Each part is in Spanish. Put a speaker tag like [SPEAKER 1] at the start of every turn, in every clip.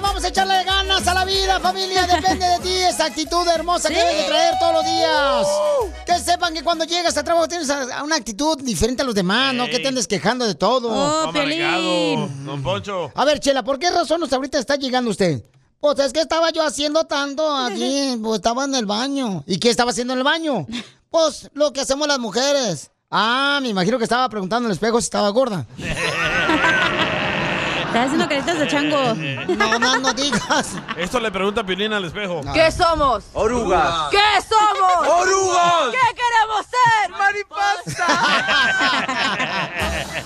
[SPEAKER 1] Vamos a echarle ganas a la vida, familia. Depende de ti esa actitud hermosa que debes de traer todos los días. Que sepan que cuando llegas a trabajo tienes a- a una actitud diferente a los demás, ¿no? Que te andes quejando de todo.
[SPEAKER 2] ¡Oh, amargado, don Poncho.
[SPEAKER 1] A ver, Chela, ¿por qué razón hasta ahorita está llegando usted? Pues es que estaba yo haciendo tanto aquí, pues estaba en el baño. ¿Y qué estaba haciendo en el baño? Pues lo que hacemos las mujeres. Ah, me imagino que estaba preguntando en el espejo si estaba gorda. Estaba haciendo caritas de chango. No, no, no digas.
[SPEAKER 2] Eh, Esto le pregunta Piolín al espejo.
[SPEAKER 3] ¿Qué somos?
[SPEAKER 2] Orugas.
[SPEAKER 3] ¿Qué somos?
[SPEAKER 2] ¡Orugas!
[SPEAKER 3] ¿Qué queremos ser? ¡Mariposa!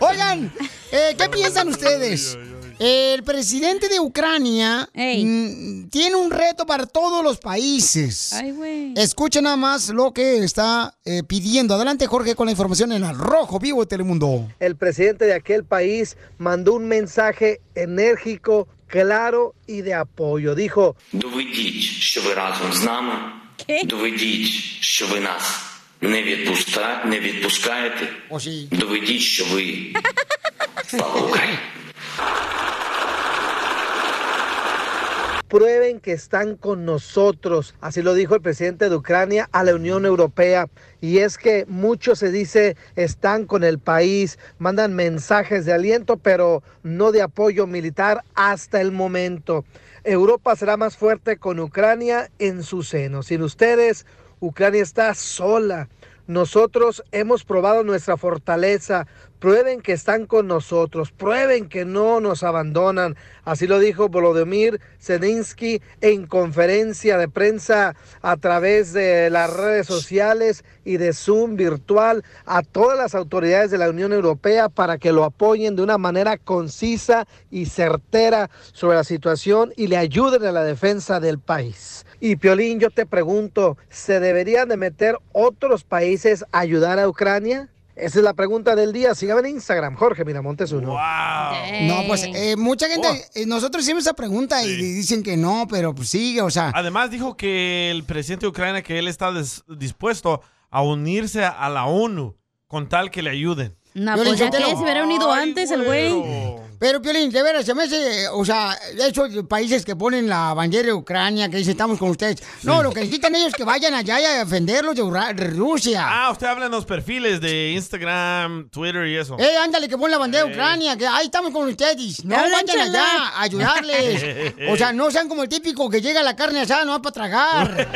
[SPEAKER 1] Oigan, eh, ¿qué piensan ustedes? El presidente de Ucrania mm, tiene un reto para todos los países.
[SPEAKER 4] Ay, güey.
[SPEAKER 1] Escuchen nada más lo que está eh, pidiendo. Adelante, Jorge, con la información en Al Rojo Vivo de Telemundo.
[SPEAKER 5] el presidente de aquel país mandó un mensaje enérgico, claro y de apoyo. Dijo,
[SPEAKER 6] Доведіть, що ви разом з нами. Доведіть, що ви нас не, відпуста... не відпускаєте.
[SPEAKER 1] Oh,
[SPEAKER 6] Доведіть, що ви. Слава Україні!
[SPEAKER 5] prueben que están con nosotros. Así lo dijo el presidente de Ucrania a la Unión Europea. Y es que mucho se dice están con el país, mandan mensajes de aliento, pero no de apoyo militar hasta el momento. Europa será más fuerte con Ucrania en su seno. Sin ustedes, Ucrania está sola. Nosotros hemos probado nuestra fortaleza. Prueben que están con nosotros. Prueben que no nos abandonan. Así lo dijo Volodymyr Zelensky en conferencia de prensa a través de las redes sociales y de Zoom virtual a todas las autoridades de la Unión Europea para que lo apoyen de una manera concisa y certera sobre la situación y le ayuden a la defensa del país. Y Piolín, yo te pregunto, ¿se deberían de meter otros países a ayudar a Ucrania? Esa es la pregunta del día. Síganme en Instagram, Jorge Miramontes uno.
[SPEAKER 1] No, pues eh, mucha gente, eh, nosotros hicimos esa pregunta y dicen que no, pero pues sigue, o sea.
[SPEAKER 2] Además dijo que el presidente de Ucrania que él está des- dispuesto a unirse a la ONU con tal que le ayuden. Ah,
[SPEAKER 4] No,
[SPEAKER 1] Yo le
[SPEAKER 4] pues ya que
[SPEAKER 1] dije,
[SPEAKER 4] se
[SPEAKER 1] "Telo".
[SPEAKER 4] hubiera unido antes el güey.
[SPEAKER 1] Pero, Piolín, de veras, se me hace, eh, o sea, esos países que ponen la bandera de Ucrania, que dicen estamos con ustedes. No, lo que necesitan ellos es que vayan allá y a defenderlos de, Urra- de Rusia.
[SPEAKER 2] Ah, usted habla en los perfiles de Instagram, Twitter y eso.
[SPEAKER 1] Eh, ándale, que ponen la bandera de
[SPEAKER 2] Eh.
[SPEAKER 1] Ucrania, que ahí estamos con ustedes. No
[SPEAKER 2] Hablan,
[SPEAKER 1] vayan
[SPEAKER 2] chala.
[SPEAKER 1] allá a ayudarles. O sea, no sean como el típico que llega la carne asada no para tragar.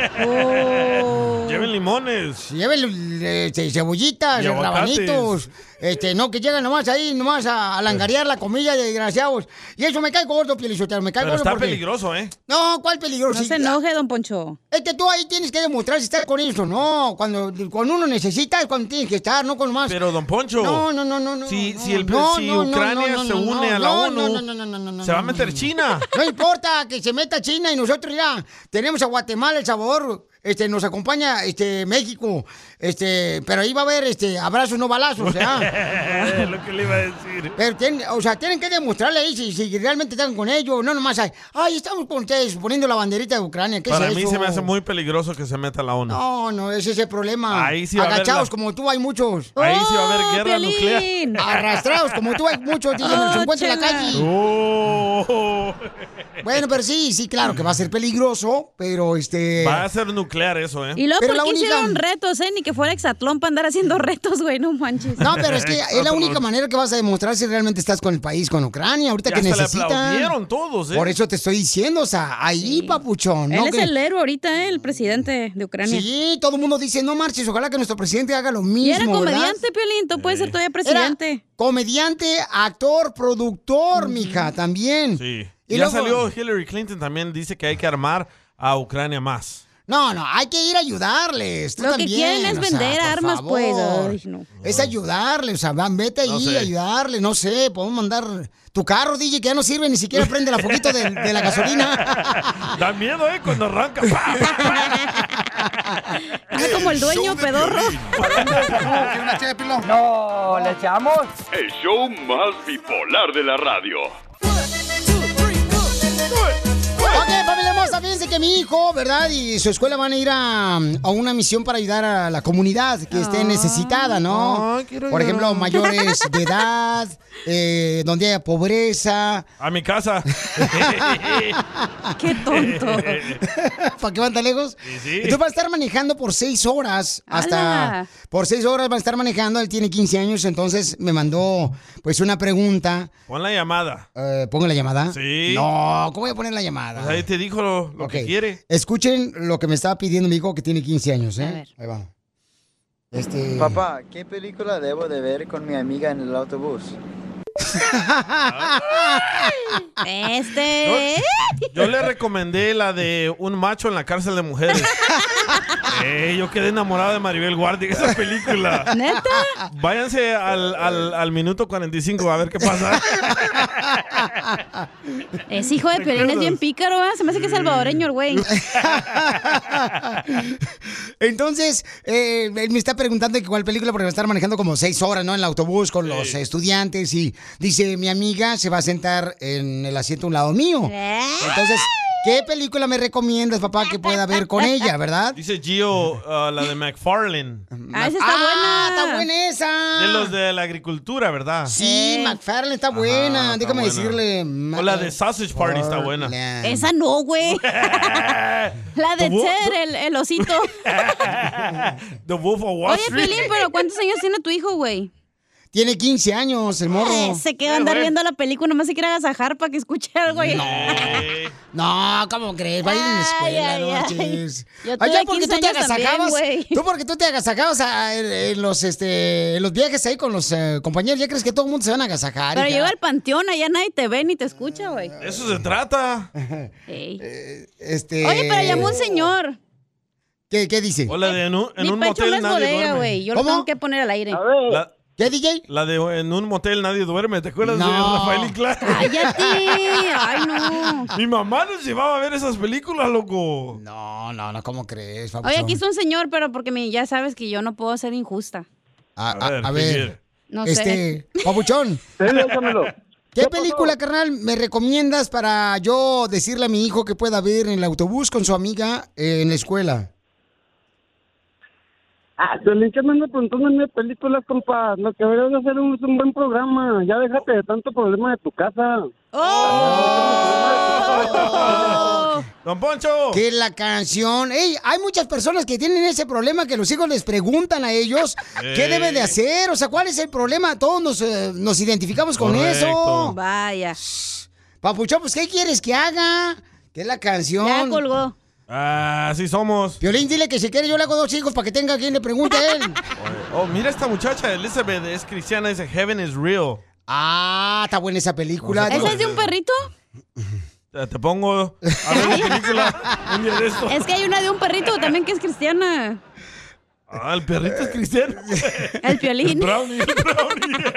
[SPEAKER 2] Lleven limones.
[SPEAKER 1] oh. Lleven eh, este, cebollitas,
[SPEAKER 2] Y aguacates.
[SPEAKER 1] rabanitos. Este, no, que llegan nomás ahí, nomás a, a langarear la comida de desgraciados. Y eso me cae gordo, Pielizotero, me cae
[SPEAKER 2] Pero
[SPEAKER 1] gordo
[SPEAKER 2] está
[SPEAKER 1] porque-
[SPEAKER 2] peligroso, ¿eh?
[SPEAKER 1] No, ¿cuál peligroso?
[SPEAKER 2] No se
[SPEAKER 1] enoje, don Poncho. Es que tú ahí tienes que demostrar si estás con eso, no. Cuando, cuando uno necesita es cuando tienes que estar, no con más.
[SPEAKER 2] Pero, don Poncho.
[SPEAKER 1] No, no, no, no. no
[SPEAKER 2] Si,
[SPEAKER 1] no,
[SPEAKER 2] si, el,
[SPEAKER 1] no,
[SPEAKER 2] si
[SPEAKER 1] no, no,
[SPEAKER 2] Ucrania
[SPEAKER 1] no, no,
[SPEAKER 2] se
[SPEAKER 1] no,
[SPEAKER 2] une a la
[SPEAKER 1] no,
[SPEAKER 2] ONU,
[SPEAKER 1] No, no, no, no, no, no,
[SPEAKER 2] se va a
[SPEAKER 1] no,
[SPEAKER 2] meter
[SPEAKER 1] no, no.
[SPEAKER 2] China.
[SPEAKER 1] No importa que se meta China y nosotros ya tenemos a Guatemala, El Salvador, este, nos acompaña este, México, este, pero ahí va a haber este, abrazos, no balazos, ¿eh? ¿ya?
[SPEAKER 2] lo que le iba a decir.
[SPEAKER 1] Pero tienen, o sea, tienen que demostrarle ahí si, si realmente están con ellos, no nomás ay, ay, estamos con ustedes poniendo la banderita de Ucrania, ¿qué
[SPEAKER 2] Para
[SPEAKER 1] es
[SPEAKER 2] mí
[SPEAKER 1] eso?
[SPEAKER 2] se me hace muy peligroso que se meta la ONU.
[SPEAKER 1] No, no, ese es el problema.
[SPEAKER 2] Ahí sí va a haber
[SPEAKER 1] Agachados
[SPEAKER 2] la-
[SPEAKER 1] como tú hay muchos.
[SPEAKER 2] Ahí sí va a haber guerra
[SPEAKER 1] Piolín!
[SPEAKER 2] nuclear.
[SPEAKER 1] Arrastrados como tú hay muchos, dicen, me los
[SPEAKER 2] Oh,
[SPEAKER 1] encuentro en la
[SPEAKER 2] chela.
[SPEAKER 1] calle.
[SPEAKER 2] Oh.
[SPEAKER 1] Bueno, pero sí, sí, claro que va a ser peligroso, pero este...
[SPEAKER 2] Va a ser nuclear eso, ¿eh?
[SPEAKER 4] Y luego,
[SPEAKER 1] Pero
[SPEAKER 4] ¿por
[SPEAKER 1] la
[SPEAKER 4] qué
[SPEAKER 1] única-
[SPEAKER 4] hicieron retos, eh? Ni que fuera exatlón para andar haciendo retos, güey, no manches.
[SPEAKER 1] No, pero es que
[SPEAKER 2] Eh,
[SPEAKER 1] es la única manera que vas a demostrar si realmente estás con el país, con Ucrania, ahorita
[SPEAKER 4] Y
[SPEAKER 1] que
[SPEAKER 4] hasta le
[SPEAKER 1] necesitan.
[SPEAKER 4] aplaudieron todos, ¿eh?
[SPEAKER 1] Por eso te estoy diciendo, o sea, ahí, papuchón. ¿no?
[SPEAKER 4] Él es
[SPEAKER 1] Que-
[SPEAKER 4] el héroe ahorita, eh, el presidente de Ucrania.
[SPEAKER 1] Sí, todo el mundo dice, no marches, ojalá que nuestro presidente haga lo mismo,
[SPEAKER 4] Y era
[SPEAKER 1] ¿verdad?
[SPEAKER 4] comediante, Piolín, tú puedes ser todavía presidente.
[SPEAKER 1] Era comediante, actor, productor, mija, también.
[SPEAKER 2] Sí.
[SPEAKER 1] Y
[SPEAKER 2] ya
[SPEAKER 1] luego-
[SPEAKER 2] salió Hillary Clinton también, dice que hay que armar a Ucrania más.
[SPEAKER 1] No, no, hay que ir a ayudarles. tú
[SPEAKER 4] Lo que
[SPEAKER 1] también,
[SPEAKER 4] quieren es
[SPEAKER 1] o
[SPEAKER 4] vender
[SPEAKER 1] por
[SPEAKER 4] armas, pues. Ay,
[SPEAKER 1] Es ayudarles, o sea, van, vete ahí,
[SPEAKER 4] No sé.
[SPEAKER 1] ayudarle, no sé, podemos mandar tu carro, DJ, que ya no sirve, ni siquiera prende la foquito de, de la gasolina.
[SPEAKER 2] da miedo, ¿eh? Cuando arranca.
[SPEAKER 4] Es Ah, como el dueño pedorro.
[SPEAKER 7] No, ¿le echamos?
[SPEAKER 8] El show más bipolar de la radio.
[SPEAKER 1] Ok, familia hermosa, fíjense que mi hijo, ¿verdad? Y su escuela van a ir a, a una misión para ayudar a la comunidad que
[SPEAKER 4] Ah.
[SPEAKER 1] esté necesitada, ¿no?
[SPEAKER 2] Ay, quiero
[SPEAKER 1] Por ejemplo,
[SPEAKER 2] llorar.
[SPEAKER 1] mayores de edad, eh, donde haya pobreza.
[SPEAKER 2] A mi casa.
[SPEAKER 4] Qué tonto.
[SPEAKER 1] ¿Para qué van tan lejos?
[SPEAKER 2] sí.
[SPEAKER 1] Entonces va a estar manejando por seis horas hasta...
[SPEAKER 4] ¡Hala!
[SPEAKER 1] Por seis horas va a estar manejando, él tiene 15 años, entonces me mandó pues una pregunta.
[SPEAKER 2] Pon la llamada.
[SPEAKER 1] Eh, ¿Pongo la llamada?
[SPEAKER 2] Sí.
[SPEAKER 1] No, ¿cómo voy a poner la llamada?
[SPEAKER 2] Pues ahí te dijo lo, lo
[SPEAKER 1] Ok.
[SPEAKER 2] que quiere.
[SPEAKER 1] Escuchen lo que me estaba pidiendo mi hijo que tiene 15 años, ¿eh?
[SPEAKER 4] A ver.
[SPEAKER 1] Ahí va. Este...
[SPEAKER 7] Papá, ¿qué película debo de ver con mi amiga en el autobús?
[SPEAKER 4] Este.
[SPEAKER 2] Yo le recomendé la de un macho en la cárcel de mujeres. Eh, yo quedé enamorado de Maribel Guardia en esa película.
[SPEAKER 4] Neta.
[SPEAKER 2] Váyanse al, al- al minuto 45 a ver qué pasa.
[SPEAKER 4] Es hijo de Piolín, es bien pícaro, ¿ah? Se me hace que es salvadoreño el güey.
[SPEAKER 1] Entonces, eh, él me está preguntando que cuál película, porque va a estar manejando como seis horas, ¿no? En el autobús con los estudiantes y dice, mi amiga se va a sentar en el asiento a un lado mío.
[SPEAKER 4] ¿Eh?
[SPEAKER 1] Entonces, ¿qué película me recomiendas, papá, que pueda ver con ella, verdad?
[SPEAKER 2] Dice Gio, uh, la de McFarlane.
[SPEAKER 4] Ah, esa está
[SPEAKER 1] ah,
[SPEAKER 4] buena.
[SPEAKER 1] está buena esa.
[SPEAKER 2] De los de la agricultura, ¿verdad?
[SPEAKER 1] Sí, McFarlane está buena.
[SPEAKER 2] está
[SPEAKER 1] Déjame
[SPEAKER 2] buena.
[SPEAKER 1] decirle. Ma-
[SPEAKER 2] O la de Sausage Party está buena.
[SPEAKER 1] Portland.
[SPEAKER 4] Esa no, güey. La de
[SPEAKER 2] ¿Tuvo?
[SPEAKER 4] Cher, el, el osito.
[SPEAKER 2] The Wolf of Wall
[SPEAKER 4] Oye,
[SPEAKER 2] Street.
[SPEAKER 4] Piolín, pero ¿cuántos años tiene tu hijo, güey? Eh,
[SPEAKER 1] Tiene 15 años, el morro.
[SPEAKER 4] Se queda andar viendo la película, nomás se quiere agasajar para que escuche algo. Y...
[SPEAKER 2] Eh,
[SPEAKER 1] No, ¿cómo crees? Va a ir a la escuela,
[SPEAKER 4] Ay,
[SPEAKER 1] no
[SPEAKER 4] ay, ay.
[SPEAKER 1] manches.
[SPEAKER 4] Yo
[SPEAKER 1] Ay,
[SPEAKER 4] tuve
[SPEAKER 1] Ah, ya, porque
[SPEAKER 4] 15
[SPEAKER 1] tú te
[SPEAKER 4] años también,
[SPEAKER 1] agasajabas.
[SPEAKER 4] güey.
[SPEAKER 1] tú porque tú te agasajabas a- en, en los este en los viajes ahí con los eh, compañeros, ya crees que todo el mundo se van a agasajar.
[SPEAKER 4] Pero
[SPEAKER 1] hija?
[SPEAKER 4] llega al panteón, allá nadie te ve ni te escucha, güey.
[SPEAKER 2] de eso se trata.
[SPEAKER 4] Ey.
[SPEAKER 1] este
[SPEAKER 4] Oye, pero llamó un señor.
[SPEAKER 1] ¿Qué, qué dice?
[SPEAKER 2] O la de en un, en
[SPEAKER 4] Mi
[SPEAKER 2] un
[SPEAKER 4] pecho no
[SPEAKER 2] motel
[SPEAKER 4] es
[SPEAKER 2] nadie
[SPEAKER 4] bodega,
[SPEAKER 2] duerme.
[SPEAKER 4] güey. Yo
[SPEAKER 1] ¿Cómo?
[SPEAKER 4] lo tengo que poner al aire.
[SPEAKER 2] La,
[SPEAKER 1] ¿Qué DJ?
[SPEAKER 2] la de en un motel nadie duerme. ¿Te acuerdas de
[SPEAKER 1] No.
[SPEAKER 2] Rafael Inclán?
[SPEAKER 4] ¡Cállate! ¡Ay, no!
[SPEAKER 2] Mi mamá nos llevaba a ver esas películas, loco.
[SPEAKER 1] No, no, no, ¿cómo crees?
[SPEAKER 4] Oye,
[SPEAKER 1] papuchón?
[SPEAKER 4] aquí es un señor, pero porque mi- ya sabes que yo no puedo ser injusta.
[SPEAKER 1] A, a-
[SPEAKER 2] A ver,
[SPEAKER 1] a
[SPEAKER 2] ¿qué
[SPEAKER 1] ver.
[SPEAKER 2] quiere?
[SPEAKER 4] No sé.
[SPEAKER 1] este, papuchón,
[SPEAKER 7] Sí, déjamelo.
[SPEAKER 1] ¿qué película, carnal, me recomiendas para yo decirle a mi hijo que pueda ver en el autobús con su amiga eh, en la escuela?
[SPEAKER 8] Ah, Piolín, que me anda preguntando en películas, compa. Lo que deberías de hacer es un buen programa. Ya déjate de tanto problema de tu casa.
[SPEAKER 4] ¡Oh!
[SPEAKER 2] Don Poncho.
[SPEAKER 1] Que la canción. Ey, hay muchas personas que tienen ese problema que los hijos les preguntan a ellos qué
[SPEAKER 2] Ey.
[SPEAKER 1] deben de hacer. O sea, ¿cuál es el problema? Todos nos, eh, nos identificamos con
[SPEAKER 2] Correcto.
[SPEAKER 1] eso.
[SPEAKER 4] Vaya.
[SPEAKER 1] Papuchón, pues, ¿qué quieres que haga? Que la
[SPEAKER 4] Ya
[SPEAKER 1] canción.
[SPEAKER 4] colgó.
[SPEAKER 2] Ah, así somos.
[SPEAKER 1] Violín, dile que si quiere yo le hago dos hijos para que tenga quien le pregunte a él.
[SPEAKER 2] Oh, mira esta muchacha, Elizabeth, es cristiana, dice Heaven is real.
[SPEAKER 1] ah, está buena esa película.
[SPEAKER 2] Esa
[SPEAKER 1] Digo,
[SPEAKER 4] ¿Ese es de un perrito?
[SPEAKER 2] Te, te pongo a ver una película un día de esto.
[SPEAKER 4] Es que hay una de un perrito también que es cristiana.
[SPEAKER 2] Ah, el
[SPEAKER 1] Eh.
[SPEAKER 2] perrito es cristiano.
[SPEAKER 4] El
[SPEAKER 2] El
[SPEAKER 4] piolín.
[SPEAKER 2] brownie, el brownie.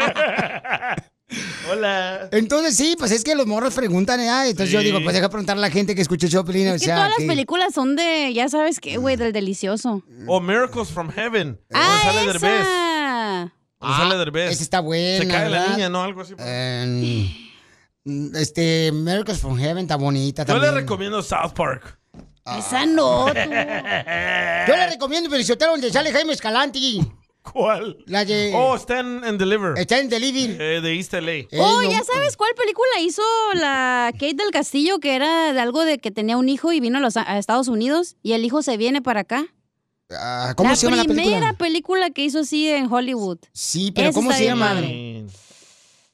[SPEAKER 2] Hola.
[SPEAKER 1] Entonces sí, pues es que los morros preguntan, ¿eh? Ah, entonces yo
[SPEAKER 2] Sí.
[SPEAKER 1] digo, pues deja preguntar a la gente que escuche Choplin. o
[SPEAKER 4] Es que
[SPEAKER 1] sea,
[SPEAKER 4] todas las
[SPEAKER 1] que-
[SPEAKER 4] películas son de, ya sabes qué, güey, del delicioso.
[SPEAKER 2] O Miracles from Heaven.
[SPEAKER 4] ¡Ah,
[SPEAKER 2] González Derbez.
[SPEAKER 4] esa!
[SPEAKER 2] González
[SPEAKER 1] Ah,
[SPEAKER 2] Derbez.
[SPEAKER 1] esa está buena,
[SPEAKER 2] Se cae la
[SPEAKER 1] ¿verdad?
[SPEAKER 2] niña, ¿no? Algo así.
[SPEAKER 1] Eh, mm, este, Miracles from Heaven está Ah. bonita
[SPEAKER 2] Yo
[SPEAKER 1] también.
[SPEAKER 2] le recomiendo South Park.
[SPEAKER 4] Esa no, tú.
[SPEAKER 1] Yo le recomiendo Felicitero donde sale Jaime Escalante.
[SPEAKER 2] ¿Cuál?
[SPEAKER 1] La de...
[SPEAKER 2] Oh, Stand and Deliver.
[SPEAKER 1] Está en Delivery.
[SPEAKER 2] eh, de East LA.
[SPEAKER 1] Eh,
[SPEAKER 4] Oh,
[SPEAKER 1] no-
[SPEAKER 4] ya sabes cuál película hizo la Kate del Castillo, que era de algo de que tenía un hijo y vino a, los, a Estados Unidos y el hijo se viene para acá.
[SPEAKER 1] Ah, ¿Cómo
[SPEAKER 4] la
[SPEAKER 1] se llama la
[SPEAKER 4] primera
[SPEAKER 1] película?
[SPEAKER 4] película? que hizo así en Hollywood.
[SPEAKER 1] Sí, pero
[SPEAKER 4] Esa
[SPEAKER 1] ¿cómo
[SPEAKER 4] está
[SPEAKER 1] se
[SPEAKER 4] bien
[SPEAKER 1] llama?
[SPEAKER 4] madre.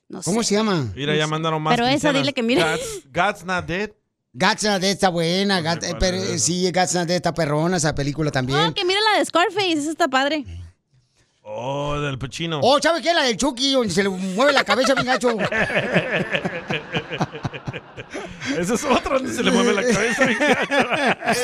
[SPEAKER 4] No
[SPEAKER 1] ¿Cómo
[SPEAKER 4] sé.
[SPEAKER 1] se llama?
[SPEAKER 2] Mira, ya mandaron más.
[SPEAKER 4] Pero esa, dile que mire.
[SPEAKER 2] God's, God's Not Dead.
[SPEAKER 1] Gatsa de esta buena. Gats-
[SPEAKER 2] cuál
[SPEAKER 1] eh, pero,
[SPEAKER 2] es
[SPEAKER 1] eh,
[SPEAKER 2] esa.
[SPEAKER 1] sí, Gatsa de esta perrona, esa película
[SPEAKER 4] Ah,
[SPEAKER 1] también.
[SPEAKER 4] que mira la de Scarface, esa está padre.
[SPEAKER 2] Oh, del Pacino.
[SPEAKER 1] Oh, ¿sabes qué? La del Chucky, donde se le mueve la cabeza bien gacho.
[SPEAKER 2] Esa es otra donde se le mueve la cabeza.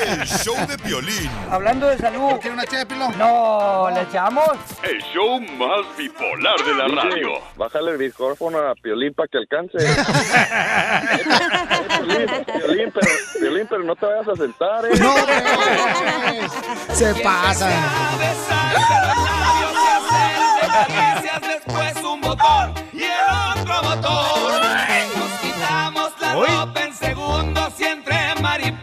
[SPEAKER 9] El show de violín.
[SPEAKER 7] Hablando de salud. ¿Quiere una No, ¿le echamos?
[SPEAKER 9] El show más bipolar de la radio.
[SPEAKER 8] Bájale el micrófono a Piolín para que alcance. Piolín, Piolín, pero, Piolín, pero no te vayas a sentar, ¿eh?
[SPEAKER 1] No, pues, se pasa.
[SPEAKER 10] después un botón y el otro botón. Nos quitamos la
[SPEAKER 2] Hoy.
[SPEAKER 10] ropa en segundos y entre Mari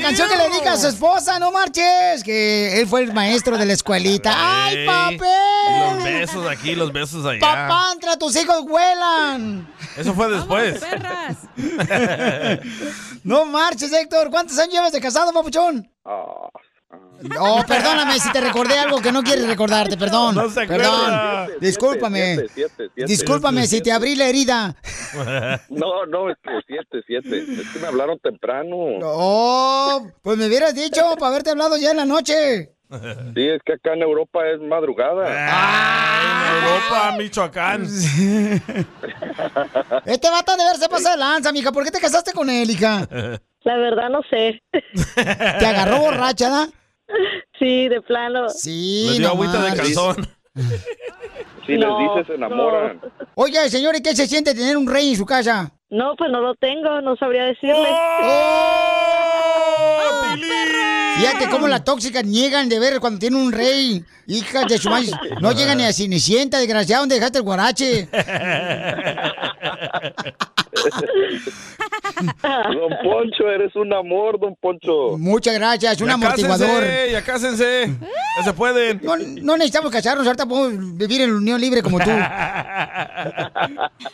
[SPEAKER 1] canción que le dedica a su esposa, no marches. Que él fue el maestro de la escuelita. ¡Ay,
[SPEAKER 2] Ey, Los
[SPEAKER 1] papel!
[SPEAKER 2] besos aquí, los besos allá.
[SPEAKER 1] ¡Papá, entra, tus hijos vuelan!
[SPEAKER 2] Eso fue después.
[SPEAKER 1] No marches, Héctor. ¿Cuántos años llevas de casado, papuchón? Oh, perdóname si te recordé algo que no quieres recordarte, perdón.
[SPEAKER 10] No se acuerda.
[SPEAKER 1] perdón.
[SPEAKER 10] Siete,
[SPEAKER 1] Discúlpame.
[SPEAKER 11] siete, siete, siete.
[SPEAKER 1] Discúlpame si te abrí la herida.
[SPEAKER 11] No, no, es que siete, siete. Es que me hablaron temprano.
[SPEAKER 1] Oh, pues me hubieras dicho para haberte hablado ya en la noche.
[SPEAKER 11] Sí, es que acá en Europa es madrugada.
[SPEAKER 2] Ah, Europa, Michoacán.
[SPEAKER 1] Este vato de verse pasa de lanza, mija. ¿Por qué te casaste con él, hija?
[SPEAKER 12] La verdad no sé.
[SPEAKER 1] ¿Te agarró borracha, da?
[SPEAKER 12] Sí, de plano.
[SPEAKER 1] Sí.
[SPEAKER 2] Le dio agüita de calzón.
[SPEAKER 11] Si
[SPEAKER 12] No,
[SPEAKER 11] les dices, se enamoran.
[SPEAKER 1] Oye, señor, ¿y qué se siente tener un rey en su casa? ¡Oh!
[SPEAKER 12] No, pues no lo tengo, no sabría decirle.
[SPEAKER 1] Fíjate cómo las tóxicas niegan de ver cuando tiene un rey. Hijas de su madre. No llegan ni a Cinecienta, desgraciado, ¿dónde dejaste el guarache?
[SPEAKER 11] Don Poncho, eres un amor, don Poncho.
[SPEAKER 1] Muchas gracias, un
[SPEAKER 11] Ya
[SPEAKER 1] amortiguador.
[SPEAKER 11] cásense,
[SPEAKER 2] Ya cásense. Ya se pueden.
[SPEAKER 1] No, no necesitamos casarnos, ahorita podemos vivir en unión libre como tú.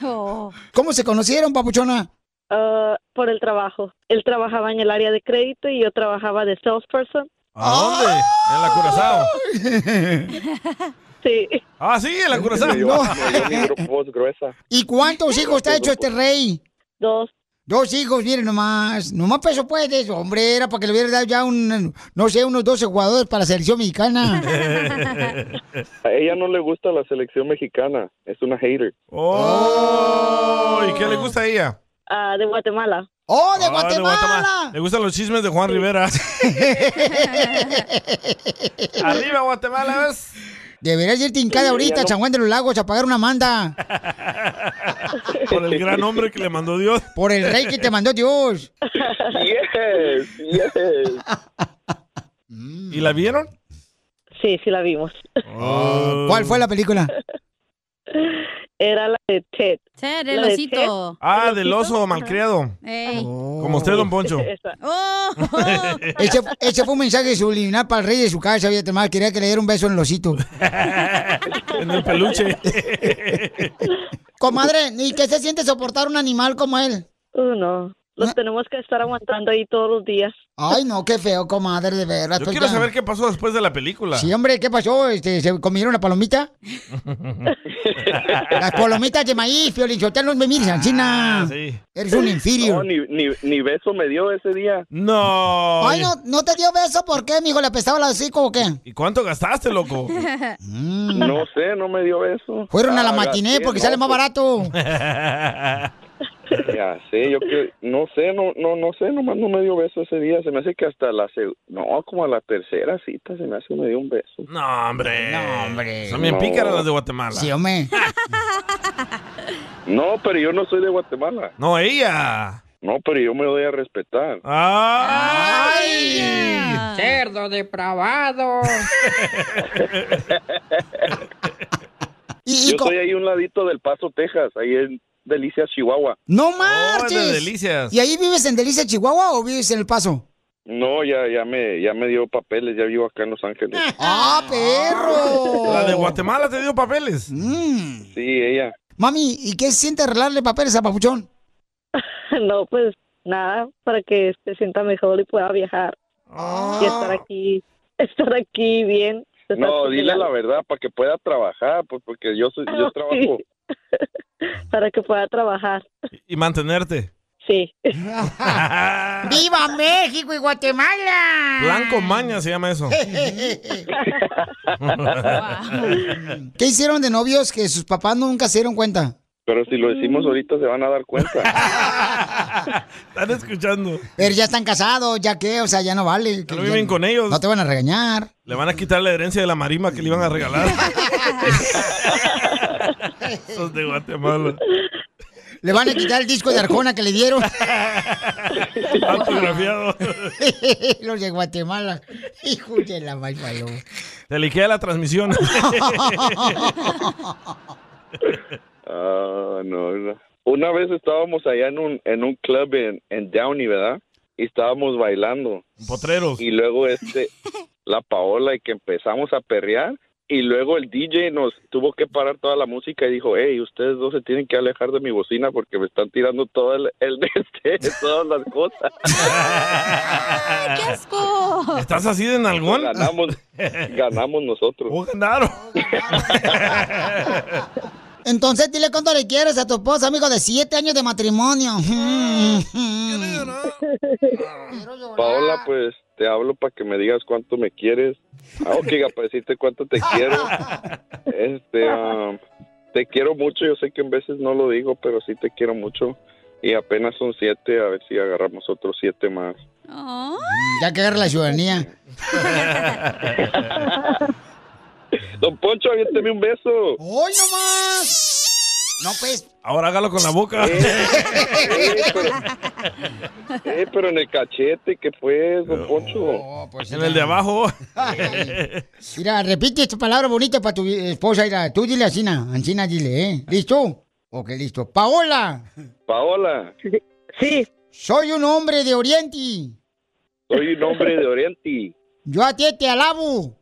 [SPEAKER 4] Oh.
[SPEAKER 1] ¿Cómo se conocieron, papuchona?
[SPEAKER 12] Ah, por el trabajo. Él trabajaba en el área de crédito y yo trabajaba de salesperson.
[SPEAKER 2] ¿A dónde? En la Curazao.
[SPEAKER 12] Sí.
[SPEAKER 2] Ah, sí, en la Curazao.
[SPEAKER 11] Me dio- me dio mi gru- voz gruesa.
[SPEAKER 1] ¿Y cuántos hijos te ha hecho este rey?
[SPEAKER 12] Dos.
[SPEAKER 1] Dos hijos, miren nomás. Nomás peso puedes, hombre, era para que le hubiera dado ya un, no sé, unos 12 jugadores para la selección mexicana.
[SPEAKER 11] A ella no le gusta la selección mexicana. Es una hater.
[SPEAKER 2] Oh, ¿y qué le gusta a ella?
[SPEAKER 12] Ah, de Guatemala.
[SPEAKER 1] ¡Oh,
[SPEAKER 2] Ah, de Guatemala. Le gustan los chismes de Juan Rivera. Arriba, Guatemala, ¿ves?
[SPEAKER 1] Deberías irte hincada
[SPEAKER 2] Sí,
[SPEAKER 1] ahorita
[SPEAKER 2] ya
[SPEAKER 1] a
[SPEAKER 2] no-
[SPEAKER 1] San Juan de los Lagos a pagar una manda
[SPEAKER 2] Por el gran hombre que le mandó Dios.
[SPEAKER 1] por el rey que te mandó Dios.
[SPEAKER 11] Yes, yes.
[SPEAKER 2] ¿Y la vieron?
[SPEAKER 12] Sí, sí la vimos.
[SPEAKER 2] Oh.
[SPEAKER 1] ¿Cuál fue la película?
[SPEAKER 12] Era la de Ted.
[SPEAKER 4] Ted, el
[SPEAKER 12] La de
[SPEAKER 4] osito.
[SPEAKER 12] Ted.
[SPEAKER 2] Ah,
[SPEAKER 12] ¿El
[SPEAKER 2] del
[SPEAKER 12] osito?
[SPEAKER 2] oso malcriado. Oh.
[SPEAKER 4] Ey.
[SPEAKER 2] Como usted, don Poncho.
[SPEAKER 12] Esa.
[SPEAKER 1] Oh.
[SPEAKER 4] Oh,
[SPEAKER 1] Ese, ese fue un mensaje subliminal para el rey de su casa, fíjate más, quería que le diera un beso en el osito.
[SPEAKER 2] en el peluche.
[SPEAKER 1] Comadre, ¿y qué se siente soportar un animal como él? Ah.
[SPEAKER 12] Uh, no. Los tenemos que estar aguantando ahí todos los días.
[SPEAKER 1] Ay, no, qué feo, comadre, de veras.
[SPEAKER 2] Yo
[SPEAKER 1] pues
[SPEAKER 2] quiero
[SPEAKER 1] ya.
[SPEAKER 2] saber qué pasó después de la película.
[SPEAKER 1] Sí, hombre, ¿qué pasó? Este, ¿Se comieron la palomita? Las palomitas de maíz, Piolichotelo, me miran, China.
[SPEAKER 2] Ah, sí.
[SPEAKER 1] Eres un inferior.
[SPEAKER 11] No, ni, ni, ni beso me dio ese día.
[SPEAKER 2] No.
[SPEAKER 1] Ay, no, ¿no te dio beso, ¿por qué, mijo? ¿Le apestaba la hocico o qué?
[SPEAKER 2] ¿Y cuánto gastaste, loco?
[SPEAKER 11] No sé, no me dio beso.
[SPEAKER 1] Mm. Fueron a la
[SPEAKER 11] Ah,
[SPEAKER 1] matiné
[SPEAKER 11] gasté,
[SPEAKER 1] porque
[SPEAKER 11] no,
[SPEAKER 1] sale más
[SPEAKER 11] pues,
[SPEAKER 1] barato.
[SPEAKER 11] Ya sé, yo que no sé, no, no, no sé, nomás no me dio beso ese día. Se me hace que hasta la seg- no, como a la tercera cita se me hace que me dio un beso.
[SPEAKER 2] No, hombre. No,
[SPEAKER 1] hombre.
[SPEAKER 2] Son bien
[SPEAKER 11] No.
[SPEAKER 2] pícaras las de Guatemala.
[SPEAKER 1] Sí, hombre.
[SPEAKER 11] No, pero yo no soy de Guatemala.
[SPEAKER 2] No, ella.
[SPEAKER 11] No, pero yo me voy a respetar.
[SPEAKER 1] Ah.
[SPEAKER 2] ¡Ay!
[SPEAKER 13] Cerdo depravado.
[SPEAKER 11] yo estoy ahí un ladito del Paso, Texas, ahí en Delicias, Chihuahua.
[SPEAKER 1] ¡No
[SPEAKER 2] Oh,
[SPEAKER 1] marches!
[SPEAKER 11] Delicias.
[SPEAKER 1] ¿Y ahí vives en Delicias, Chihuahua o vives en El Paso?
[SPEAKER 11] No, ya, ya me, ya me dio papeles, ya vivo acá en Los Ángeles.
[SPEAKER 1] ¡Ah, perro!
[SPEAKER 2] La de Guatemala te dio papeles.
[SPEAKER 1] Mm.
[SPEAKER 11] Sí, ella.
[SPEAKER 1] Mami, ¿y qué se siente arreglarle papeles a Papuchón?
[SPEAKER 12] No, pues nada, para que se sienta mejor y pueda viajar.
[SPEAKER 2] Oh.
[SPEAKER 12] Y estar aquí, estar aquí bien. estar
[SPEAKER 11] No, dile
[SPEAKER 12] tutelado,
[SPEAKER 11] la verdad para que pueda trabajar, pues porque yo soy,
[SPEAKER 14] Ah,
[SPEAKER 11] yo trabajo.
[SPEAKER 12] Para que pueda trabajar.
[SPEAKER 2] Y mantenerte.
[SPEAKER 12] Sí.
[SPEAKER 1] Ah. ¡Viva México y Guatemala!
[SPEAKER 2] Blanco Maña se llama eso.
[SPEAKER 1] ¿Qué hicieron de novios que sus papás nunca se dieron cuenta?
[SPEAKER 11] Pero si lo decimos ahorita se van a dar cuenta.
[SPEAKER 2] Están escuchando.
[SPEAKER 1] Pero ya están casados, ya que, o sea, ya no vale. que
[SPEAKER 2] No
[SPEAKER 1] ya-
[SPEAKER 2] viven con ellos.
[SPEAKER 1] No te van a regañar.
[SPEAKER 2] Le van a quitar la herencia de la marima que le iban a regalar. Esos de Guatemala.
[SPEAKER 1] Le van a quitar el disco de Arjona que le dieron.
[SPEAKER 2] Autografiado.
[SPEAKER 1] Los de Guatemala. Hijo de la mal paloma.
[SPEAKER 2] Te liquea la transmisión.
[SPEAKER 11] Ah, no, no. Una vez estábamos allá en un, en un club en, en Downey, ¿verdad? y estábamos bailando.
[SPEAKER 2] Potreros.
[SPEAKER 11] Y luego este, la Paola, y que empezamos a perrear. Y luego el DJ nos tuvo que parar toda la música y dijo, hey, ustedes dos se tienen que alejar de mi bocina porque me están tirando todo el, el este, todas las cosas.
[SPEAKER 4] ¡Qué asco!
[SPEAKER 2] ¿Estás así de nalgón?
[SPEAKER 11] Ganamos, ganamos nosotros.
[SPEAKER 2] ganaron!
[SPEAKER 1] Entonces dile cuánto le quieres a tu esposa, amigo, de siete años de matrimonio. Mm,
[SPEAKER 11] Paola, pues te hablo para que me digas cuánto me quieres. Ah, ok, para decirte cuánto te quiero. Este, um, te quiero mucho. Yo sé que en veces no lo digo, pero sí te quiero mucho. Y apenas son siete, a ver si agarramos otros siete más.
[SPEAKER 1] ya que agarra la ciudadanía.
[SPEAKER 11] Don Poncho, aviénteme un beso.
[SPEAKER 1] ¡Hoy no más! No, pues.
[SPEAKER 2] Ahora hágalo con la boca.
[SPEAKER 11] Eh, pero en el cachete, ¿qué pues, Don Poncho?
[SPEAKER 2] pues en el de abajo.
[SPEAKER 1] Mira, repite esta palabra bonita para tu esposa. Mira, tú dile a Sina. Ancina, dile, ¿eh? ¿Listo? Ok, listo. Paola.
[SPEAKER 11] Paola,
[SPEAKER 1] Sí. Soy un hombre de Oriente.
[SPEAKER 11] soy un hombre de Oriente.
[SPEAKER 1] Yo a ti te alabo.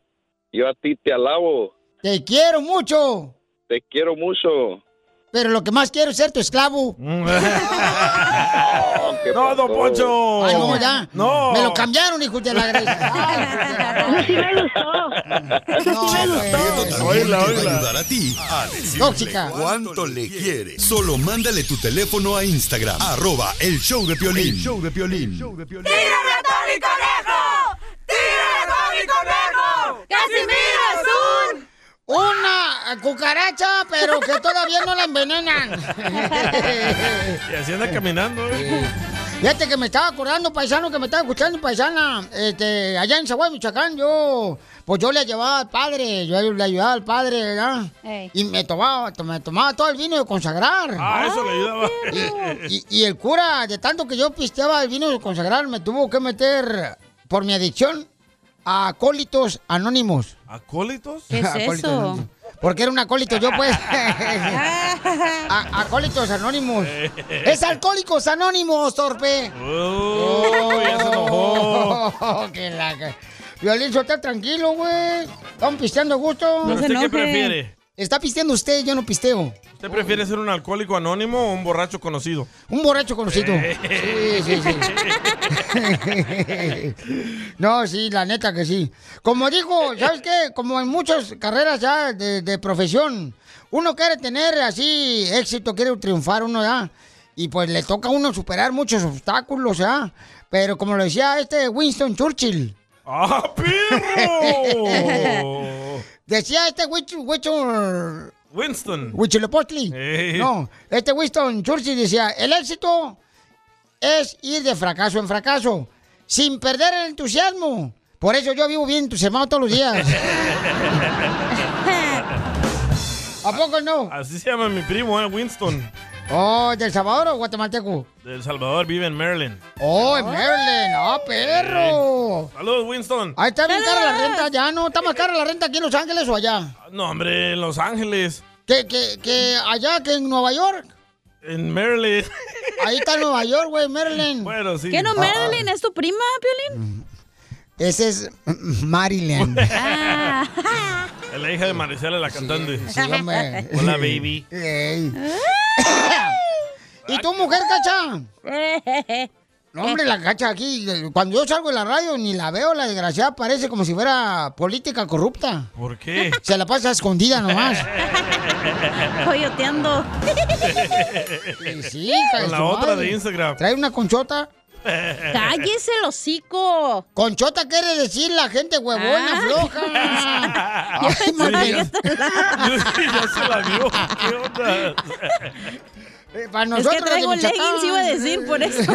[SPEAKER 11] Yo a ti te alabo.
[SPEAKER 1] Te quiero mucho.
[SPEAKER 11] Te quiero mucho.
[SPEAKER 1] Pero lo que más quiero es ser tu esclavo.
[SPEAKER 11] Oh, ¿Qué
[SPEAKER 2] No, don
[SPEAKER 11] pasó?
[SPEAKER 2] Poncho.
[SPEAKER 1] Ay, no, ya.
[SPEAKER 2] No.
[SPEAKER 1] Me lo cambiaron, hijo de la gran-
[SPEAKER 12] Sí me gustó.
[SPEAKER 1] No,
[SPEAKER 9] Oíla, ayudar a ti a decirle
[SPEAKER 1] Tóxica.
[SPEAKER 9] cuánto le quieres. Solo mándale tu teléfono a Instagram, arroba el show de Piolín. El show de Piolín.
[SPEAKER 10] ¡Tírame a Tony Conejo! ¡Tírame a Tony Conejo!
[SPEAKER 1] ¡Casimiro es un... Una cucaracha, pero que todavía no la envenenan.
[SPEAKER 2] Y así anda caminando. ¿eh?
[SPEAKER 1] Fíjate que me estaba acordando, paisano, que me estaba escuchando, paisana, este, allá en Zaguay, Michoacán, yo, pues yo le llevaba al padre, yo le ayudaba al padre, ¿verdad?
[SPEAKER 10] Ey.
[SPEAKER 1] Y me tomaba, to- me tomaba todo el vino de consagrar.
[SPEAKER 2] Ah, eso le ayudaba.
[SPEAKER 1] Y, y el cura, de tanto que yo pisteaba el vino de consagrar, me tuvo que meter, por mi adicción, a acólitos anónimos.
[SPEAKER 2] ¿Acólitos?
[SPEAKER 1] Acólitos anónimos. Porque era un acólito, yo pues. A- acólitos
[SPEAKER 15] Eh,
[SPEAKER 1] anónimos. Es alcohólicos anónimos, torpe.
[SPEAKER 2] Oh, ya se enojó.
[SPEAKER 1] que la ca- Violín, yo está tranquilo, güey. Estamos pisteando a gusto.
[SPEAKER 2] ¿Pero usted qué prefiere?
[SPEAKER 1] Está pisteando usted, yo no pisteo.
[SPEAKER 2] ¿Usted prefiere ser un alcohólico anónimo o un borracho conocido?
[SPEAKER 1] Un borracho conocido.
[SPEAKER 2] Eh.
[SPEAKER 1] Sí, sí, sí. no, sí, la neta que sí. Como dijo, ¿sabes qué? Como en muchas carreras ya de, de profesión, uno quiere tener así éxito, quiere triunfar uno ya. Y pues le toca a uno superar muchos obstáculos ya. Pero como lo decía este Winston Churchill.
[SPEAKER 2] ¡Ah, perro!
[SPEAKER 1] Decía este Winston... Winston
[SPEAKER 2] Winston.
[SPEAKER 1] Huitzilopochtli.
[SPEAKER 2] Eh.
[SPEAKER 1] No, este Winston Churchill decía, el éxito es ir de fracaso en fracaso, sin perder el entusiasmo. Por eso yo vivo bien entusiasmado todos los días. ¿A poco no?
[SPEAKER 2] Así se llama mi primo, ¿eh? Winston.
[SPEAKER 1] Oh, ¿del Salvador o guatemalteco?
[SPEAKER 2] De El Salvador, vive en Maryland.
[SPEAKER 1] Oh, en Maryland. Ah, perro.
[SPEAKER 2] Saludos, Winston.
[SPEAKER 1] Ahí está bien cara la renta ya, ¿no? ¿Está más cara la renta aquí en Los Ángeles o allá?
[SPEAKER 2] No, hombre, en Los Ángeles.
[SPEAKER 1] Que, que, que allá, que en Nueva York.
[SPEAKER 2] En Maryland.
[SPEAKER 1] Ahí está Nueva York, güey, Maryland.
[SPEAKER 2] Bueno, sí.
[SPEAKER 4] ¿Qué no,
[SPEAKER 1] Ah, ah.
[SPEAKER 4] Marilyn? ¿Es tu prima, Piolín?
[SPEAKER 1] Ese es Maryland.
[SPEAKER 2] Es la hija de Maricela, la cantante.
[SPEAKER 1] sí, hombre.
[SPEAKER 2] Hola, baby.
[SPEAKER 1] Ey.
[SPEAKER 4] Ah.
[SPEAKER 1] ¿Y tu mujer, cacha? No, hombre, la cacha aquí. Cuando yo salgo de la radio ni la veo, la desgraciada parece como si fuera política corrupta.
[SPEAKER 2] ¿Por qué?
[SPEAKER 1] Se la pasa escondida nomás.
[SPEAKER 4] Coyoteando.
[SPEAKER 1] Sí, hija de
[SPEAKER 2] Con la
[SPEAKER 1] su
[SPEAKER 2] otra
[SPEAKER 1] madre.
[SPEAKER 2] de Instagram.
[SPEAKER 1] Trae una conchota.
[SPEAKER 4] ¡Cállese el hocico!
[SPEAKER 1] Conchota quiere decir la gente huevona,
[SPEAKER 4] Ah.
[SPEAKER 1] floja.
[SPEAKER 4] Yo
[SPEAKER 1] Ay,
[SPEAKER 4] pensaba
[SPEAKER 1] mami.
[SPEAKER 4] que era
[SPEAKER 2] Yo sí, ya se la vio. ¿Qué onda?
[SPEAKER 1] Eh, para
[SPEAKER 4] Es
[SPEAKER 1] nosotros
[SPEAKER 4] que
[SPEAKER 1] los de
[SPEAKER 4] traigo
[SPEAKER 1] Michoacán.
[SPEAKER 4] leggings, iba a decir, por eso.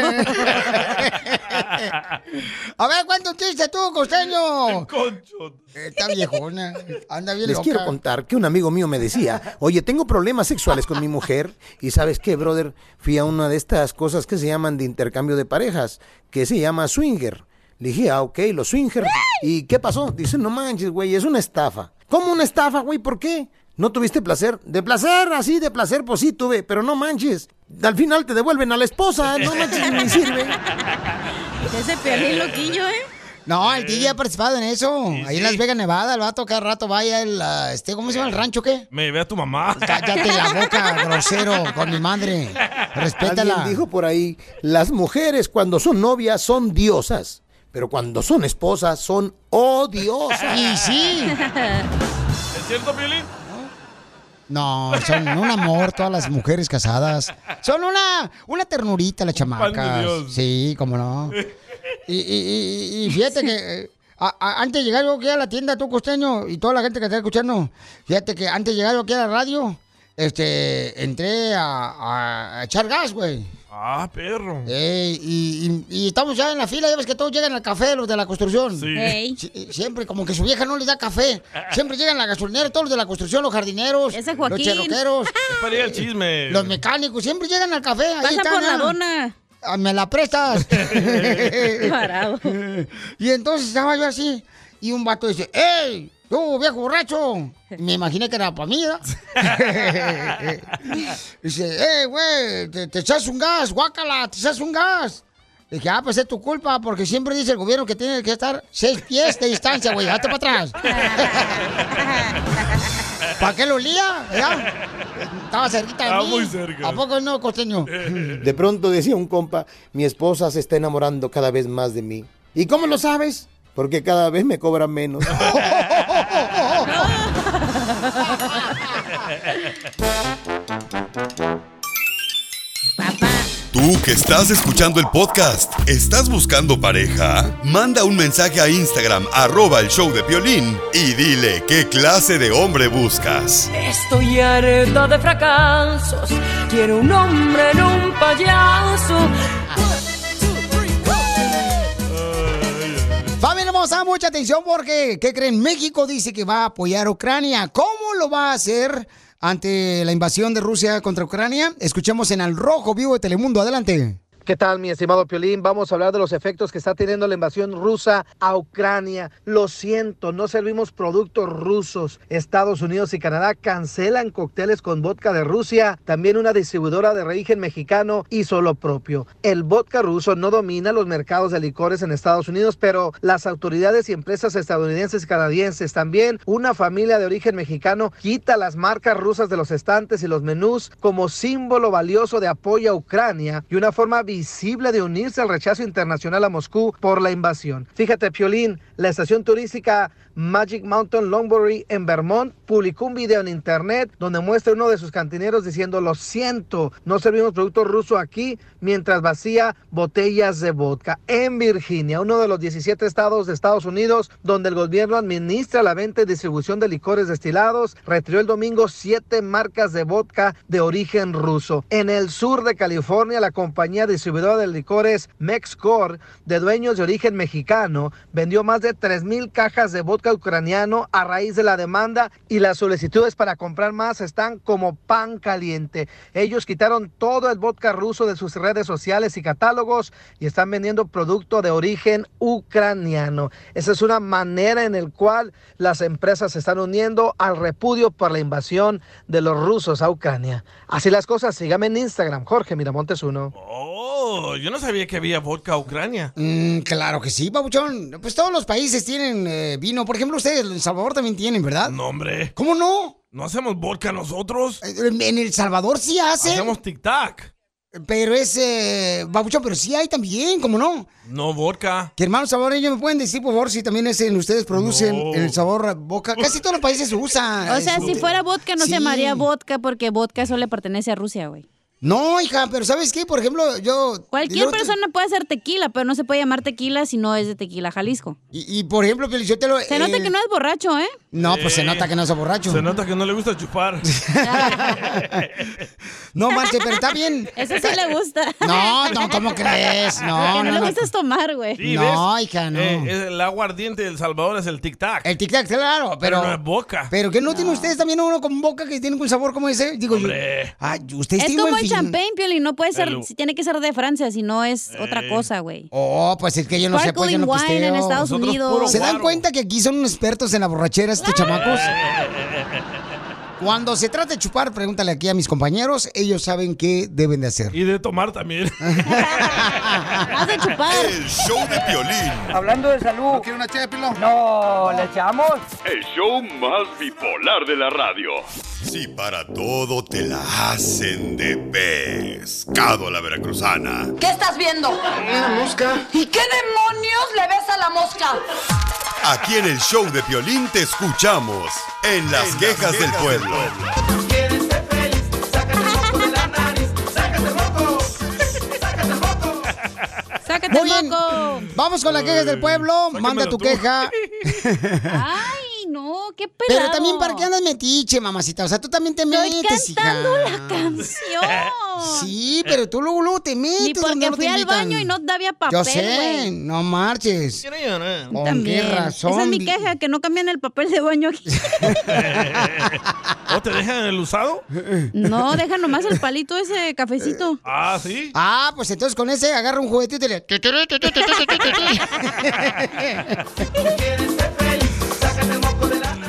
[SPEAKER 1] A ver, ¿cuánto chiste tú, costeño?
[SPEAKER 2] Concho.
[SPEAKER 1] Está viejona. Anda bien
[SPEAKER 16] Les
[SPEAKER 1] loca.
[SPEAKER 16] quiero contar que un amigo mío me decía, oye, tengo problemas sexuales con mi mujer y sabes qué, brother, fui a una de estas cosas que se llaman de intercambio de parejas, que se llama swinger. Le dije, ah, ok, los swinger. ¿Y qué pasó? Dice, no manches, güey, es una estafa. ¿Cómo una estafa, güey? ¿Por qué? ¿No tuviste placer? De placer, así, de placer, pues sí tuve, pero no manches. Al final te devuelven a la esposa, no manches, ni sirve.
[SPEAKER 4] Ese Piolín loquillo, ¿eh?
[SPEAKER 1] No, el DJ ha participado en eso. Ahí en Las Vegas, Nevada, el vato cada rato vaya el, ah, este, ¿cómo se llama el rancho qué?
[SPEAKER 2] Me llevé a tu mamá.
[SPEAKER 1] Cállate la boca, grosero, con mi madre. Respétala.
[SPEAKER 16] Alguien dijo por ahí, las mujeres cuando son novias son diosas, pero cuando son esposas son odiosas.
[SPEAKER 1] Y sí.
[SPEAKER 2] ¿Es cierto, Piolín?
[SPEAKER 1] No, son un amor todas las mujeres casadas. Son una, una ternurita las chamacas.
[SPEAKER 10] Dios.
[SPEAKER 1] Sí, cómo no. Y, y- y- y fíjate que eh, a- a- antes de llegar yo aquí a la tienda, tú costeño, y toda la gente que está escuchando, fíjate que antes de llegar yo aquí a la radio, este, entré a, a- a echar gas, güey.
[SPEAKER 2] Ah, perro.
[SPEAKER 1] Eh, y, y- y estamos ya en la fila, ya ves que todos llegan al café, los de la construcción.
[SPEAKER 2] Sí. Ey.
[SPEAKER 1] Sie- Siempre, como que su vieja no les da café. Siempre llegan a la gasolinera, todos los de la construcción, los jardineros, los
[SPEAKER 2] Joaquín.
[SPEAKER 1] cheroqueros,
[SPEAKER 2] Es para ir al chisme.
[SPEAKER 1] los mecánicos, siempre llegan al café. ahí
[SPEAKER 4] Pasa
[SPEAKER 1] están,
[SPEAKER 4] por la
[SPEAKER 1] ah.
[SPEAKER 4] dona.
[SPEAKER 1] Ah, Me la prestas.
[SPEAKER 4] Parado.
[SPEAKER 1] Y entonces estaba yo así, y un vato dice, ¡Ey! ¡Tú, viejo borracho! Me imaginé que era para mí, ¿verdad? Dice, ¡Ey, güey! Te, te echas un gas, guácala, te echas un gas. Le dije, ah, pues es tu culpa, porque siempre dice el gobierno que tiene que estar seis pies de distancia, güey, hazte para atrás. ¿Para qué lo lía? ¿verdad? Estaba cerquita de
[SPEAKER 16] Estaba
[SPEAKER 1] mí.
[SPEAKER 16] Ah, muy cerca.
[SPEAKER 1] ¿A poco no, costeño?
[SPEAKER 16] De pronto decía un compa, mi esposa se está enamorando cada vez más de mí. ¿Y cómo lo sabes? Porque cada vez me cobra menos.
[SPEAKER 9] Tú que estás escuchando el podcast, ¿estás buscando pareja? Manda un mensaje a Instagram, arroba el show de Piolín, y dile qué clase de hombre buscas.
[SPEAKER 10] Estoy harta de fracasos. Quiero un hombre en un payaso.
[SPEAKER 1] Familia hermosa, mucha atención porque, ¿qué creen? México dice que va a apoyar a Ucrania. ¿Cómo lo va a hacer ante la invasión de Rusia contra Ucrania? Escuchemos en Al Rojo Vivo de Telemundo. Adelante.
[SPEAKER 5] ¿Qué tal, mi estimado Piolín? Vamos a hablar de los efectos que está teniendo la invasión rusa a Ucrania. Lo siento, no servimos productos rusos. Estados Unidos y Canadá cancelan cócteles con vodka de Rusia. También una distribuidora de origen mexicano hizo lo propio. El vodka ruso no domina los mercados de licores en Estados Unidos, pero las autoridades y empresas estadounidenses y canadienses también, una familia de origen mexicano quita las marcas rusas de los estantes y los menús como símbolo valioso de apoyo a Ucrania y una forma visible de unirse al rechazo internacional a Moscú por la invasión. Fíjate, Piolín, la estación turística Magic Mountain Longbury en Vermont publicó un video en internet donde muestra uno de sus cantineros diciendo, lo siento, no servimos producto ruso aquí mientras vacía botellas de vodka. En Virginia, uno de los 17 estados de Estados Unidos donde el gobierno administra la venta y distribución de licores destilados, retiró el domingo siete marcas de vodka de origen ruso. En el sur de California, la compañía distribuidora de licores Mexcor, de dueños de origen mexicano, vendió más de 3.000 cajas de vodka ucraniano a raíz de la demanda y las solicitudes para comprar más están como pan caliente. Ellos quitaron todo el vodka ruso de sus redes sociales y catálogos y están vendiendo producto de origen ucraniano. Esa es una manera en el cual las empresas se están uniendo al repudio por la invasión de los rusos a Ucrania. Así las cosas, síganme en Instagram, Jorge Miramontes 1.
[SPEAKER 2] Oh, yo no sabía que había vodka a Ucrania.
[SPEAKER 1] Mm, claro que sí, babuchón. Pues todos los países tienen eh, vino. Por ejemplo, ustedes, El Salvador también tienen, ¿verdad?
[SPEAKER 2] No, hombre.
[SPEAKER 1] ¿Cómo no? Eh,
[SPEAKER 2] ¿No hacemos vodka nosotros?
[SPEAKER 1] En en El Salvador sí hacen.
[SPEAKER 2] Hacemos tic-tac.
[SPEAKER 1] Pero es, eh, babuchón, pero sí hay también, ¿cómo no?
[SPEAKER 2] No vodka.
[SPEAKER 1] Que hermanos ellos ¿me pueden decir, por favor, si también es en- ustedes producen el sabor boca? Casi todos los países usan. Este,
[SPEAKER 4] O sea,
[SPEAKER 1] Ah, eso.
[SPEAKER 4] si fuera vodka no
[SPEAKER 1] Sí.
[SPEAKER 4] se llamaría vodka porque vodka solo le pertenece a Rusia, güey.
[SPEAKER 1] No, hija, pero ¿sabes qué? Por ejemplo, yo...
[SPEAKER 4] Cualquier
[SPEAKER 1] yo-
[SPEAKER 4] persona puede hacer tequila, pero no se puede llamar tequila si no es de Tequila Jalisco.
[SPEAKER 1] Y, y, por ejemplo, Pelichotelo...
[SPEAKER 4] Se nota que no es borracho, ¿eh?
[SPEAKER 1] No, pues se nota que no es borracho.
[SPEAKER 2] Se nota que no le gusta chupar.
[SPEAKER 1] No, manches, pero está bien.
[SPEAKER 4] Eso sí le gusta.
[SPEAKER 1] No, no, ¿cómo crees?
[SPEAKER 4] Lo
[SPEAKER 1] No,
[SPEAKER 4] que no,
[SPEAKER 1] no,
[SPEAKER 4] le
[SPEAKER 1] no.
[SPEAKER 4] gusta es tomar, güey.
[SPEAKER 2] Sí,
[SPEAKER 1] No,
[SPEAKER 2] ¿ves?
[SPEAKER 1] hija, no.
[SPEAKER 2] Eh, es el agua ardiente del Salvador es el tic-tac.
[SPEAKER 1] El tic-tac, claro, pero...
[SPEAKER 2] no es vodka.
[SPEAKER 1] Pero que no, tienen ustedes también uno con boca que tiene un sabor como ese. Digo, yo-
[SPEAKER 2] Hombre.
[SPEAKER 1] Ah, ustedes
[SPEAKER 4] Es
[SPEAKER 1] tienen
[SPEAKER 4] como
[SPEAKER 1] buen
[SPEAKER 4] el
[SPEAKER 1] fin.
[SPEAKER 4] champagne, Pioli, no puede ser,
[SPEAKER 1] Hello.
[SPEAKER 4] si tiene que ser de Francia, si no es otra
[SPEAKER 1] Eh.
[SPEAKER 4] cosa, güey.
[SPEAKER 1] Oh, pues es que yo no sé, pues yo
[SPEAKER 4] Sparkling
[SPEAKER 1] no
[SPEAKER 4] wine en
[SPEAKER 1] pisteo.
[SPEAKER 4] Estados Nosotros Unidos. puro
[SPEAKER 1] ¿Se dan
[SPEAKER 4] guaro.
[SPEAKER 1] cuenta que aquí son unos expertos en la borrachera estos chamacos? Cuando se trata de chupar, pregúntale aquí a mis compañeros. Ellos saben qué deben de hacer.
[SPEAKER 2] Y de tomar también.
[SPEAKER 1] Has de chupar.
[SPEAKER 9] El show de Piolín.
[SPEAKER 15] Hablando de salud. ¿No quiere una ché, No, ¿le echamos?
[SPEAKER 9] El show más bipolar de la radio. Si para todo te la hacen de pescado a la veracruzana.
[SPEAKER 3] ¿Qué estás viendo? Una mosca. ¿Y qué demonios le ves a la mosca?
[SPEAKER 9] Aquí en el show de Piolín te escuchamos en las, quejas, del pueblo.
[SPEAKER 4] ¡Sácate
[SPEAKER 1] Muy bien. Vamos con las quejas del pueblo. Manda tu queja.
[SPEAKER 4] Ay, no, qué pelado.
[SPEAKER 1] Pero también, ¿para qué andas metiche, mamacita? O sea, tú también te metes,
[SPEAKER 4] Estoy cantando
[SPEAKER 1] hija.
[SPEAKER 4] la canción.
[SPEAKER 1] Sí, pero tú luego, luego te metes.
[SPEAKER 4] Ni porque
[SPEAKER 1] donde no te
[SPEAKER 4] fui al
[SPEAKER 1] invitan.
[SPEAKER 4] baño y no había papel,
[SPEAKER 1] Yo sé,
[SPEAKER 4] güey.
[SPEAKER 1] no marches. Con
[SPEAKER 4] También.
[SPEAKER 1] qué razón.
[SPEAKER 4] Esa es mi
[SPEAKER 1] di-
[SPEAKER 4] queja, que no cambian el papel de baño aquí.
[SPEAKER 2] ¿O te dejan el usado?
[SPEAKER 4] No, deja nomás el palito ese cafecito.
[SPEAKER 2] Ah, sí.
[SPEAKER 1] Ah, pues entonces con ese agarra un juguetito y le...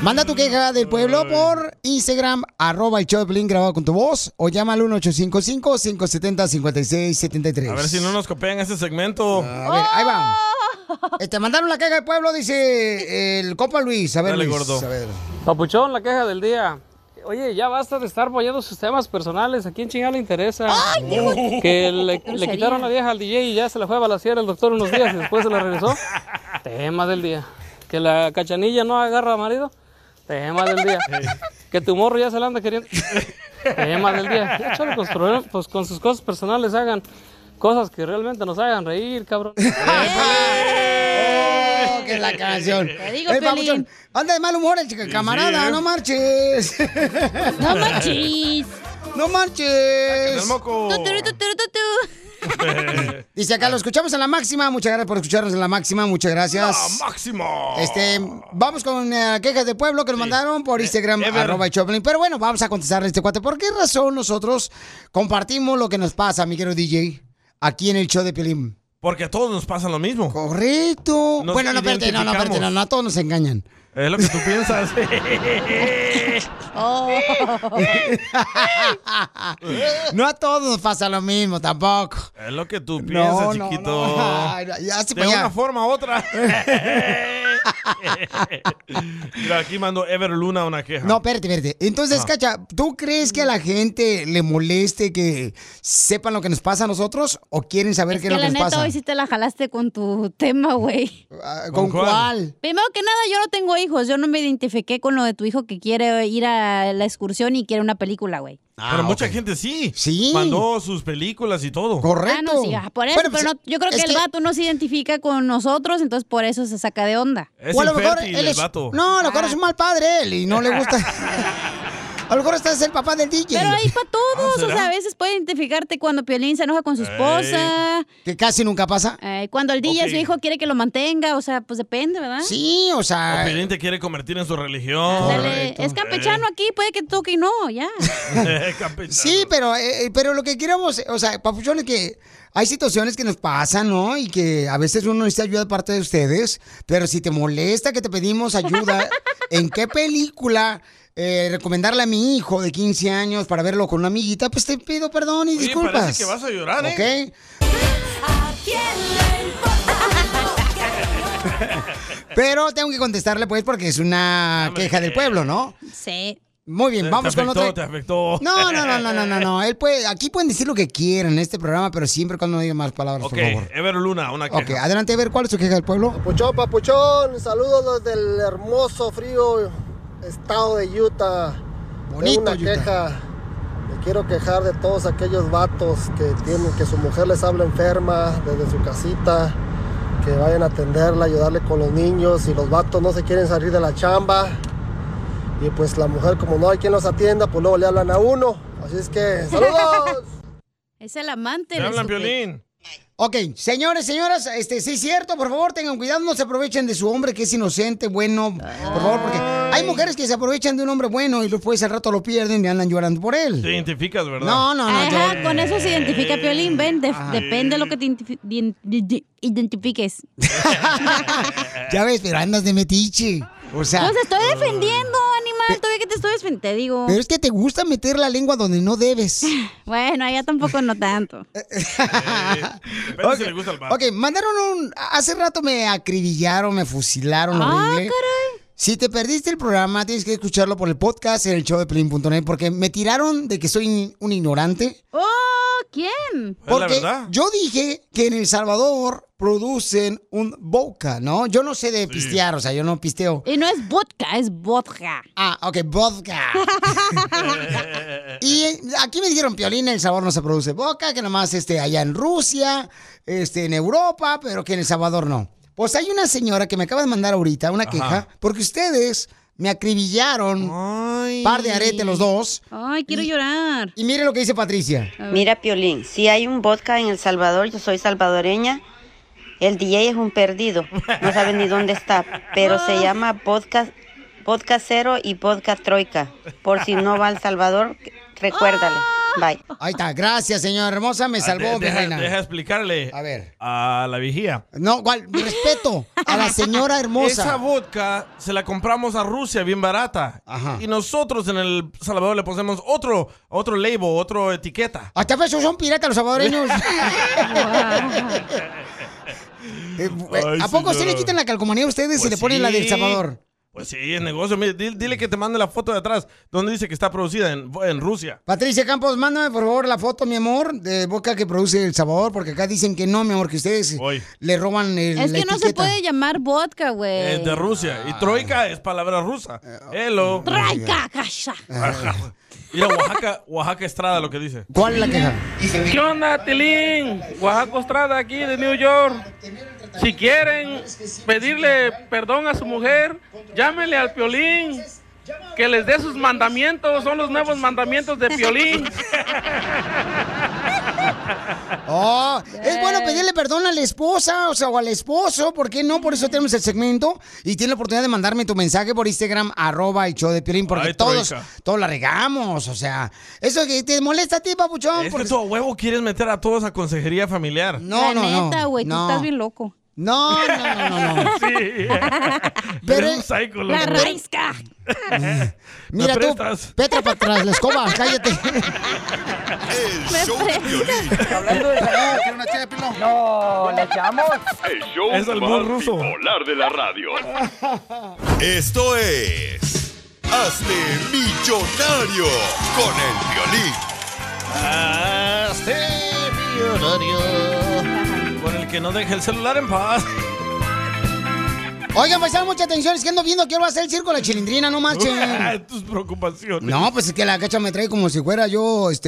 [SPEAKER 1] Manda tu queja del pueblo por Instagram, arroba el show de Piolín grabado con tu voz, o llama al 1855-570-5673.
[SPEAKER 2] A ver si no nos copian ese segmento.
[SPEAKER 1] A ver, ahí va.
[SPEAKER 4] Oh.
[SPEAKER 1] Eh, Te mandaron la queja del pueblo, dice el copa Luis. A ver,
[SPEAKER 2] Dale,
[SPEAKER 1] Luis,
[SPEAKER 2] gordo.
[SPEAKER 1] a ver.
[SPEAKER 17] Papuchón, la queja del día. Oye, ya basta de estar apoyando sus temas personales. ¿A quién chingada le interesa? Que le,
[SPEAKER 18] Qué
[SPEAKER 17] le
[SPEAKER 18] grosería.
[SPEAKER 17] quitaron la vieja al DJ y ya se la fue a balasear el doctor unos días y después se la regresó. Tema del día. Que la cachanilla no agarra a marido. Tema del día. Que tu morro ya se la anda queriendo. Tema del día. Ya, chale, con sus problemas- pues con sus cosas personales hagan cosas que realmente nos hagan reír, cabrón.
[SPEAKER 1] Oh, que la canción.
[SPEAKER 4] Te digo,
[SPEAKER 1] Eh,
[SPEAKER 4] Piolín.
[SPEAKER 1] papuchón, Anda de mal humor el chica- camarada,
[SPEAKER 4] sí, ¿eh?
[SPEAKER 1] no marches.
[SPEAKER 4] No manches.
[SPEAKER 1] No marches.
[SPEAKER 4] el moco. Tu, tu, tu, tu,
[SPEAKER 1] Dice acá, lo escuchamos en la máxima. Muchas gracias por escucharnos en la máxima. Muchas gracias.
[SPEAKER 2] La máxima.
[SPEAKER 1] Este, vamos con eh, quejas de pueblo que nos mandaron por Instagram,
[SPEAKER 2] Eh, Ever.
[SPEAKER 1] arroba el Choplin. Pero bueno, vamos a contestarle a este cuate. ¿Por qué razón nosotros compartimos lo que nos pasa, mi querido DJ, aquí en el show de Piolín?
[SPEAKER 2] Porque a todos nos pasa lo mismo.
[SPEAKER 1] Correcto.
[SPEAKER 2] Nos
[SPEAKER 1] bueno, no, espérate, no, no, espérate, no,
[SPEAKER 2] identificamos.
[SPEAKER 1] no, a todos nos engañan.
[SPEAKER 2] Es lo que tú piensas.
[SPEAKER 1] no a todos nos pasa lo mismo, tampoco.
[SPEAKER 2] Eh. es lo que tú
[SPEAKER 1] No,
[SPEAKER 2] piensas,
[SPEAKER 1] no, no.
[SPEAKER 2] chiquito.
[SPEAKER 1] Ay, no, ya se
[SPEAKER 2] de
[SPEAKER 1] pa' allá.
[SPEAKER 2] una forma u otra. Mira, aquí mando Ever Luna una queja.
[SPEAKER 1] No, espérate, espérate. Entonces,
[SPEAKER 2] Ah.
[SPEAKER 1] Cacha, ¿tú crees que a la gente le moleste que sepan lo que nos pasa a nosotros o quieren saber
[SPEAKER 4] Es
[SPEAKER 1] qué
[SPEAKER 4] que
[SPEAKER 1] es lo que
[SPEAKER 4] la
[SPEAKER 1] nos
[SPEAKER 4] neta
[SPEAKER 1] pasa? Ah,
[SPEAKER 4] hoy sí te la jalaste con tu tema, güey.
[SPEAKER 1] ¿Con cuál? cuál?
[SPEAKER 4] Primero que nada, yo no tengo hijos. Yo no me identifiqué con lo de tu hijo que quiere ir a la excursión y quiere una película, güey.
[SPEAKER 2] Pero mucha gente sí.
[SPEAKER 1] Ah, Sí.
[SPEAKER 2] Mandó sus películas y todo.
[SPEAKER 4] Ah, no, sí, ah, por eso,
[SPEAKER 1] pues,
[SPEAKER 4] pero no- yo creo que, el vato no se identifica con nosotros, entonces por eso se saca de onda.
[SPEAKER 2] Es O a lo mejor infértil él el es- vato.
[SPEAKER 1] No, a lo mejor es un mal padre él y no le gusta. a lo mejor este es el papá del DJ.
[SPEAKER 4] Pero hay para
[SPEAKER 2] Ah,
[SPEAKER 4] todos, o
[SPEAKER 1] ¿será?
[SPEAKER 4] sea, a veces puede identificarte cuando Piolín se enoja con su esposa,
[SPEAKER 1] Que casi nunca pasa.
[SPEAKER 4] eh, cuando el DJ
[SPEAKER 2] Ok.
[SPEAKER 4] su hijo quiere que lo mantenga, o sea, pues depende, ¿verdad?
[SPEAKER 1] Sí, o
[SPEAKER 2] O
[SPEAKER 1] sea...
[SPEAKER 2] Piolín te quiere convertir en su religión.
[SPEAKER 4] Dale, es campechano aquí, puede que toque y no, ya.
[SPEAKER 2] Eh, campechano.
[SPEAKER 1] Sí, pero, eh, eh, pero lo que queremos, o sea, papuchón, es que hay situaciones que nos pasan, ¿no? Y que a veces uno necesita ayuda de parte de ustedes, pero si te molesta que te pedimos ayuda, ¿en qué película eh, recomendarle a mi hijo de 15 años para verlo con una amiguita? Pues te pido perdón y
[SPEAKER 2] Oye,
[SPEAKER 1] disculpas.
[SPEAKER 2] parece que vas a llorar, ¿eh?
[SPEAKER 1] ¿Ok? Pero tengo que contestarle, pues, porque es una queja del pueblo, ¿no?
[SPEAKER 4] Sí.
[SPEAKER 1] Muy bien,
[SPEAKER 2] Te-
[SPEAKER 1] vamos
[SPEAKER 2] te
[SPEAKER 1] con
[SPEAKER 2] afectó,
[SPEAKER 1] otra.
[SPEAKER 2] te afectó.
[SPEAKER 1] No, no, no, no, no, no, no. Él puede, aquí pueden decir lo que quieran en este programa, pero siempre cuando digan más palabras,
[SPEAKER 2] Ok,
[SPEAKER 1] por favor.
[SPEAKER 2] Ever Luna, una queja.
[SPEAKER 1] Ok, adelante a ver cuál es tu queja del pueblo.
[SPEAKER 19] Papuchón, papuchón, saludos desde el hermoso, frío estado de Utah.
[SPEAKER 1] Bonito,
[SPEAKER 19] Tengo una
[SPEAKER 1] Utah.
[SPEAKER 19] queja. Me quiero quejar de todos aquellos vatos que tienen que su mujer les habla enferma desde su casita, que vayan a atenderla, ayudarle con los niños y los vatos no se quieren salir de la chamba. Y pues la mujer como no hay quien los atienda, pues luego le hablan a uno. Así es que saludos.
[SPEAKER 4] Es el amante.
[SPEAKER 2] Te
[SPEAKER 4] le
[SPEAKER 2] hablan
[SPEAKER 4] supe.
[SPEAKER 2] Piolín.
[SPEAKER 1] Ok, señores, señoras, este, sí es cierto, por favor, tengan cuidado, no se aprovechen de su hombre que es inocente, bueno, por favor, porque hay mujeres que se aprovechan de un hombre bueno y después al rato lo pierden y andan llorando por él.
[SPEAKER 2] Te identificas, ¿verdad?
[SPEAKER 1] No, no, no,
[SPEAKER 4] Ajá,
[SPEAKER 1] yo-
[SPEAKER 4] con eso se identifica Piolín, ven, de- depende de lo que te identifi- di- di- di- identifiques.
[SPEAKER 1] Ya ves, pero andas de metiche. O sea,
[SPEAKER 4] Pues
[SPEAKER 2] ah.
[SPEAKER 4] Los estoy defendiendo, mal, todavía que te estoy desfen- Te digo.
[SPEAKER 1] Pero es que te gusta meter la lengua donde no debes. Eh,
[SPEAKER 4] Bueno, allá tampoco no tanto.
[SPEAKER 2] Depende si le gusta el vato.
[SPEAKER 1] Ok, mandaron un... Hace rato me acribillaron, me fusilaron
[SPEAKER 4] Ah,
[SPEAKER 1] horrible. Si te perdiste el programa, tienes que escucharlo por el podcast en el show de Plin.net porque me tiraron de que soy un ignorante.
[SPEAKER 4] ¡Oh! ¿Quién?
[SPEAKER 1] Porque yo dije que en El Salvador producen un vodka, ¿no? Yo no sé de pistear, o sea, yo no pisteo.
[SPEAKER 4] Y no es vodka, es vodka.
[SPEAKER 1] Ah, ok, vodka. Y eh, aquí me dijeron, Piolín, El Salvador no se produce vodka, que nomás este, allá en Rusia, este, en Europa, pero que en El Salvador no. Pues hay una señora que me acaba de mandar ahorita una queja, porque ustedes me acribillaron par de arete los dos.
[SPEAKER 4] Ay, quiero llorar.
[SPEAKER 1] Y mire lo que dice Patricia.
[SPEAKER 18] Mira, Piolín, si hay un vodka en El Salvador, yo soy salvadoreña, el DJ es un perdido, no sabe ni dónde está, pero se llama vodka, vodka cero y vodka troika. Por si no va a El Salvador, recuérdale. Bye.
[SPEAKER 1] Ahí está, gracias, señora hermosa, me salvó,
[SPEAKER 2] De-
[SPEAKER 1] mi
[SPEAKER 2] deja,
[SPEAKER 1] reina.
[SPEAKER 2] deja explicarle. A
[SPEAKER 1] ver.
[SPEAKER 2] A la vigía.
[SPEAKER 1] No, cual, respeto a la señora hermosa.
[SPEAKER 2] Esa vodka se la compramos a Rusia bien barata. Y nosotros en El Salvador le ponemos otro, otro label, otra etiqueta.
[SPEAKER 1] Hasta pues son piratas los salvadoreños. Eh, ¿A poco se le quitan la calcomanía a ustedes y
[SPEAKER 2] Pues
[SPEAKER 1] le ponen la del
[SPEAKER 2] sí.
[SPEAKER 1] Salvador?
[SPEAKER 2] Pues sí, es negocio. Mire, dile, dile que te mande la foto de atrás donde dice que está producida en, en Rusia.
[SPEAKER 1] Patricia Campos, mándame por favor la foto, mi amor, de boca que produce El Salvador, porque acá dicen que no, mi amor, que ustedes le roban el.
[SPEAKER 4] Es
[SPEAKER 1] la
[SPEAKER 4] que no se
[SPEAKER 1] etiqueta.
[SPEAKER 4] puede llamar vodka,
[SPEAKER 2] Eh,
[SPEAKER 4] güey.
[SPEAKER 2] de Rusia. Y troika es palabra rusa. Hello.
[SPEAKER 4] Troika, casa.
[SPEAKER 2] Mira, Oaxaca, Oaxaca Estrada lo que dice.
[SPEAKER 1] ¿Cuál es la queja?
[SPEAKER 17] ¿Qué onda, Tilín? Oaxaco Estrada aquí de New York. Si quieren pedirle perdón a su mujer, llámenle al Piolín. Que les dé sus mandamientos, son los nuevos mandamientos de Piolín.
[SPEAKER 1] Oh, es bueno pedirle perdón a la esposa, o sea, o al esposo, ¿por qué no? Por
[SPEAKER 4] Mm.
[SPEAKER 1] eso tenemos el segmento y tienes la oportunidad de mandarme tu mensaje por Instagram, arroba el show de Piolín, porque
[SPEAKER 2] Ay,
[SPEAKER 1] todos,
[SPEAKER 2] troika.
[SPEAKER 1] todos la regamos, o sea, eso que te molesta a ti, papuchón.
[SPEAKER 2] Este Es que
[SPEAKER 1] porque-
[SPEAKER 2] tú a huevo quieres meter a todos a consejería familiar.
[SPEAKER 1] No, no, no.
[SPEAKER 4] Neta, güey, tú
[SPEAKER 1] no.
[SPEAKER 4] estás bien loco.
[SPEAKER 1] No, no, no, no, no. Pero-
[SPEAKER 2] Eres un psycho,
[SPEAKER 4] La
[SPEAKER 2] loco.
[SPEAKER 4] raizca.
[SPEAKER 1] Mira tú, Petra para atrás, la escoba, cállate.
[SPEAKER 15] Hablando de salud, ¿quiere una chévere, Pilón? No, ¿le echamos?
[SPEAKER 20] El show
[SPEAKER 15] Es el
[SPEAKER 20] más
[SPEAKER 15] buen ruso.
[SPEAKER 20] bipolar de la radio.
[SPEAKER 9] Esto es. Hazte millonario con el violín.
[SPEAKER 2] Con el que no deja el celular en paz.
[SPEAKER 1] Oigan, pues mucha atención, es que ando viendo que va a hacer el circo la chilindrina, no marchen.
[SPEAKER 2] Tus preocupaciones.
[SPEAKER 1] No, pues es que la cacha me trae como si fuera yo, este,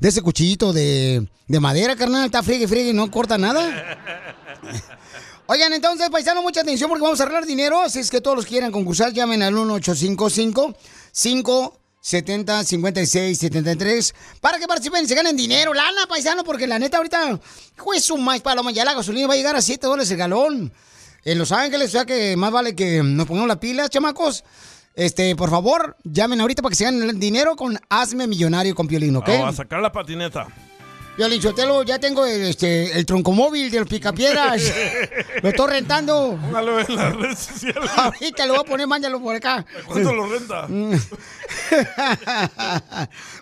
[SPEAKER 1] de ese cuchillito de, de madera, carnal. Está friegue, friegue, y no corta nada. Oigan, entonces, paisano, mucha atención porque vamos a arreglar dinero. Si es que todos los que quieran concursar, llamen al 1855 570 5673 para que participen y se ganen dinero, lana, paisano, porque la neta ahorita, pues un más paloma, ya la gasolina va a llegar a 7 dólares el galón. En Los Ángeles, o sea que más vale que nos pongamos la pila, chamacos. Este, por favor, llamen ahorita para que se ganen el dinero con Hazme Millonario con Piolín, ¿ok?
[SPEAKER 2] Ah, a sacar la patineta.
[SPEAKER 1] Piolín Sotelo, ya tengo el, este, el troncomóvil de los picapiedras. lo estoy rentando.
[SPEAKER 2] Póngalo en las redes sociales.
[SPEAKER 1] Ahorita lo voy a poner, mándalo por acá.
[SPEAKER 2] ¿Cuánto lo renta?
[SPEAKER 1] Mm.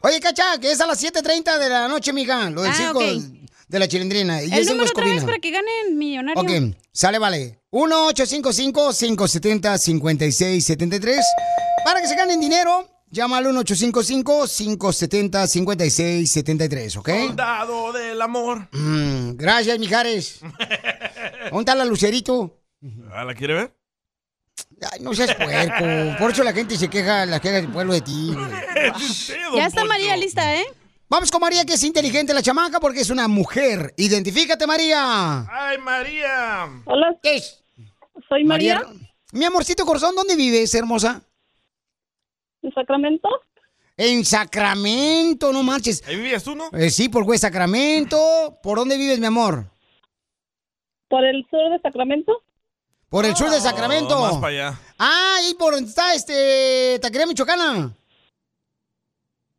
[SPEAKER 1] Oye, cacha, que es a las 7.30 de la noche, mija. Lo del
[SPEAKER 4] Ah,
[SPEAKER 1] circo
[SPEAKER 4] ok.
[SPEAKER 1] de la chilindrina. Y
[SPEAKER 4] El
[SPEAKER 1] es en
[SPEAKER 4] número otra vez
[SPEAKER 1] Huescovina.
[SPEAKER 4] para que ganen millonario.
[SPEAKER 1] Ok, sale, vale. 1-855-570-5673. Para que se ganen dinero, llama al 1-855-570-5673, ¿ok?
[SPEAKER 2] Soldado del amor.
[SPEAKER 1] Mm, gracias, Mijares. ¿Dónde está la lucerito?
[SPEAKER 2] Ah, ¿La quiere ver?
[SPEAKER 1] Ay, no seas puerco. Por eso la gente se queja, las quejas del pueblo de ti. güey.
[SPEAKER 4] Ya está María lista, ¿eh?
[SPEAKER 1] Vamos con María, que es inteligente la chamaca porque es una mujer. Identifícate, María.
[SPEAKER 2] ¡Ay, María!
[SPEAKER 1] Hola. ¿Qué es?
[SPEAKER 14] Soy María.
[SPEAKER 1] Mi amorcito corazón, ¿dónde vives, hermosa?
[SPEAKER 14] ¿En Sacramento?
[SPEAKER 1] En Sacramento, no marches.
[SPEAKER 2] ¿Ahí vivías tú, no?
[SPEAKER 1] Eh, sí, por güey, Sacramento. ¿Por dónde vives, mi amor?
[SPEAKER 14] ¿Por el sur de Sacramento?
[SPEAKER 1] Por el sur de Sacramento.
[SPEAKER 2] Oh, más para allá.
[SPEAKER 1] Ah, ahí por donde está este Taquería Michoacana.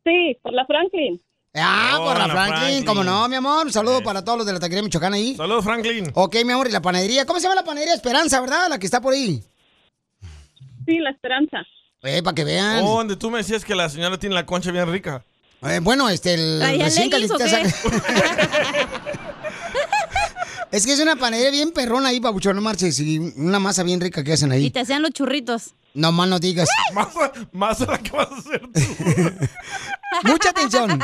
[SPEAKER 14] Sí, por la Franklin.
[SPEAKER 1] Ah,
[SPEAKER 2] Oh,
[SPEAKER 1] por la
[SPEAKER 2] la
[SPEAKER 1] Franklin,
[SPEAKER 2] Franklin.
[SPEAKER 1] como no, mi amor. Un saludo para todos los de la Taquería Michoacana ahí.
[SPEAKER 2] Saludos, Franklin.
[SPEAKER 1] Ok, mi amor, y la panadería. ¿Cómo se llama la panadería Esperanza, verdad? La que está por ahí.
[SPEAKER 14] Sí, la Esperanza.
[SPEAKER 1] Eh, para que vean.
[SPEAKER 2] Oh, donde tú me decías que la señora tiene la concha bien rica.
[SPEAKER 1] Eh, bueno, este, el
[SPEAKER 2] ¿Traía
[SPEAKER 1] recién
[SPEAKER 2] leggings o
[SPEAKER 1] calientita Es que es una panadería bien perrona ahí, papuchón, no marches. Y una masa bien rica que hacen
[SPEAKER 4] Y
[SPEAKER 1] ahí.
[SPEAKER 4] te hacían los churritos.
[SPEAKER 1] No más no digas.
[SPEAKER 2] Más la que vas a hacer.
[SPEAKER 1] Mucha atención.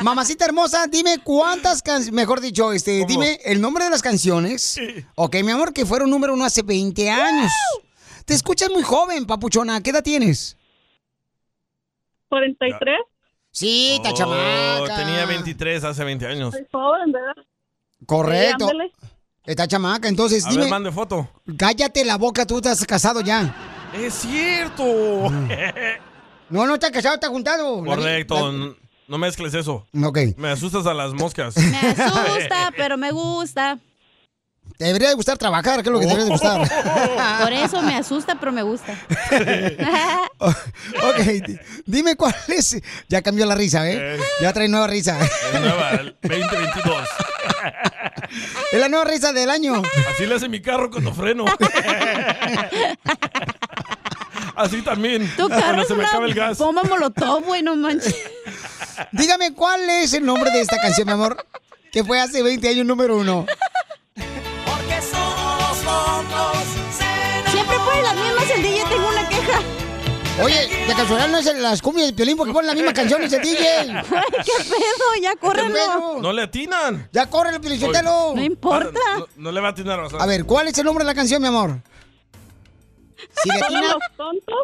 [SPEAKER 1] Mamacita hermosa, dime cuántas canciones, mejor dicho, este, dime el nombre de las canciones. Ok, mi amor, que fueron número uno hace 20 años. Te escuchas muy joven, papuchona. ¿Qué edad tienes?
[SPEAKER 14] 43.
[SPEAKER 1] Sí, está
[SPEAKER 2] Oh,
[SPEAKER 1] chamaca.
[SPEAKER 2] Tenía 23 hace 20 años.
[SPEAKER 14] Soy joven, ¿verdad?
[SPEAKER 1] Correcto.
[SPEAKER 14] Sí, ándale.
[SPEAKER 1] Está chamaca, entonces
[SPEAKER 2] A
[SPEAKER 1] dime.
[SPEAKER 2] ver, mande foto.
[SPEAKER 1] Cállate la boca, tú estás casado ya.
[SPEAKER 2] Es cierto.
[SPEAKER 1] Mm. No, no estás casado, estás juntado. La-
[SPEAKER 2] Correcto.
[SPEAKER 1] la-
[SPEAKER 2] n- No mezcles eso.
[SPEAKER 1] Ok.
[SPEAKER 2] Me asustas a las moscas.
[SPEAKER 4] Me gusta, pero me gusta.
[SPEAKER 1] Te debería de gustar trabajar, que es lo que te debería de gustar.
[SPEAKER 4] Por eso me asusta, pero me gusta.
[SPEAKER 1] ok, di- dime cuál es. Ya cambió la risa, ¿eh? Ya trae nueva risa.
[SPEAKER 2] Nueva, el 2022.
[SPEAKER 1] es la nueva risa del año.
[SPEAKER 2] Así le hace mi carro cuando freno. Así también.
[SPEAKER 4] Tu carro
[SPEAKER 2] cuando
[SPEAKER 4] es
[SPEAKER 2] se me acaba el
[SPEAKER 4] una
[SPEAKER 2] gas.
[SPEAKER 4] bomba molotov, güey, no manches.
[SPEAKER 1] Dígame cuál es el nombre de esta canción, mi amor. Que fue hace 20 años número uno.
[SPEAKER 10] Porque somos locos.
[SPEAKER 4] Siempre ponen las mismas el DJ, tengo una queja.
[SPEAKER 1] Oye, de casualidad no es en las cumbias del piolín porque ponen las mismas canciones el DJ.
[SPEAKER 4] ¿Qué pedo? Ya córrelo.
[SPEAKER 2] No le atinan.
[SPEAKER 1] Ya corre el
[SPEAKER 2] Oye,
[SPEAKER 1] pelichotelo.
[SPEAKER 2] para, No, no le va a atinar. o sea.
[SPEAKER 1] A ver, ¿cuál es el nombre de la canción, mi amor? Si le
[SPEAKER 4] ¿Todos
[SPEAKER 1] atina-
[SPEAKER 4] los tontos?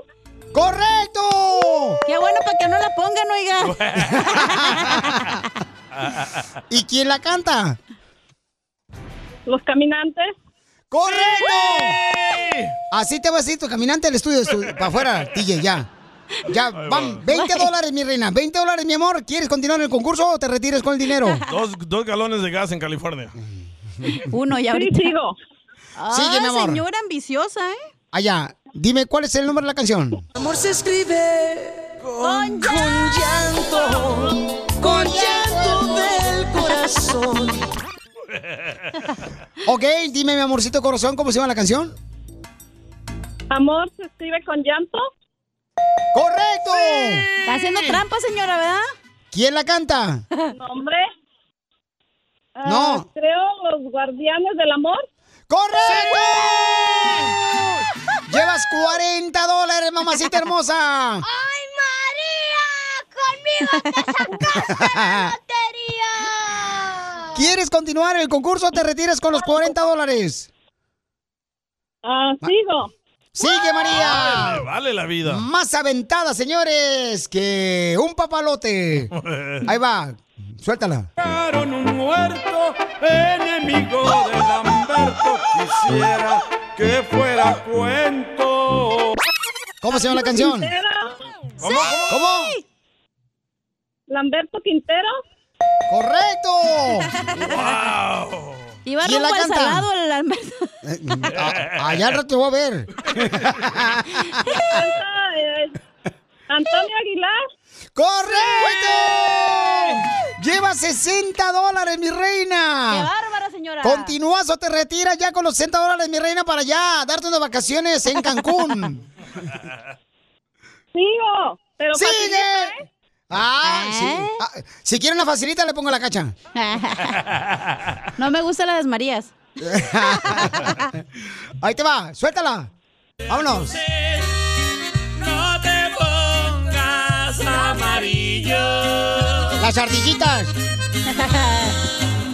[SPEAKER 1] ¡Correcto!
[SPEAKER 4] Qué bueno para que no la pongan, oiga.
[SPEAKER 1] ¿Y quién la canta?
[SPEAKER 14] Los caminantes.
[SPEAKER 1] ¡Correcto! Así te vas a ir tu caminante al estudio, estu- para afuera, DJ, ya. Ya, van, 20 dólares, mi reina, 20 dólares, mi amor. ¿Quieres continuar el concurso o te retires con el dinero?
[SPEAKER 2] Dos, dos galones de gas en California.
[SPEAKER 4] Uno ya ahorita. sigo.
[SPEAKER 1] Sigue, mi amor.
[SPEAKER 4] señora ambiciosa, ¿eh?
[SPEAKER 1] Allá, dime cuál es el nombre de la canción.
[SPEAKER 10] Amor se escribe con, con llanto, con llanto del corazón.
[SPEAKER 1] Ok, dime, mi amorcito corazón, ¿cómo se llama la canción?
[SPEAKER 14] Amor se escribe con llanto.
[SPEAKER 1] ¡Correcto!
[SPEAKER 4] Está haciendo trampa, señora, ¿verdad?
[SPEAKER 1] ¿Quién la canta?
[SPEAKER 14] Nombre. Ah,
[SPEAKER 1] No.
[SPEAKER 14] Creo los guardianes del amor.
[SPEAKER 1] ¡Correcto! Llevas 40 dólares, mamacita hermosa. ¿Quieres continuar el concurso o te retiras con los 40 dólares?
[SPEAKER 14] Ah, sigo.
[SPEAKER 1] Sigue, María.
[SPEAKER 2] Vale, Ah, vale la vida.
[SPEAKER 1] Más aventada, señores, que un papalote. Ahí va, suéltala.
[SPEAKER 10] Buscaron un muerto enemigo de Lamberto. Quisiera que fuera cuento.
[SPEAKER 1] ¿Cómo se llama la canción?
[SPEAKER 10] ¿Cómo?
[SPEAKER 1] ¿Cómo?
[SPEAKER 14] Lamberto Quintero.
[SPEAKER 1] ¡Correcto!
[SPEAKER 4] Iba
[SPEAKER 1] ¿Quién la
[SPEAKER 4] rumbo al
[SPEAKER 1] canta?
[SPEAKER 4] salado el Alberto.
[SPEAKER 1] A- Eh, ah, Allá al rato te voy a ver.
[SPEAKER 14] Canta, eh, Antonio Aguilar.
[SPEAKER 1] ¡Correcto! Lleva 60 dólares, mi reina.
[SPEAKER 4] ¡Qué bárbara, señora!
[SPEAKER 1] ¿Continúas o te retiras ya con los 60 dólares, mi reina, para allá? Darte unas vacaciones en Cancún.
[SPEAKER 14] Sigo. Pero
[SPEAKER 1] ¡Sigue!
[SPEAKER 14] facilita, ¿eh?
[SPEAKER 1] Ah, sí. Ah, si quieren la facilita, le pongo la cacha.
[SPEAKER 4] No me gustan las Marías.
[SPEAKER 1] Ahí te va, suéltala. Vámonos.
[SPEAKER 10] No te pongas amarillo.
[SPEAKER 1] Las ardillitas.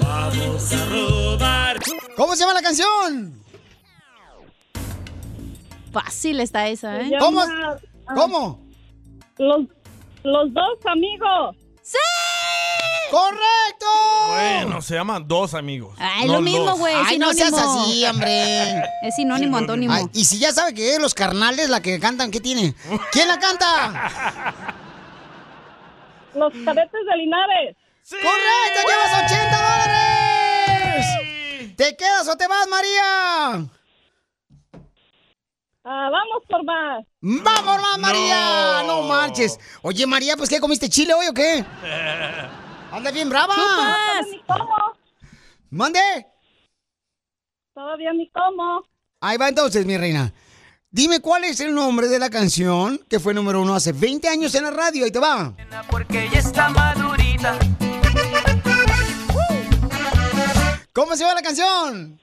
[SPEAKER 10] Vamos a robar.
[SPEAKER 1] ¿Cómo se llama la canción?
[SPEAKER 4] Fácil está esa, ¿eh?
[SPEAKER 14] Se
[SPEAKER 1] ¿Cómo?
[SPEAKER 14] llama, ah,
[SPEAKER 1] ¿Cómo?
[SPEAKER 14] Los, los dos amigos.
[SPEAKER 4] ¡Sí!
[SPEAKER 1] ¡Correcto!
[SPEAKER 2] Bueno, se llaman dos amigos.
[SPEAKER 4] Ay,
[SPEAKER 2] no
[SPEAKER 4] Ah, lo mismo,
[SPEAKER 2] dos.
[SPEAKER 4] güey.
[SPEAKER 1] Ay, no seas
[SPEAKER 4] sinónimo.
[SPEAKER 1] así, hombre.
[SPEAKER 4] Es sinónimo, antónimo.
[SPEAKER 1] Ay, y si ya sabe que es los carnales la que cantan, ¿qué tiene? ¿Quién la canta?
[SPEAKER 14] Los cadetes de Linares.
[SPEAKER 1] ¡Correcto! ¡Llevas 80 dólares! ¿Te quedas o te vas, María?
[SPEAKER 14] Ah, vamos por más.
[SPEAKER 1] ¡Vamos, más, María! No marches. Oye, María, pues ¿qué comiste chile hoy o qué? ¡Anda bien brava!
[SPEAKER 14] Chupas. Ni como.
[SPEAKER 1] ¡Mande!
[SPEAKER 14] Todavía ni como.
[SPEAKER 1] Ahí va entonces, mi reina. Dime cuál es el nombre de la canción que fue número uno hace 20 años en la radio. Ahí te va.
[SPEAKER 10] Porque ella está madurita.
[SPEAKER 1] ¿Cómo se llama la canción?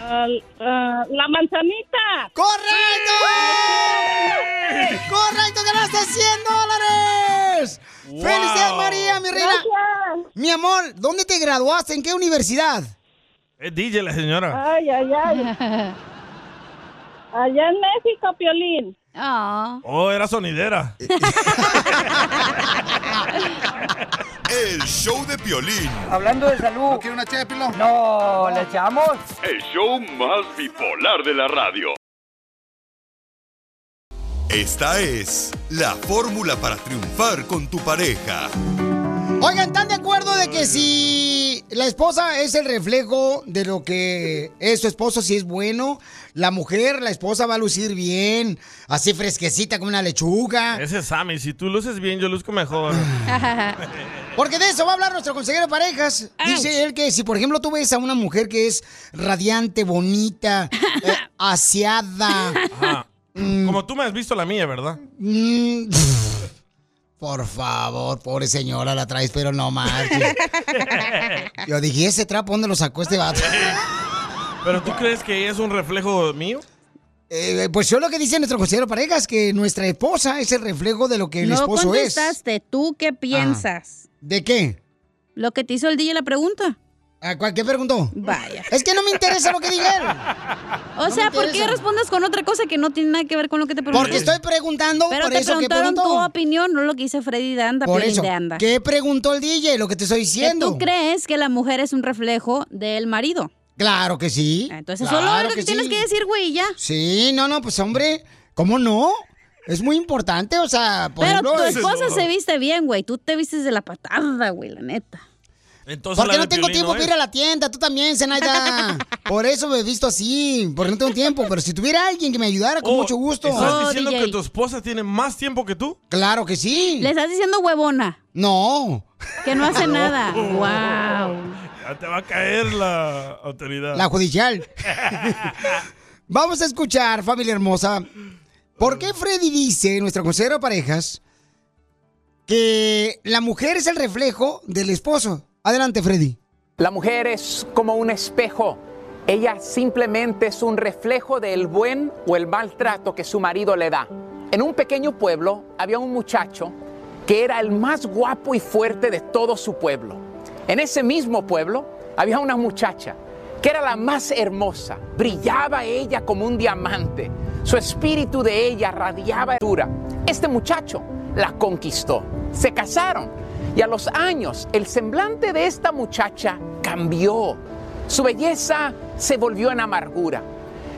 [SPEAKER 14] ah, la manzanita.
[SPEAKER 1] ¡Correcto! ¡Correcto! ¡Ganaste 100 dólares! ¡Felicidades, María, mi reina! Mi amor, ¿dónde te graduaste? ¿En qué universidad?
[SPEAKER 2] Es DJ Eh, la
[SPEAKER 4] Ah.
[SPEAKER 2] señora.
[SPEAKER 14] Ay, ay, ay. Allá en México, Piolín.
[SPEAKER 2] Oh, era sonidera.
[SPEAKER 9] El show de Piolín.
[SPEAKER 15] Hablando de salud. ¿No quiere una ché, Pilo? No, ¿le echamos?
[SPEAKER 9] El show más bipolar de la radio. Esta es la fórmula para triunfar con tu pareja.
[SPEAKER 1] Oigan, ¿están de acuerdo de que si la esposa es el reflejo de lo que es su esposo, si es bueno, la mujer, la esposa va a lucir bien, así fresquecita como una lechuga?
[SPEAKER 2] Ese es Sammy. Si tú luces bien, yo luzco mejor.
[SPEAKER 1] Porque de eso va a hablar nuestro consejero de parejas. Dice él que si, por ejemplo, tú ves a una mujer que es radiante, bonita, eh, aseada,
[SPEAKER 2] Ajá. Ah,
[SPEAKER 4] Mm.
[SPEAKER 2] Como tú me has visto la mía, ¿verdad?
[SPEAKER 1] Mm, Por favor, pobre señora, la traes, pero no marches. Yo dije, ese trapo, ¿dónde lo sacó este vato?
[SPEAKER 2] ¿Pero tú crees que es un reflejo mío?
[SPEAKER 1] Eh, pues yo lo que dice nuestro consejero parejas, que nuestra esposa es el reflejo de lo que el
[SPEAKER 4] no
[SPEAKER 1] esposo es. Ah.
[SPEAKER 4] contestaste. ¿Tú qué piensas?
[SPEAKER 1] ¿De qué?
[SPEAKER 4] Lo que te hizo el DJ la pregunta.
[SPEAKER 1] ¿A Ah, cuál, ¿Qué preguntó?
[SPEAKER 4] Vaya.
[SPEAKER 1] Es que no me interesa lo que diga él.
[SPEAKER 4] O sea, ¿por qué
[SPEAKER 1] interesa.
[SPEAKER 4] respondes con otra cosa que no tiene nada que ver con lo que te pregunté?
[SPEAKER 1] Porque estoy preguntando,
[SPEAKER 4] Pero
[SPEAKER 1] por
[SPEAKER 4] te
[SPEAKER 1] eso que
[SPEAKER 4] preguntaron
[SPEAKER 1] preguntó.
[SPEAKER 4] tu opinión, no lo que dice Freddy de Anda,
[SPEAKER 1] Por
[SPEAKER 4] Piolín
[SPEAKER 1] eso,
[SPEAKER 4] de Anda.
[SPEAKER 1] ¿qué preguntó el DJ? Lo que te estoy
[SPEAKER 4] Que
[SPEAKER 1] diciendo.
[SPEAKER 4] tú crees que la mujer es un reflejo del marido.
[SPEAKER 1] Claro que sí. Entonces
[SPEAKER 4] Ah, solo lo que tienes que decir, güey, y ya.
[SPEAKER 1] Sí, no, no, pues hombre, ¿cómo no? Es muy importante, o sea, por
[SPEAKER 4] Pero
[SPEAKER 1] ejemplo,
[SPEAKER 4] tu
[SPEAKER 1] Pues es-
[SPEAKER 4] esposa se viste bien, güey. Tú te vistes de la patada, güey, la neta.
[SPEAKER 2] Entonces,
[SPEAKER 1] Porque no
[SPEAKER 2] la de
[SPEAKER 1] tengo
[SPEAKER 2] Piolín
[SPEAKER 1] tiempo
[SPEAKER 2] no
[SPEAKER 1] para
[SPEAKER 2] es.
[SPEAKER 1] ir a la tienda, tú también, Zenaida. Por eso me he visto así, porque no tengo tiempo. Pero si tuviera alguien que me ayudara, con
[SPEAKER 2] Oh,
[SPEAKER 1] mucho gusto.
[SPEAKER 2] ¿Estás diciendo que tu esposa tiene más tiempo que tú?
[SPEAKER 1] Claro que sí.
[SPEAKER 4] Le estás diciendo huevona.
[SPEAKER 1] No.
[SPEAKER 4] Que no hace nada.
[SPEAKER 2] Oh.
[SPEAKER 4] Wow.
[SPEAKER 2] Ya te va a caer la autoridad.
[SPEAKER 1] La judicial. Vamos a escuchar, familia hermosa. ¿Por qué Freddy dice, nuestro consejero de parejas, que la mujer es el reflejo del esposo? Adelante, Freddy.
[SPEAKER 20] La mujer es como un espejo. Ella simplemente es un reflejo del buen o el maltrato que su marido le da. En un pequeño pueblo había un muchacho que era el más guapo y fuerte de todo su pueblo. En ese mismo pueblo había una muchacha que era la más hermosa. Brillaba ella como un diamante. Su espíritu de ella radiaba hermosura. Este muchacho la conquistó. Se casaron y a los años el semblante de esta muchacha cambió. Su belleza se volvió en amargura.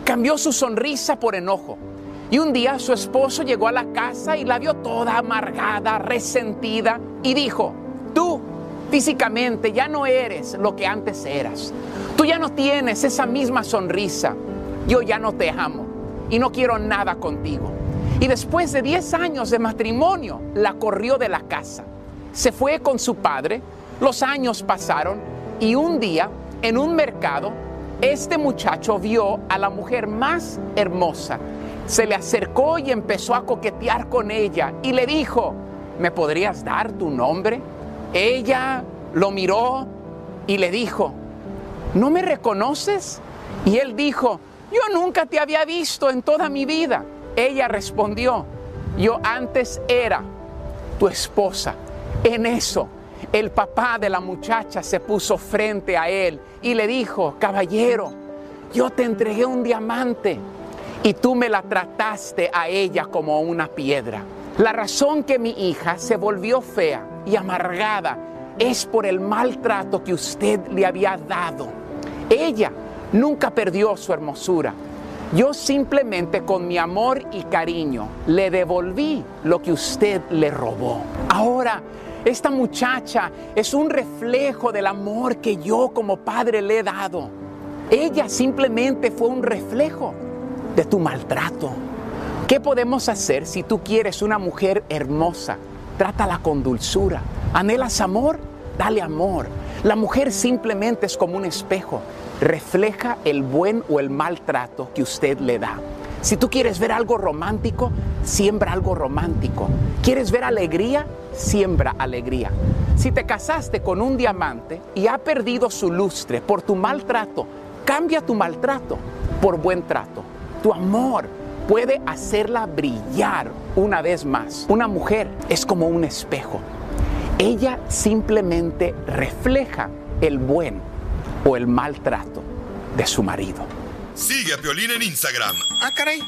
[SPEAKER 20] Cambió su sonrisa por enojo. Y un día su esposo llegó a la casa y la vio toda amargada, resentida y dijo, tú Físicamente ya no eres lo que antes eras. Tú ya no tienes esa misma sonrisa. Yo ya no te amo y no quiero nada contigo. Y después de 10 años de matrimonio, la corrió de la casa. Se fue con su padre, los años pasaron y un día, en un mercado, este muchacho vio a la mujer más hermosa. Se le acercó y empezó a coquetear con ella y le dijo, ¿me podrías dar tu nombre? Ella lo miró y le dijo, ¿no me reconoces? Y él dijo, yo nunca te había visto en toda mi vida. Ella respondió, yo antes era tu esposa. En eso, el papá de la muchacha se puso frente a él y le dijo, caballero, yo te entregué un diamante y tú me la trataste a ella como una piedra. La razón que mi hija se volvió fea y amargada es por el maltrato que usted le había dado. Ella nunca perdió su hermosura. Yo simplemente con mi amor y cariño le devolví lo que usted le robó. Ahora, esta muchacha es un reflejo del amor que yo como padre le he dado. Ella simplemente fue un reflejo de tu maltrato. ¿Qué podemos hacer si tú quieres una mujer hermosa? Trátala con dulzura. ¿Anhelas amor? Dale amor. La mujer simplemente es como un espejo. Refleja el buen o el mal trato que usted le da. Si tú quieres ver algo romántico, siembra algo romántico. ¿Quieres ver alegría? Siembra alegría. Si te casaste con un diamante y ha perdido su lustre por tu maltrato, cambia tu maltrato por buen trato. Tu amor puede hacerla brillar una vez más. Una mujer es como un espejo. Ella simplemente refleja el buen o el maltrato de su marido.
[SPEAKER 9] Sigue a Piolín en Instagram,
[SPEAKER 20] Ah, caray.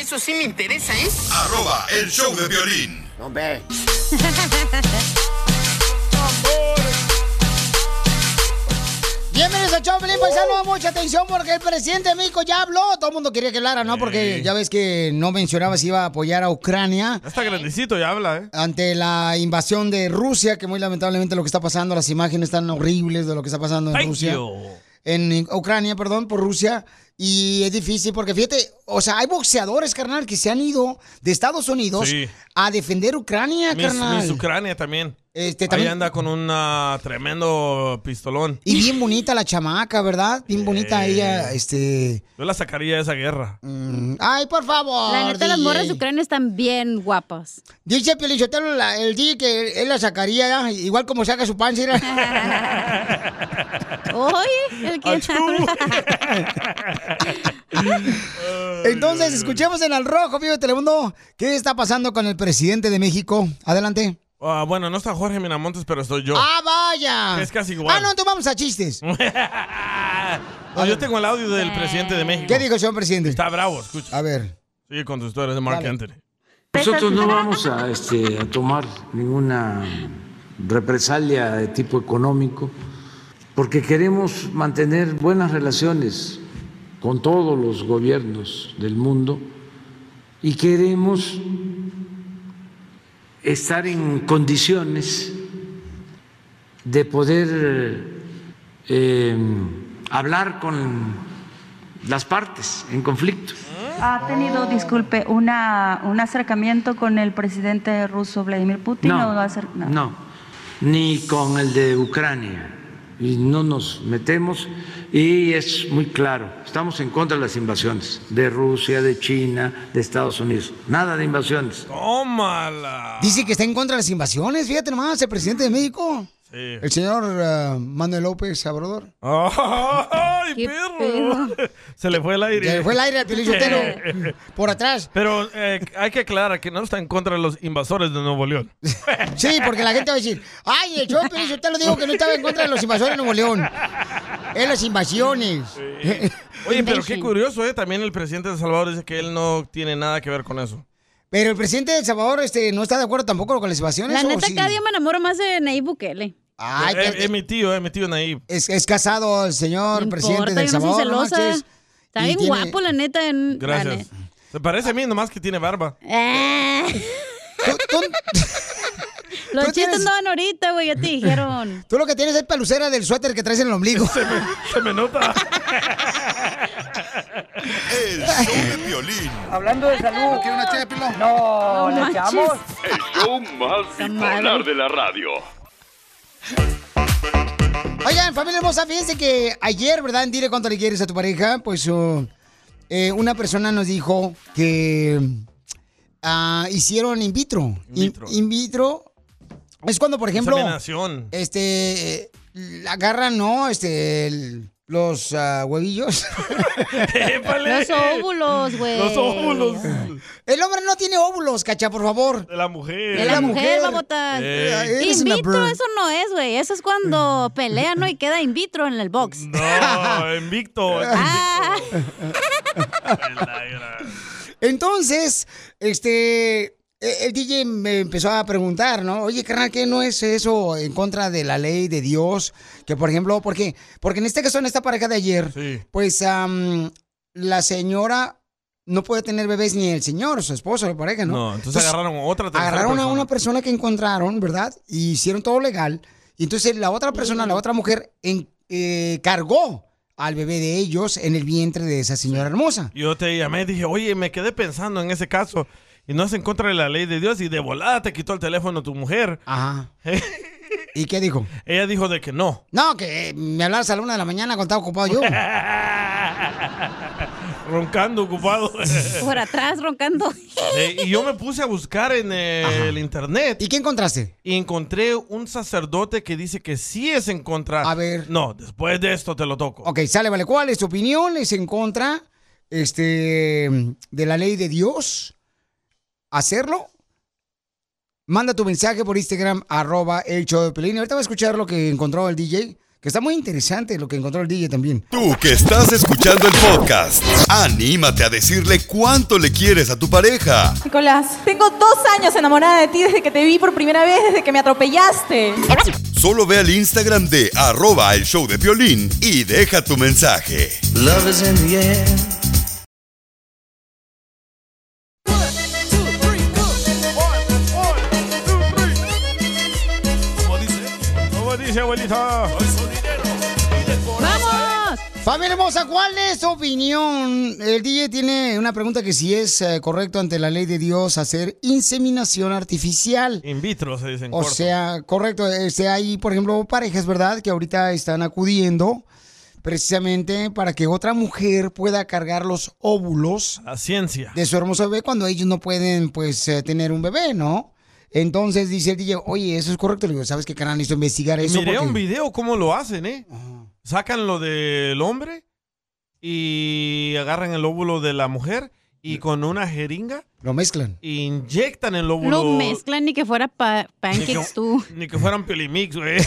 [SPEAKER 20] Eso sí me interesa, ¿eh?
[SPEAKER 9] arroba el show de violín.
[SPEAKER 20] Hombre.
[SPEAKER 1] Bienvenidos a Choplin, paisano, mucha atención porque el presidente de México ya habló. Todo el mundo quería que hablara, ¿no? Porque
[SPEAKER 2] Sí.
[SPEAKER 1] ya ves que no mencionaba si iba a apoyar a Ucrania
[SPEAKER 2] Ya Está grandecito, ya habla, ¿eh?
[SPEAKER 1] ante la invasión de Rusia, que muy lamentablemente lo que está pasando, las imágenes tan horribles de lo que está pasando en
[SPEAKER 2] Thank
[SPEAKER 1] Rusia.
[SPEAKER 2] you.
[SPEAKER 1] En Ucrania, perdón, por Rusia. Y es difícil porque fíjate, o sea, hay boxeadores, carnal, que se han ido de Estados Unidos
[SPEAKER 2] Sí.
[SPEAKER 1] a defender Ucrania,
[SPEAKER 2] Miss,
[SPEAKER 1] carnal.
[SPEAKER 2] Miss Ucrania también.
[SPEAKER 1] Este, también-
[SPEAKER 2] Ahí anda con un ah, tremendo pistolón.
[SPEAKER 1] Y bien bonita la chamaca, ¿verdad? Bien bonita ella, este... Mm.
[SPEAKER 2] Yo la sacaría de esa guerra.
[SPEAKER 1] Ay, por favor.
[SPEAKER 4] La neta, las
[SPEAKER 1] DJ.
[SPEAKER 4] morras de Ucrania están bien guapas.
[SPEAKER 1] Dice Pielichotelo el día que él la sacaría, ya, igual como saca su panza. era-
[SPEAKER 4] Oye, el que
[SPEAKER 1] Achú. Entonces, escuchemos en Al Rojo, vivo de Telemundo, ¿qué está pasando con el presidente de México? Adelante.
[SPEAKER 2] Ah, bueno, no está Jorge Miramontes, pero estoy yo.
[SPEAKER 1] ¡Ah, vaya!
[SPEAKER 2] Es casi igual.
[SPEAKER 1] Ah, no, entonces vamos a chistes.
[SPEAKER 2] No, yo tengo el audio del presidente de México.
[SPEAKER 1] ¿Qué dijo el señor presidente?
[SPEAKER 2] Está bravo, escucha.
[SPEAKER 1] A ver.
[SPEAKER 2] Sigue con tus historias de Mark Anthony.
[SPEAKER 21] Nosotros no vamos a, este, a tomar ninguna represalia de tipo económico porque queremos mantener buenas relaciones con todos los gobiernos del mundo y queremos estar en condiciones de poder eh, hablar con las partes en conflicto.
[SPEAKER 22] ¿Ha tenido, disculpe, una, un acercamiento con el presidente ruso Vladimir Putin? o va a ser- no.
[SPEAKER 21] No, ni con el de Ucrania. Y no nos metemos. Y es muy claro, estamos en contra de las invasiones de Rusia, de China, de Estados Unidos. Nada de invasiones.
[SPEAKER 2] ¡Tómala!
[SPEAKER 1] Dice que está en contra de las invasiones, fíjate nomás, el presidente de México.
[SPEAKER 2] Sí.
[SPEAKER 1] El señor eh, Manuel López Obrador.
[SPEAKER 2] Ah. Oh, ¡Ay, perro! Se le fue el aire.
[SPEAKER 1] Se le fue el aire al Piolín Sotelo. Por atrás.
[SPEAKER 2] Pero eh, hay que aclarar que no está en contra de los invasores de Nuevo León.
[SPEAKER 1] Sí, porque la gente va a decir, ay, el show de Piolín Sotelo dijo que no estaba en contra de los invasores de Nuevo León. Es las invasiones.
[SPEAKER 2] Oye, pero qué curioso, ¿eh? También el presidente de El Salvador dice que él no tiene nada que ver con eso.
[SPEAKER 1] Pero el presidente de El Salvador este, no está de acuerdo tampoco con las invasiones. ¿o
[SPEAKER 4] La neta,
[SPEAKER 1] sí?
[SPEAKER 4] cada día me enamoro más de Nayib Bukele.
[SPEAKER 1] Ay,
[SPEAKER 2] Eh,
[SPEAKER 1] que-
[SPEAKER 2] eh, mi tío, eh, mi tío Nayib.
[SPEAKER 1] es, es casado el señor presidente
[SPEAKER 4] Importa,
[SPEAKER 1] de El
[SPEAKER 4] yo no soy
[SPEAKER 1] Salvador. no
[SPEAKER 4] celosa.
[SPEAKER 1] manches.
[SPEAKER 4] Está
[SPEAKER 1] Y
[SPEAKER 4] bien
[SPEAKER 1] tiene-
[SPEAKER 4] guapo, la neta. en- la
[SPEAKER 2] Gracias.
[SPEAKER 4] neta.
[SPEAKER 2] Se parece a mí, nomás que tiene barba.
[SPEAKER 4] Ah. Los
[SPEAKER 1] tú
[SPEAKER 4] chistes
[SPEAKER 1] tienes-
[SPEAKER 4] no van ahorita, güey, ya te dijeron.
[SPEAKER 1] Tú lo que tienes es pelucera del suéter que traes en el ombligo. se, me,
[SPEAKER 2] nota.
[SPEAKER 9] El show de violín.
[SPEAKER 15] Hablando de salud. ¿Quiere una ché, Pilo? No,
[SPEAKER 10] No
[SPEAKER 15] ¿le
[SPEAKER 10] manches.
[SPEAKER 15] echamos?
[SPEAKER 23] El show más bipolar de la radio.
[SPEAKER 1] Oigan, familia hermosa, fíjense que ayer, ¿verdad? En Dile cuánto le quieres a tu pareja, pues oh, eh, una persona nos dijo que ah, hicieron in vitro. In
[SPEAKER 2] vitro.
[SPEAKER 1] in vitro es cuando, por ejemplo,
[SPEAKER 2] Inseminación.
[SPEAKER 1] este, eh, agarran, ¿no? Este, el- los ah, huevillos.
[SPEAKER 4] Los óvulos, güey.
[SPEAKER 1] El hombre no tiene óvulos, cacha, por favor.
[SPEAKER 2] De la mujer.
[SPEAKER 4] De la mujer, babotas.
[SPEAKER 1] Eh, eres
[SPEAKER 4] In
[SPEAKER 1] una
[SPEAKER 4] vitro,
[SPEAKER 1] bird.
[SPEAKER 4] eso no es, güey. Eso es cuando pelean, ¿no? Y queda in vitro en el box.
[SPEAKER 2] No, invicto.
[SPEAKER 4] Ah,
[SPEAKER 1] Entonces, este, eh, el DJ me empezó a preguntar, ¿no? Oye, carnal, ¿qué no es eso en contra de la ley de Dios? Que, por ejemplo, ¿por qué? Porque en este caso, en esta pareja de ayer, pues am, la señora no puede tener bebés ni el señor, su esposo, la pareja, ¿no?
[SPEAKER 2] No, entonces agarraron otra tercera
[SPEAKER 1] Agarraron a
[SPEAKER 2] persona.
[SPEAKER 1] una persona que encontraron, ¿verdad? Y hicieron todo legal. Y entonces la otra persona,
[SPEAKER 2] Mm.
[SPEAKER 1] la otra mujer, en- eh, cargó al bebé de ellos en el vientre de esa señora hermosa.
[SPEAKER 2] Yo te llamé y dije, oye, me quedé pensando en ese caso. Y no es en contra de la ley de Dios. Y de volada te quitó el teléfono tu mujer.
[SPEAKER 1] Ajá. ¿Y qué dijo?
[SPEAKER 2] Ella dijo de que no.
[SPEAKER 1] No, que eh, me hablaras a la una de la mañana cuando estaba ocupado yo.
[SPEAKER 2] Roncando, ocupado.
[SPEAKER 4] Por atrás, roncando.
[SPEAKER 2] Eh, y yo me puse a buscar en eh, el internet.
[SPEAKER 1] ¿Y qué encontraste?
[SPEAKER 2] Y encontré un sacerdote que dice que sí es en contra. A ver. No, después de esto te lo toco.
[SPEAKER 1] Ok, sale, vale. ¿Cuál es tu opinión? ¿Es en contra este, de la ley de Dios? ¿Hacerlo? Manda tu mensaje por Instagram, arroba el show de Pelín. Ahorita voy a escuchar lo que encontró el DJ, que está muy interesante lo que encontró el DJ también.
[SPEAKER 9] Tú que estás escuchando el podcast, anímate a decirle cuánto le quieres a tu pareja.
[SPEAKER 24] Nicolás, tengo dos años enamorada de ti desde que te vi por primera vez, desde que me atropellaste.
[SPEAKER 9] Solo ve al Instagram de arroba el show de Piolín y deja tu mensaje.
[SPEAKER 21] Love is in the air.
[SPEAKER 2] ¿Cómo dice, abuelita?
[SPEAKER 1] ¡Vamos! Familia hermosa, ¿cuál es tu opinión? El DJ tiene una pregunta que si es eh, correcto ante la ley de Dios hacer inseminación artificial.
[SPEAKER 2] In vitro se dicen.
[SPEAKER 1] O sea, correcto, este, hay, por ejemplo, parejas, ¿verdad? Que ahorita están acudiendo precisamente para que otra mujer pueda cargar los óvulos
[SPEAKER 2] La ciencia.
[SPEAKER 1] de su hermoso bebé cuando ellos no pueden, pues, eh, tener un bebé, ¿no? Entonces dice el DJ, oye, eso es correcto. Le digo, ¿sabes qué, canal Necesito investigar eso.
[SPEAKER 2] Miré
[SPEAKER 1] porque-
[SPEAKER 2] un video cómo lo hacen, ¿eh? Sacan lo del hombre y agarran el óvulo de la mujer y con una jeringa
[SPEAKER 1] Lo mezclan.
[SPEAKER 2] inyectan el óvulo.
[SPEAKER 4] Lo mezclan ni que fuera pa- pancakes tú.
[SPEAKER 2] Ni que fueran pelimix, güey.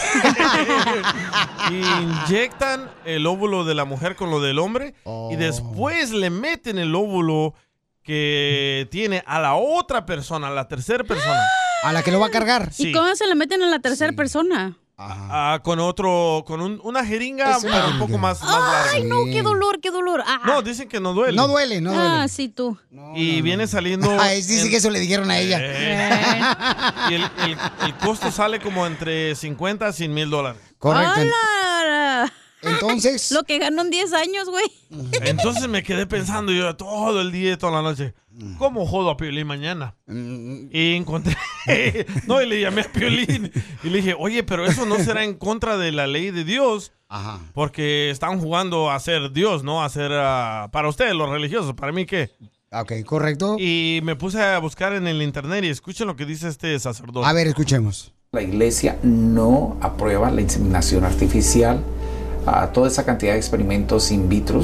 [SPEAKER 2] Inyectan el óvulo de la mujer con lo del hombre
[SPEAKER 1] Oh.
[SPEAKER 2] y después le meten el óvulo que tiene a la otra persona, a la tercera persona.
[SPEAKER 1] A la que lo va a cargar.
[SPEAKER 2] Sí.
[SPEAKER 4] ¿Y cómo se le meten a la tercera persona?
[SPEAKER 2] Ah, con otro, con un- una jeringa,
[SPEAKER 4] Es una
[SPEAKER 2] pero un poco más, más larga.
[SPEAKER 4] Ay, no, qué dolor, qué dolor. Ah.
[SPEAKER 2] No, dicen que no duele.
[SPEAKER 1] No duele, no duele.
[SPEAKER 4] Ah, sí, tú.
[SPEAKER 2] Y viene saliendo. Eh.
[SPEAKER 1] Ah, es- dice que eso le dijeron a ella.
[SPEAKER 2] y el, el- el costo sale como entre 50 a 100 mil dólares.
[SPEAKER 4] ¡Hala!
[SPEAKER 1] Entonces. Mm.
[SPEAKER 4] Lo que ganó en 10 años, güey.
[SPEAKER 2] Entonces me quedé pensando yo todo el día y toda la noche. ¿Cómo jodo a Piolín mañana?
[SPEAKER 1] Mm.
[SPEAKER 2] Y encontré. no, y le llamé a Piolín. Y le dije, oye, pero eso no será en contra de la ley de Dios. Porque están jugando a ser Dios, ¿no? A ser. ah, para ustedes, los religiosos. ¿Para mí qué?
[SPEAKER 1] Ok, correcto.
[SPEAKER 2] Y me puse a buscar en el internet y escuchen lo que dice este sacerdote.
[SPEAKER 1] A ver, escuchemos.
[SPEAKER 25] La iglesia no aprueba la inseminación artificial, a toda esa cantidad de experimentos in vitro.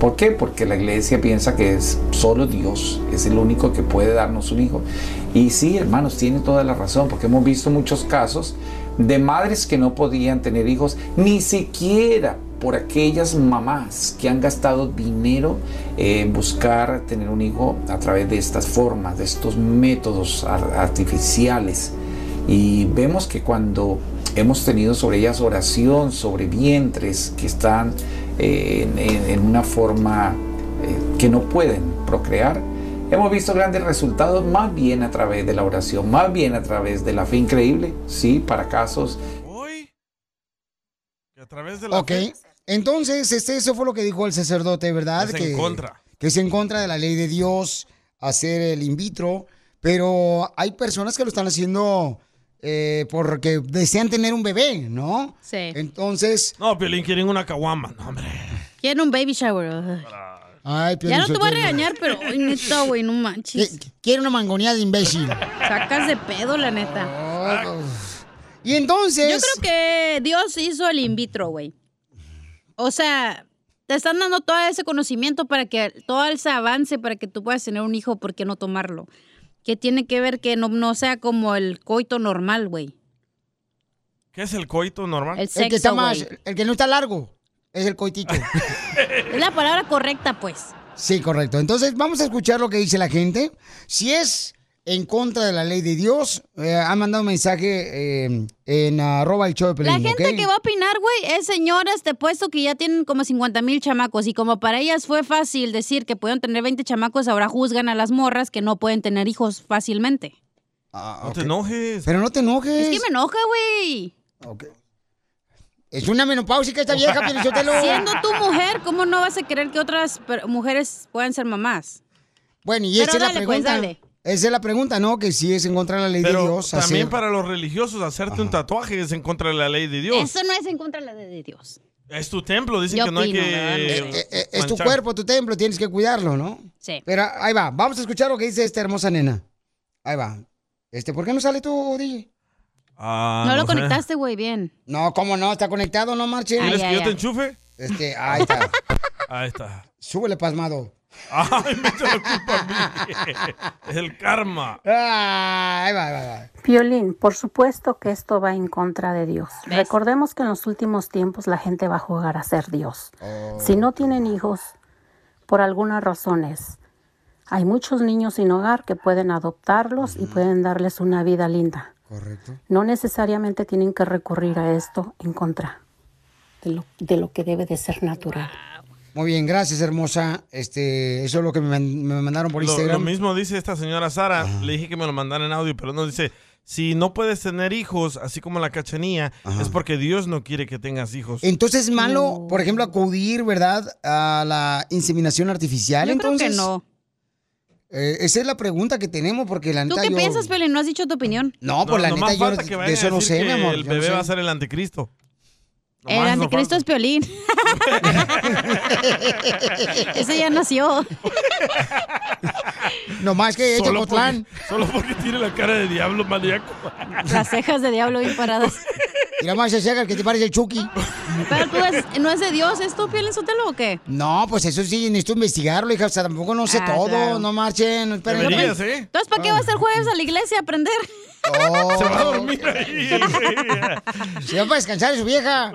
[SPEAKER 25] ¿Por qué? Porque la iglesia piensa que es solo Dios, es el único que puede darnos un hijo. Y sí, hermanos, tiene toda la razón, porque hemos visto muchos casos de madres que no podían tener hijos, ni siquiera por aquellas mamás que han gastado dinero en buscar tener un hijo a través de estas formas, de estos métodos ar- artificiales. Y vemos que cuando hemos tenido sobre ellas oración, sobre vientres que están eh, en, en- en una forma eh, que no pueden procrear, hemos visto grandes resultados más bien a través de la oración, más bien a través de la fe increíble, sí, para casos
[SPEAKER 2] A través de la
[SPEAKER 1] Ok. Entonces, este, eso fue lo que dijo el sacerdote, ¿verdad?
[SPEAKER 2] Es en
[SPEAKER 1] que,
[SPEAKER 2] contra.
[SPEAKER 1] Que es en contra de la ley de Dios hacer el in vitro. Pero hay personas que lo están haciendo eh, porque desean tener un bebé, ¿no?
[SPEAKER 4] Sí.
[SPEAKER 1] Entonces.
[SPEAKER 2] No, Piolín quieren una caguama. No, hombre.
[SPEAKER 4] Quiero un baby shower. Ay.
[SPEAKER 1] Ay,
[SPEAKER 4] Ya no te voy a
[SPEAKER 1] Piolín,
[SPEAKER 4] regañar, pero ay, neta, güey, no manches.
[SPEAKER 1] Quiero una mangoneada de imbécil.
[SPEAKER 4] Sacas de pedo, la neta.
[SPEAKER 1] Y entonces.
[SPEAKER 4] Yo creo que Dios hizo el in vitro, güey. O sea, te están dando todo ese conocimiento para que todo ese avance para que tú puedas tener un hijo, ¿por qué no tomarlo? Que tiene que ver que no, no sea como el coito normal, güey.
[SPEAKER 2] ¿Qué es el coito normal?
[SPEAKER 4] El
[SPEAKER 1] Ah, El que, está
[SPEAKER 4] sexo,
[SPEAKER 1] más,
[SPEAKER 4] güey.
[SPEAKER 1] el que no está largo es el coitito.
[SPEAKER 4] Es la palabra correcta, pues.
[SPEAKER 1] Sí, correcto. Entonces, vamos a escuchar lo que dice la gente. Si es en contra de la ley de Dios, eh, ha mandado un mensaje eh, en arroba el show de
[SPEAKER 4] La
[SPEAKER 1] Pelín,
[SPEAKER 4] gente
[SPEAKER 1] ¿ok?
[SPEAKER 4] que va a opinar, güey, es señoras de puesto que ya tienen como 50 mil chamacos y como para ellas fue fácil decir que pueden tener 20 chamacos, ahora juzgan a las morras que no pueden tener hijos fácilmente.
[SPEAKER 2] No te enojes.
[SPEAKER 1] Ah, Pero no te enojes.
[SPEAKER 4] Es que me enoja, güey.
[SPEAKER 1] Es una menopáusica esta vieja, Piolín Sotelo.
[SPEAKER 4] Siendo tu mujer, ¿cómo no vas a querer que otras per- mujeres puedan ser mamás?
[SPEAKER 1] Bueno, Y esa
[SPEAKER 4] Pero
[SPEAKER 1] es la
[SPEAKER 4] dale, pues,
[SPEAKER 1] pregunta.
[SPEAKER 4] dale.
[SPEAKER 1] Esa es la pregunta, ¿no? Que si es en contra de la ley de
[SPEAKER 2] Pero
[SPEAKER 1] Dios.
[SPEAKER 2] también
[SPEAKER 1] Hacer...
[SPEAKER 2] para los religiosos, hacerte un tatuaje es en contra de la ley de Dios.
[SPEAKER 4] Eso no es en contra de la ley de Dios.
[SPEAKER 2] Es tu templo, dicen
[SPEAKER 1] Yo
[SPEAKER 2] que no hay
[SPEAKER 1] opino,
[SPEAKER 2] que.
[SPEAKER 1] la verdad, sí.
[SPEAKER 2] eh,
[SPEAKER 1] Es tu
[SPEAKER 2] manchar.
[SPEAKER 1] cuerpo, tu templo, tienes que cuidarlo, ¿no?
[SPEAKER 4] Sí.
[SPEAKER 1] Pero ahí va, vamos a escuchar lo que dice esta hermosa nena. Ahí va. Este, ¿por qué no sale tú, DJ?
[SPEAKER 2] Ah,
[SPEAKER 4] no lo
[SPEAKER 2] sé.
[SPEAKER 4] conectaste, güey, bien.
[SPEAKER 1] No, cómo no, está conectado, no marche.
[SPEAKER 2] ¿Quieres que yo te enchufe?
[SPEAKER 1] Este, ahí está.
[SPEAKER 2] Ahí está.
[SPEAKER 1] Súbele pasmado.
[SPEAKER 2] Ay, me echa la culpa a mí. Es el karma.
[SPEAKER 1] Ah, ahí va, ahí va, ahí va.
[SPEAKER 7] Violín, por supuesto que esto va en contra de Dios. Recordemos que en los últimos tiempos la gente va a jugar a ser Dios.
[SPEAKER 1] Oh.
[SPEAKER 7] Si no tienen hijos, por algunas razones, hay muchos niños sin hogar que pueden adoptarlos y pueden darles una vida linda.
[SPEAKER 1] Correcto.
[SPEAKER 7] No necesariamente tienen que recurrir a esto en contra de lo, de lo que debe de ser natural.
[SPEAKER 1] Muy bien, gracias, hermosa. Este, eso es lo que me, man- me mandaron por
[SPEAKER 2] Lo- Lo,
[SPEAKER 1] Instagram. Ah.
[SPEAKER 2] mismo dice esta señora Sara. Le dije que me lo mandara en audio, pero no dice: si no puedes tener hijos, así como la cachanía, es porque Dios no quiere que tengas hijos.
[SPEAKER 1] Entonces, ¿es malo, por ejemplo, acudir, ¿verdad?, a la inseminación artificial.
[SPEAKER 4] Yo creo que
[SPEAKER 1] entonces,
[SPEAKER 4] no.
[SPEAKER 1] Eh, esa es la pregunta que tenemos, porque la
[SPEAKER 4] ¿Tú
[SPEAKER 1] neta
[SPEAKER 4] qué
[SPEAKER 1] yo-
[SPEAKER 4] piensas, Pelín? No has dicho tu opinión.
[SPEAKER 1] No, por la
[SPEAKER 2] nomás
[SPEAKER 1] neta, yo
[SPEAKER 2] falta que vayan
[SPEAKER 1] de
[SPEAKER 2] a
[SPEAKER 1] eso no
[SPEAKER 2] decir
[SPEAKER 1] sé, mi
[SPEAKER 2] que
[SPEAKER 1] amor.
[SPEAKER 2] El
[SPEAKER 1] yo no
[SPEAKER 2] bebé
[SPEAKER 1] sé.
[SPEAKER 2] va a ser el anticristo.
[SPEAKER 4] El
[SPEAKER 2] Nomás no
[SPEAKER 4] anticristo es Piolín. Ese ya nació.
[SPEAKER 1] No más que es
[SPEAKER 2] Solo
[SPEAKER 1] Chocotlán.
[SPEAKER 2] porque, solo porque tiene la cara de diablo maníaco.
[SPEAKER 4] Las cejas de diablo bien paradas.
[SPEAKER 1] Mira más se llega el que te parece el Chucky.
[SPEAKER 4] Pero tú es- no es de Dios, ¿es tu Piolín Sotelo o qué?
[SPEAKER 1] No, pues eso sí, necesito investigarlo, hija. O sea, tampoco no sé
[SPEAKER 4] Ah,
[SPEAKER 1] todo.
[SPEAKER 4] claro.
[SPEAKER 1] No marchen. esperen.
[SPEAKER 4] Deberías,
[SPEAKER 2] ¿eh?
[SPEAKER 4] Entonces, ¿para qué vas el jueves a la iglesia a aprender?
[SPEAKER 1] Se va a
[SPEAKER 2] dormir ahí.
[SPEAKER 1] Se va a descansar su vieja.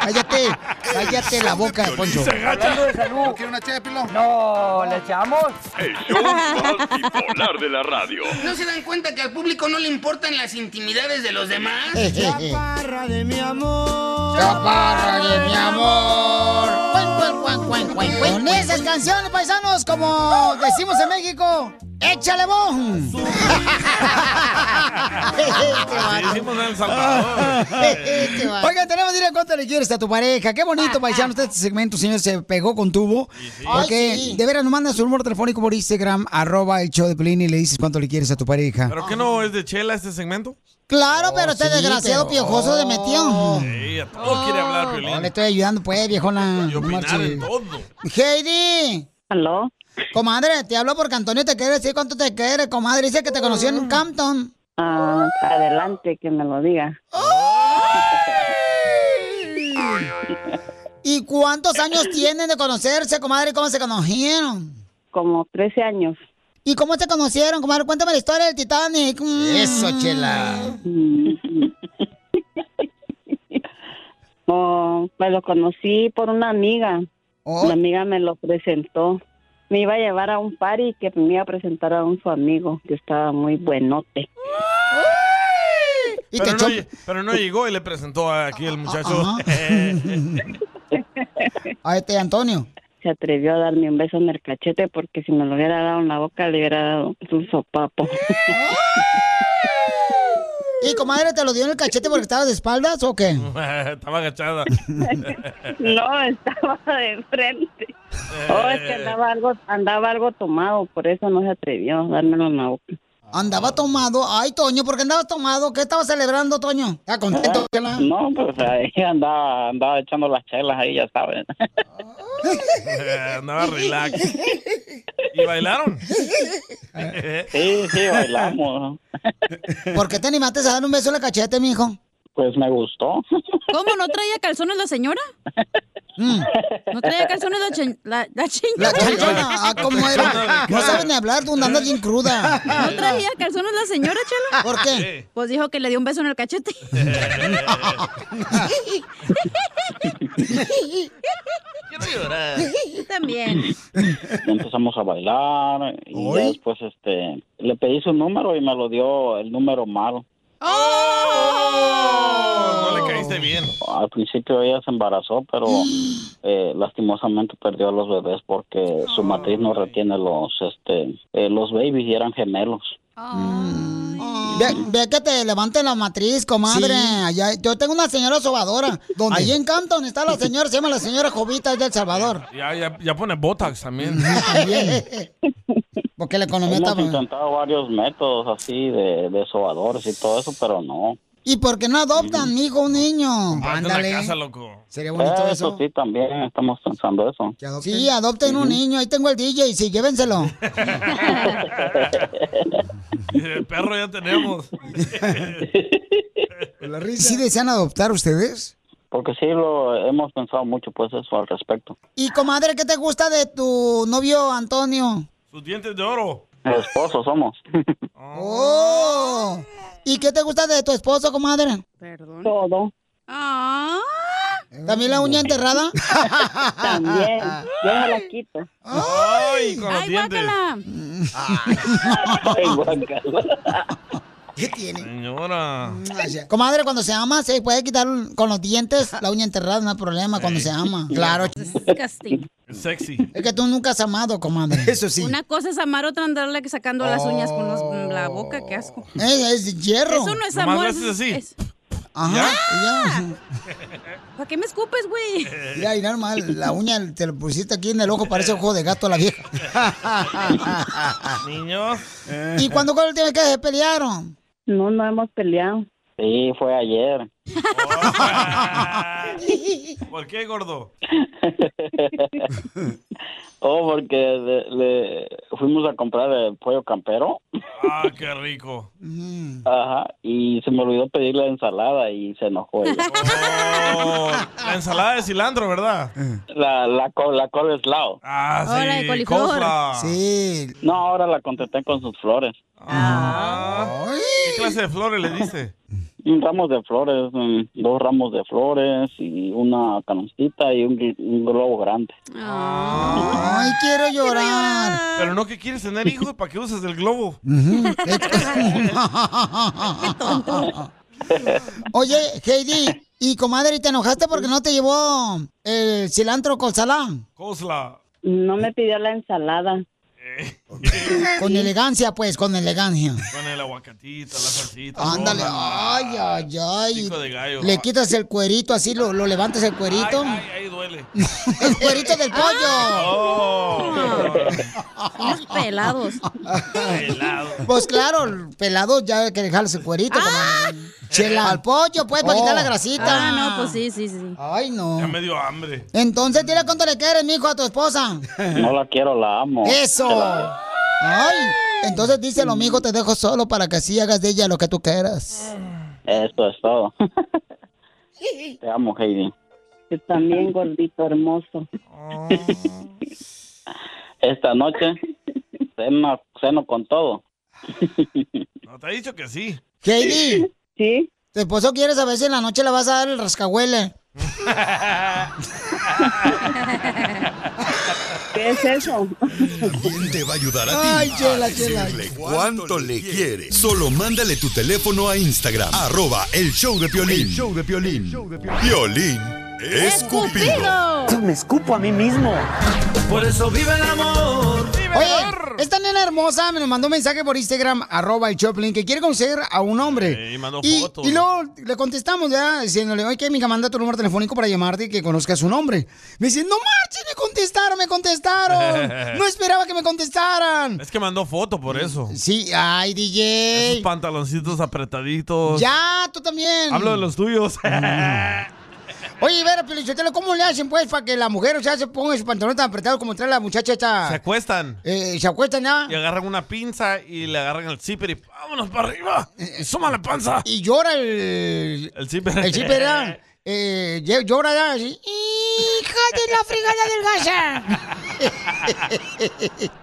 [SPEAKER 1] Cállate, cállate la boca, Poncho.
[SPEAKER 15] Hablando de salud. ¿No quiere una ché de pilón? No, ¿le echamos?
[SPEAKER 23] El show más bipolar de la radio.
[SPEAKER 8] ¿No se dan cuenta que al público no le importan las intimidades de los demás?
[SPEAKER 1] Eh. Chaparra de mi amor. Chaparra de mi amor. Con esas canciones, paisanos, como decimos en México, échale bon. Este
[SPEAKER 2] Así decimos en El Salvador.
[SPEAKER 1] Oigan, tenemos dile cuánto le quieres a tu pareja. Qué bonito, paisanos. Este segmento, señor, se pegó con tubo. Porque
[SPEAKER 2] Ay, sí.
[SPEAKER 1] de veras nos mandas un número telefónico por Instagram, arroba el show de Pelín y le dices cuánto le quieres a tu pareja.
[SPEAKER 2] ¿Pero qué no es de chela este segmento?
[SPEAKER 1] Claro, pero este
[SPEAKER 2] Oh, sí,
[SPEAKER 1] desgraciado
[SPEAKER 2] pero-
[SPEAKER 1] piojoso de metió.
[SPEAKER 2] Sí, a todo quiere hablar, Piolín.
[SPEAKER 1] No, le estoy ayudando, pues, viejona. No
[SPEAKER 2] Opinar
[SPEAKER 1] marches.
[SPEAKER 2] en todo.
[SPEAKER 1] Heidi.
[SPEAKER 8] ¿Aló?
[SPEAKER 1] Comadre, te hablo porque Antonio te quiere decir cuánto te quiere, comadre. Dice que te conoció en Campton.
[SPEAKER 8] Mm. Ah, adelante, que me lo diga.
[SPEAKER 1] ¿Y cuántos años tienen de conocerse, comadre? ¿Cómo se conocieron?
[SPEAKER 8] Como 13 años.
[SPEAKER 1] ¿Y cómo se conocieron, comadre? Cuéntame la historia del Titanic. Mm.
[SPEAKER 8] Eso, chela. Oh, me lo conocí por una amiga. Una amiga me lo presentó. Me iba a llevar a un party que me iba a presentar a un su amigo que estaba muy buenote.
[SPEAKER 2] Pero no, lle- pero no llegó y le presentó aquí el muchacho.
[SPEAKER 1] A este Antonio.
[SPEAKER 8] Se atrevió a darme un beso en el cachete porque si me lo hubiera dado en la boca le hubiera dado un sopapo.
[SPEAKER 1] ¿Y comadre te lo dio en el cachete porque estabas de espaldas o qué?
[SPEAKER 2] Estaba agachada.
[SPEAKER 8] No, estaba de frente. Oh, es que andaba algo, andaba algo tomado, por eso no se atrevió a dármelo en la boca.
[SPEAKER 1] Andaba tomado. Ay, Toño, ¿por qué andabas tomado? ¿Qué estabas celebrando, Toño? ¿Estás contento? chela?
[SPEAKER 13] No, pues ahí andaba, andaba echando las chelas ahí, ya saben.
[SPEAKER 2] Andaba relax. ¿Y bailaron?
[SPEAKER 13] Sí, sí, bailamos.
[SPEAKER 1] ¿Por qué te animaste a dar un beso en el cachete, mijo?
[SPEAKER 13] Pues me gustó.
[SPEAKER 4] ¿Cómo? ¿No traía calzones la señora? ¿No traía calzones la chin- la,
[SPEAKER 1] Mm.
[SPEAKER 4] la
[SPEAKER 1] La
[SPEAKER 4] chinchona?
[SPEAKER 1] chanchona, ah, ¿cómo era? No saben ni hablar, tú andas bien cruda.
[SPEAKER 4] ¿No traía calzones la señora, Chela?
[SPEAKER 1] ¿Por qué?
[SPEAKER 4] Pues dijo que le dio un beso en el cachete.
[SPEAKER 13] Quiero llorar.
[SPEAKER 4] Yo también.
[SPEAKER 13] Ya empezamos a bailar y ya después este le pedí su número y me lo dio el número malo.
[SPEAKER 2] No le caíste bien.
[SPEAKER 13] Al principio ella se embarazó, pero eh, lastimosamente perdió a los bebés porque su matriz no retiene los este eh, los babies y eran gemelos.
[SPEAKER 1] Ve, ve que te levanten la matriz, comadre. Allá- yo tengo una señora sobadora. ¿Dónde? Ahí en Campton está la señora, se llama la señora Jovita, es de El Salvador.
[SPEAKER 2] Ya, ya, ya pone Botox también.
[SPEAKER 1] También. Porque la pues, economía
[SPEAKER 13] Hemos
[SPEAKER 1] está...
[SPEAKER 13] intentado varios métodos así de, de sobadores y todo eso, pero no.
[SPEAKER 1] ¿Y por qué no adoptan, mijo, un niño?
[SPEAKER 2] Parte una Ah, casa, loco.
[SPEAKER 1] Sería bonito eso.
[SPEAKER 13] Eh, pues sí, también estamos pensando eso.
[SPEAKER 1] Sí, adopten un niño. Ahí tengo el DJ, sí, llévenselo.
[SPEAKER 2] El perro ya tenemos.
[SPEAKER 1] Pues La risa. ¿Sí desean adoptar ustedes?
[SPEAKER 13] Porque sí lo hemos pensado mucho, pues, eso al respecto.
[SPEAKER 1] Y comadre, ¿qué te gusta de tu novio Antonio?
[SPEAKER 2] Sus dientes de oro.
[SPEAKER 13] Esposos somos.
[SPEAKER 1] ¡Oh! ¿Y qué te gusta de tu esposo, comadre? Ah.
[SPEAKER 8] Todo.
[SPEAKER 1] ¿También la uña enterrada?
[SPEAKER 8] También. Yo me la quito.
[SPEAKER 2] ¡Ay, con los
[SPEAKER 8] Ay,
[SPEAKER 2] dientes!
[SPEAKER 1] Ah, ¿Qué tiene? Ah,
[SPEAKER 2] Señora.
[SPEAKER 1] Comadre, cuando se ama, se puede quitar con los dientes la uña enterrada, no hay problema cuando
[SPEAKER 2] Ey.
[SPEAKER 1] se ama. Claro.
[SPEAKER 2] Sexy.
[SPEAKER 1] Es que tú nunca has amado, comadre. Eso sí.
[SPEAKER 4] Una cosa es amar, otra andarle sacando las uñas con los- con la boca, qué asco.
[SPEAKER 1] es de hierro.
[SPEAKER 4] Eso no es
[SPEAKER 1] Oh, Nomás
[SPEAKER 4] amor.
[SPEAKER 1] le haces
[SPEAKER 4] es-
[SPEAKER 1] así.
[SPEAKER 4] es-
[SPEAKER 1] Ajá.
[SPEAKER 4] ¿Para qué me escupes, güey?
[SPEAKER 1] y ya. Mira, y nada más, la uña te la pusiste aquí en el ojo, parece ojo de gato a la vieja.
[SPEAKER 2] Niños.
[SPEAKER 1] ¿Y cuándo fue la última vez que se pelearon?
[SPEAKER 8] No, no hemos peleado.
[SPEAKER 13] Sí, fue ayer.
[SPEAKER 2] ¿Por qué, gordo?
[SPEAKER 13] oh, porque le, le- fuimos a comprar el pollo campero.
[SPEAKER 2] Ah, qué rico.
[SPEAKER 13] Ajá. Y se me olvidó pedir la ensalada y se enojó. ella.
[SPEAKER 2] Oh, la ensalada de cilantro, ¿verdad?
[SPEAKER 13] la, la, co- la coleslaw.
[SPEAKER 2] Ah,
[SPEAKER 13] sí.
[SPEAKER 2] Hola, de coliflor. coleslaw.
[SPEAKER 1] Sí.
[SPEAKER 13] No, ahora la contesté con sus flores.
[SPEAKER 2] Ah. ¿Qué clase de flores le dice?
[SPEAKER 13] Un ramo de flores, mm, dos ramos de flores y una canastita y un, gl- un globo grande.
[SPEAKER 1] Ay, Ah. quiero llorar.
[SPEAKER 2] Pero no que quieres tener hijos, ¿para qué usas el globo?
[SPEAKER 1] Oye, Heidi, y comadre, ¿te enojaste porque no te llevó el cilantro con salán?
[SPEAKER 2] Cosla.
[SPEAKER 8] No me pidió la ensalada.
[SPEAKER 1] Con elegancia, pues, con elegancia.
[SPEAKER 2] Con el aguacatito, la salsita.
[SPEAKER 1] Ah, Ándale,
[SPEAKER 2] roja,
[SPEAKER 1] ay, ay, ay.
[SPEAKER 2] pico de gallo.
[SPEAKER 1] Le quitas el cuerito así, lo, lo levantas el cuerito.
[SPEAKER 2] Ay, ahí duele.
[SPEAKER 1] el cuerito del pollo.
[SPEAKER 2] Oh.
[SPEAKER 4] Unos pelados.
[SPEAKER 1] Pues claro, pelado ya hay que dejarles el cuerito. comadre. Chela. Ah. Al pollo, pues, para quitar la grasita.
[SPEAKER 4] Ah, no, pues sí, sí, sí.
[SPEAKER 1] Ay, no.
[SPEAKER 2] Ya me dio hambre.
[SPEAKER 1] Entonces, dile cuánto le quieres, mijo, a tu esposa.
[SPEAKER 13] No la quiero, la amo.
[SPEAKER 1] Eso.
[SPEAKER 13] Te la-
[SPEAKER 1] Ay, entonces díselo, amigo, te dejo solo para que así hagas de ella lo que tú quieras.
[SPEAKER 13] Esto es todo. Te amo, Heidi.
[SPEAKER 8] Yo también, gordito hermoso.
[SPEAKER 1] Oh.
[SPEAKER 13] Esta noche ceno, ceno con todo.
[SPEAKER 2] No te ha dicho que sí.
[SPEAKER 1] Heidi.
[SPEAKER 8] Sí.
[SPEAKER 1] Tu esposo quiere saber si en la noche le vas a dar el rascahuele.
[SPEAKER 8] ¿Qué es eso?
[SPEAKER 9] También te va a ayudar a ti
[SPEAKER 1] Ay,
[SPEAKER 9] a
[SPEAKER 1] chela, chela.
[SPEAKER 9] decirle cuánto le quiere. Solo mándale tu teléfono a Instagram, arroba el show de Piolín. show de Piolín. Piolín Escupido.
[SPEAKER 1] Me escupo a mí mismo.
[SPEAKER 23] Por eso vive el amor.
[SPEAKER 1] Oye, esta nena hermosa me nos mandó un mensaje por Instagram, arroba el Choplin, que quiere conocer a un hombre.
[SPEAKER 2] Y mandó
[SPEAKER 1] Y,
[SPEAKER 2] fotos.
[SPEAKER 1] y luego le contestamos ya diciéndole, oye, que mija, manda tu número telefónico para llamarte y que conozcas su nombre. Me dice, no marches, me contestaron, me contestaron. No esperaba que me contestaran.
[SPEAKER 2] Es que mandó foto por eso.
[SPEAKER 1] Mm, Sí, ay, DJ.
[SPEAKER 2] Esos pantaloncitos apretaditos.
[SPEAKER 1] Ya, Mm. tú también.
[SPEAKER 2] Hablo de los tuyos.
[SPEAKER 1] Oye, Vera Pelichotelo, ¿cómo le hacen pues para que la mujer o sea, se ponga su pantalón tan apretado como trae la muchacha esta?
[SPEAKER 2] Se acuestan.
[SPEAKER 1] Eh, se acuesta ya.
[SPEAKER 2] Y agarran una pinza y le agarran el zipper y vámonos para arriba. Suma la panza.
[SPEAKER 1] Eh, Y llora el.
[SPEAKER 2] El zipper.
[SPEAKER 1] El chip era. Eh, lle- llora ya. así. ¡Hija de la fregada delgaza!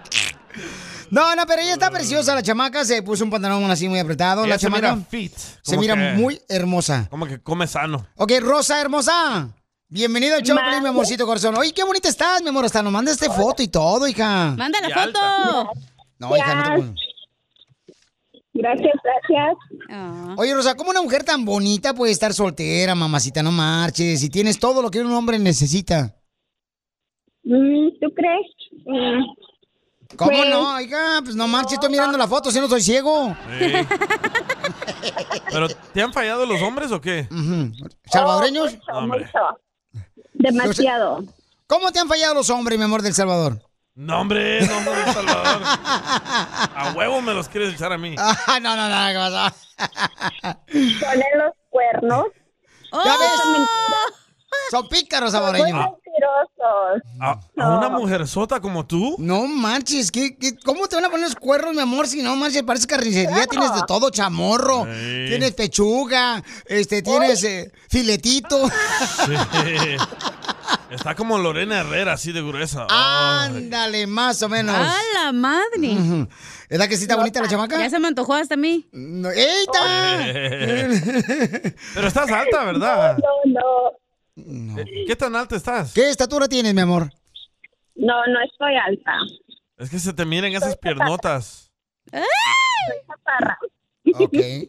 [SPEAKER 1] No, no, pero ella está preciosa, la chamaca. Se puso un pantalón así muy apretado.
[SPEAKER 2] Ella
[SPEAKER 1] la
[SPEAKER 2] se
[SPEAKER 1] chamaca.
[SPEAKER 2] mira fit.
[SPEAKER 1] se
[SPEAKER 2] Como
[SPEAKER 1] mira
[SPEAKER 2] que-
[SPEAKER 1] muy eh. hermosa.
[SPEAKER 2] Como que come sano.
[SPEAKER 1] Ok, Rosa hermosa. Bienvenido al Choplin, mi amorcito corazón. Oye, qué bonita estás, mi amor. Hasta nos mandaste foto y todo, hija.
[SPEAKER 4] Manda la
[SPEAKER 1] Y
[SPEAKER 4] foto.
[SPEAKER 1] No, hija, no te pongas.
[SPEAKER 14] Gracias, gracias.
[SPEAKER 1] Oye, Rosa, ¿cómo una mujer tan bonita puede estar soltera, mamacita? No marches. Y tienes todo lo que un hombre necesita.
[SPEAKER 14] Mm, ¿Tú crees? Mm,
[SPEAKER 1] ¿Cómo
[SPEAKER 14] pues,
[SPEAKER 1] no? Oiga, pues no marches, estoy mirando la foto, si no soy ciego.
[SPEAKER 2] Sí. ¿Pero te han fallado los hombres o qué?
[SPEAKER 11] Oh,
[SPEAKER 1] ¿Salvadoreños?
[SPEAKER 2] No, hombre.
[SPEAKER 14] Demasiado.
[SPEAKER 1] ¿Cómo te han fallado los hombres, mi amor del Salvador?
[SPEAKER 2] No, hombre, no, no, no, Salvador. A huevo me los quieres echar a mí.
[SPEAKER 1] Ah, no, no, no, ¿qué pasó?
[SPEAKER 11] Ponen los cuernos.
[SPEAKER 1] ¿Ya
[SPEAKER 4] Oh.
[SPEAKER 1] ves? Son pícaros
[SPEAKER 11] Muy
[SPEAKER 1] saboreños.
[SPEAKER 11] mentirosos.
[SPEAKER 2] ¿A, a una mujerzota como tú?
[SPEAKER 1] No manches, ¿qué, qué- cómo te van a poner los cuernos, mi amor? Si no manches, parece carnicería, tienes de todo, chamorro,
[SPEAKER 2] Sí.
[SPEAKER 1] tienes pechuga, este, tienes eh, filetito.
[SPEAKER 2] Sí. Está como Lorena Herrera, así de gruesa.
[SPEAKER 1] Ah. Ándale, más o menos.
[SPEAKER 4] ¡A la madre!
[SPEAKER 1] ¿Es la que sí está bonita la chamaca?
[SPEAKER 4] Ya se me antojó hasta a mí.
[SPEAKER 2] Eh. Pero estás alta, ¿verdad?
[SPEAKER 11] No, no,
[SPEAKER 2] Eh, ¿Qué tan alta estás?
[SPEAKER 1] ¿Qué estatura tienes, mi amor?
[SPEAKER 11] no, no estoy alta.
[SPEAKER 2] Es que se te miren esas piernotas.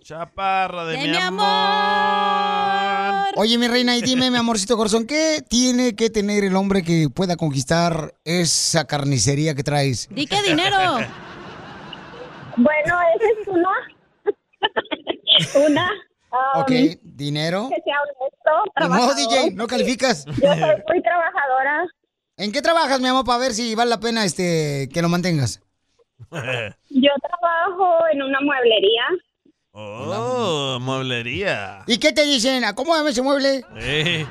[SPEAKER 2] Chaparra de,
[SPEAKER 1] De
[SPEAKER 2] mi,
[SPEAKER 1] mi
[SPEAKER 2] amor.
[SPEAKER 1] Oye, mi reina, y dime, mi amorcito corazón, ¿qué tiene que tener el hombre que pueda conquistar esa carnicería que traes?
[SPEAKER 4] ¡Di que dinero!
[SPEAKER 11] Bueno, esa es una. una. um,
[SPEAKER 1] Ok, dinero.
[SPEAKER 11] Que sea honesto.
[SPEAKER 1] No,
[SPEAKER 11] trabajador.
[SPEAKER 1] DJ, no calificas.
[SPEAKER 11] Yo soy muy trabajadora.
[SPEAKER 1] ¿En qué trabajas, mi amor, para ver si vale la pena este que lo mantengas?
[SPEAKER 2] Eh.
[SPEAKER 11] Yo trabajo en una mueblería.
[SPEAKER 2] Oh, mueblería.
[SPEAKER 1] ¿Y qué te dicen? Acomódame ese mueble.
[SPEAKER 2] Eh,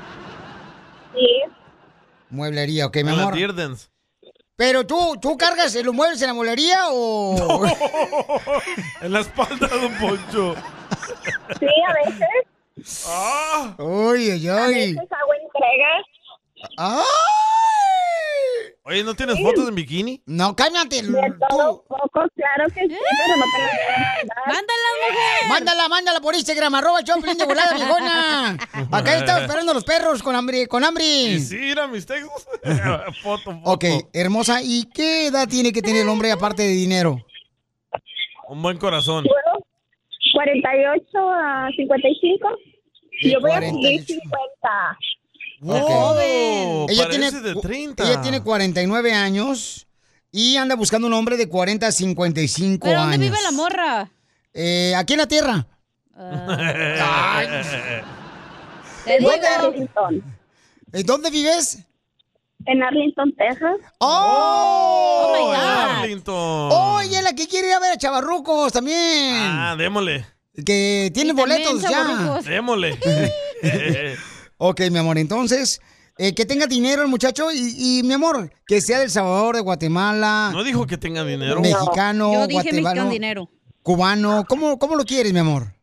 [SPEAKER 11] Sí.
[SPEAKER 1] Mueblería, ok, mi
[SPEAKER 2] me la
[SPEAKER 1] amor.
[SPEAKER 2] tierdens.
[SPEAKER 1] Pero tú, ¿tú cargas los muebles en la mueblería o...?
[SPEAKER 2] En la espalda, don Poncho.
[SPEAKER 11] Sí, a veces.
[SPEAKER 2] Ah.
[SPEAKER 1] Uy, uy, Ah.
[SPEAKER 11] A
[SPEAKER 1] uy.
[SPEAKER 11] veces hago entregas.
[SPEAKER 1] ¡Ay!
[SPEAKER 2] Oye, ¿no tienes fotos en bikini?
[SPEAKER 1] No, cállate.
[SPEAKER 11] De todo poco, claro que sí, pero no te las voy a mandar.
[SPEAKER 1] Mándala, mándala por Instagram, arroba el Choplin de volada, viejona. Acá estamos esperando los perros con hambre, con hambre.
[SPEAKER 2] Y sí, mira mis textos. foto, foto.
[SPEAKER 1] Ok, hermosa, ¿y qué edad tiene que tener el hombre aparte de dinero?
[SPEAKER 2] Un buen corazón.
[SPEAKER 11] Luego, 48 a 55. Yo voy a
[SPEAKER 2] 48.
[SPEAKER 11] cumplir 50.
[SPEAKER 1] Ok.
[SPEAKER 2] ¡Joven!
[SPEAKER 1] Ella
[SPEAKER 2] Parece
[SPEAKER 1] tiene,
[SPEAKER 2] de 30.
[SPEAKER 1] Ella tiene 49 años y anda buscando un hombre de 40 a 55
[SPEAKER 4] ¿Pero
[SPEAKER 1] años.
[SPEAKER 4] dónde vive la morra?
[SPEAKER 1] Eh, aquí en la tierra.
[SPEAKER 4] Te digo.
[SPEAKER 11] En Arlington.
[SPEAKER 1] ¿Eh, ¿Dónde vives?
[SPEAKER 11] En Arlington, Texas.
[SPEAKER 1] ¡Oh!
[SPEAKER 2] Oh, en Arlington.
[SPEAKER 1] Oye, la que quiere ir a ver a Chavarrucos también.
[SPEAKER 2] Ah, démosle.
[SPEAKER 1] que tiene boletos ya.
[SPEAKER 2] Démosle. Eh,
[SPEAKER 1] Ok, mi amor, entonces, eh, que tenga dinero el muchacho y, y, mi amor, que sea del Salvador, de Guatemala,
[SPEAKER 2] no dijo que tenga dinero.
[SPEAKER 1] mexicano,
[SPEAKER 4] Yo dije
[SPEAKER 1] guatemalo,
[SPEAKER 4] mexicano dinero.
[SPEAKER 1] cubano. ¿Cómo, ¿Cómo lo quieres, mi amor?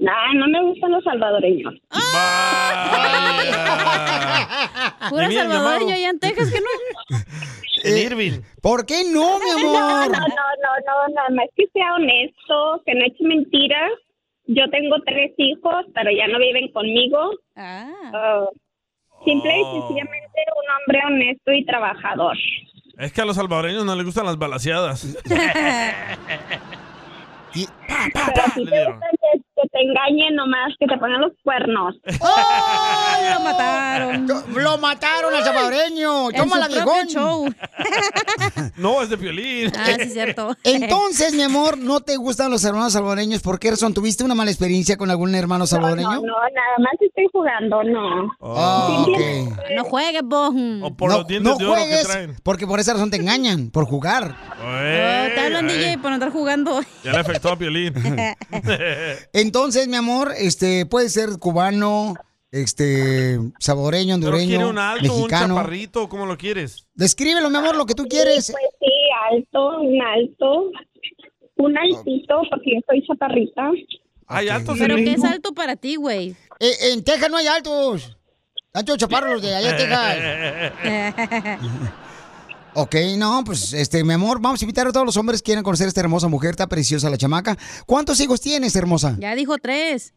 [SPEAKER 11] Nah, Ah, no me gustan los salvadoreños.
[SPEAKER 4] Pura
[SPEAKER 1] Y Ah. bien
[SPEAKER 4] salvadoreño
[SPEAKER 1] llamado.
[SPEAKER 4] allá en Texas, que no.
[SPEAKER 2] En Irving.
[SPEAKER 1] ¿Por qué no, mi
[SPEAKER 11] No, no,
[SPEAKER 1] amor?
[SPEAKER 11] no, no, nada más que sea honesto, que no eche mentiras. Yo tengo tres hijos, pero ya no viven conmigo. Ah. simple
[SPEAKER 5] Oh.
[SPEAKER 11] y sencillamente un hombre honesto y trabajador.
[SPEAKER 2] Es que a los salvadoreños no les gustan las balaseadas.
[SPEAKER 11] Pero si te gusta que, que te engañen nomás, que te pongan los cuernos.
[SPEAKER 1] lo mataron! ¡Lo mataron al salvadoreño!
[SPEAKER 11] En
[SPEAKER 1] ¡Toma la
[SPEAKER 11] su propio
[SPEAKER 1] viejón!
[SPEAKER 2] No, es de violín.
[SPEAKER 1] Entonces, mi amor, ¿no te gustan los hermanos salvadoreños? ¿Por qué razón? ¿Tuviste una mala experiencia con algún hermano salvadoreño?
[SPEAKER 11] No, no, nada más estoy jugando, no.
[SPEAKER 1] Ah, ok.
[SPEAKER 4] No juegues, vos.
[SPEAKER 1] Oh, no, no
[SPEAKER 4] de oro que
[SPEAKER 1] juegues,
[SPEAKER 4] traen.
[SPEAKER 1] porque por esa razón te engañan, por jugar.
[SPEAKER 4] Oh, te hablan, DJ, por no andar jugando.
[SPEAKER 2] Ya le afectó a Piolín.
[SPEAKER 1] Entonces, mi amor, este, puede ser cubano, este, saboreño,
[SPEAKER 2] Pero
[SPEAKER 1] hondureño,
[SPEAKER 2] quiere un alto, un
[SPEAKER 1] mexicano.
[SPEAKER 2] chaparrito, ¿cómo lo quieres?
[SPEAKER 1] Descríbelo, mi amor, lo que tú quieres.
[SPEAKER 11] Sí, pues sí, alto, un alto. pues, Un altito, porque yo soy chaparrita.
[SPEAKER 2] Hay altos en
[SPEAKER 4] Pero que es
[SPEAKER 2] México.
[SPEAKER 4] alto para ti, güey.
[SPEAKER 1] Eh, en Texas no hay altos. Altos chaparros los de allá en Texas. Ok, no, pues, este, mi amor, vamos a invitar a todos los hombres que quieran conocer a esta hermosa mujer, está preciosa la chamaca. ¿Cuántos hijos tienes, hermosa?
[SPEAKER 4] ya dijo tres.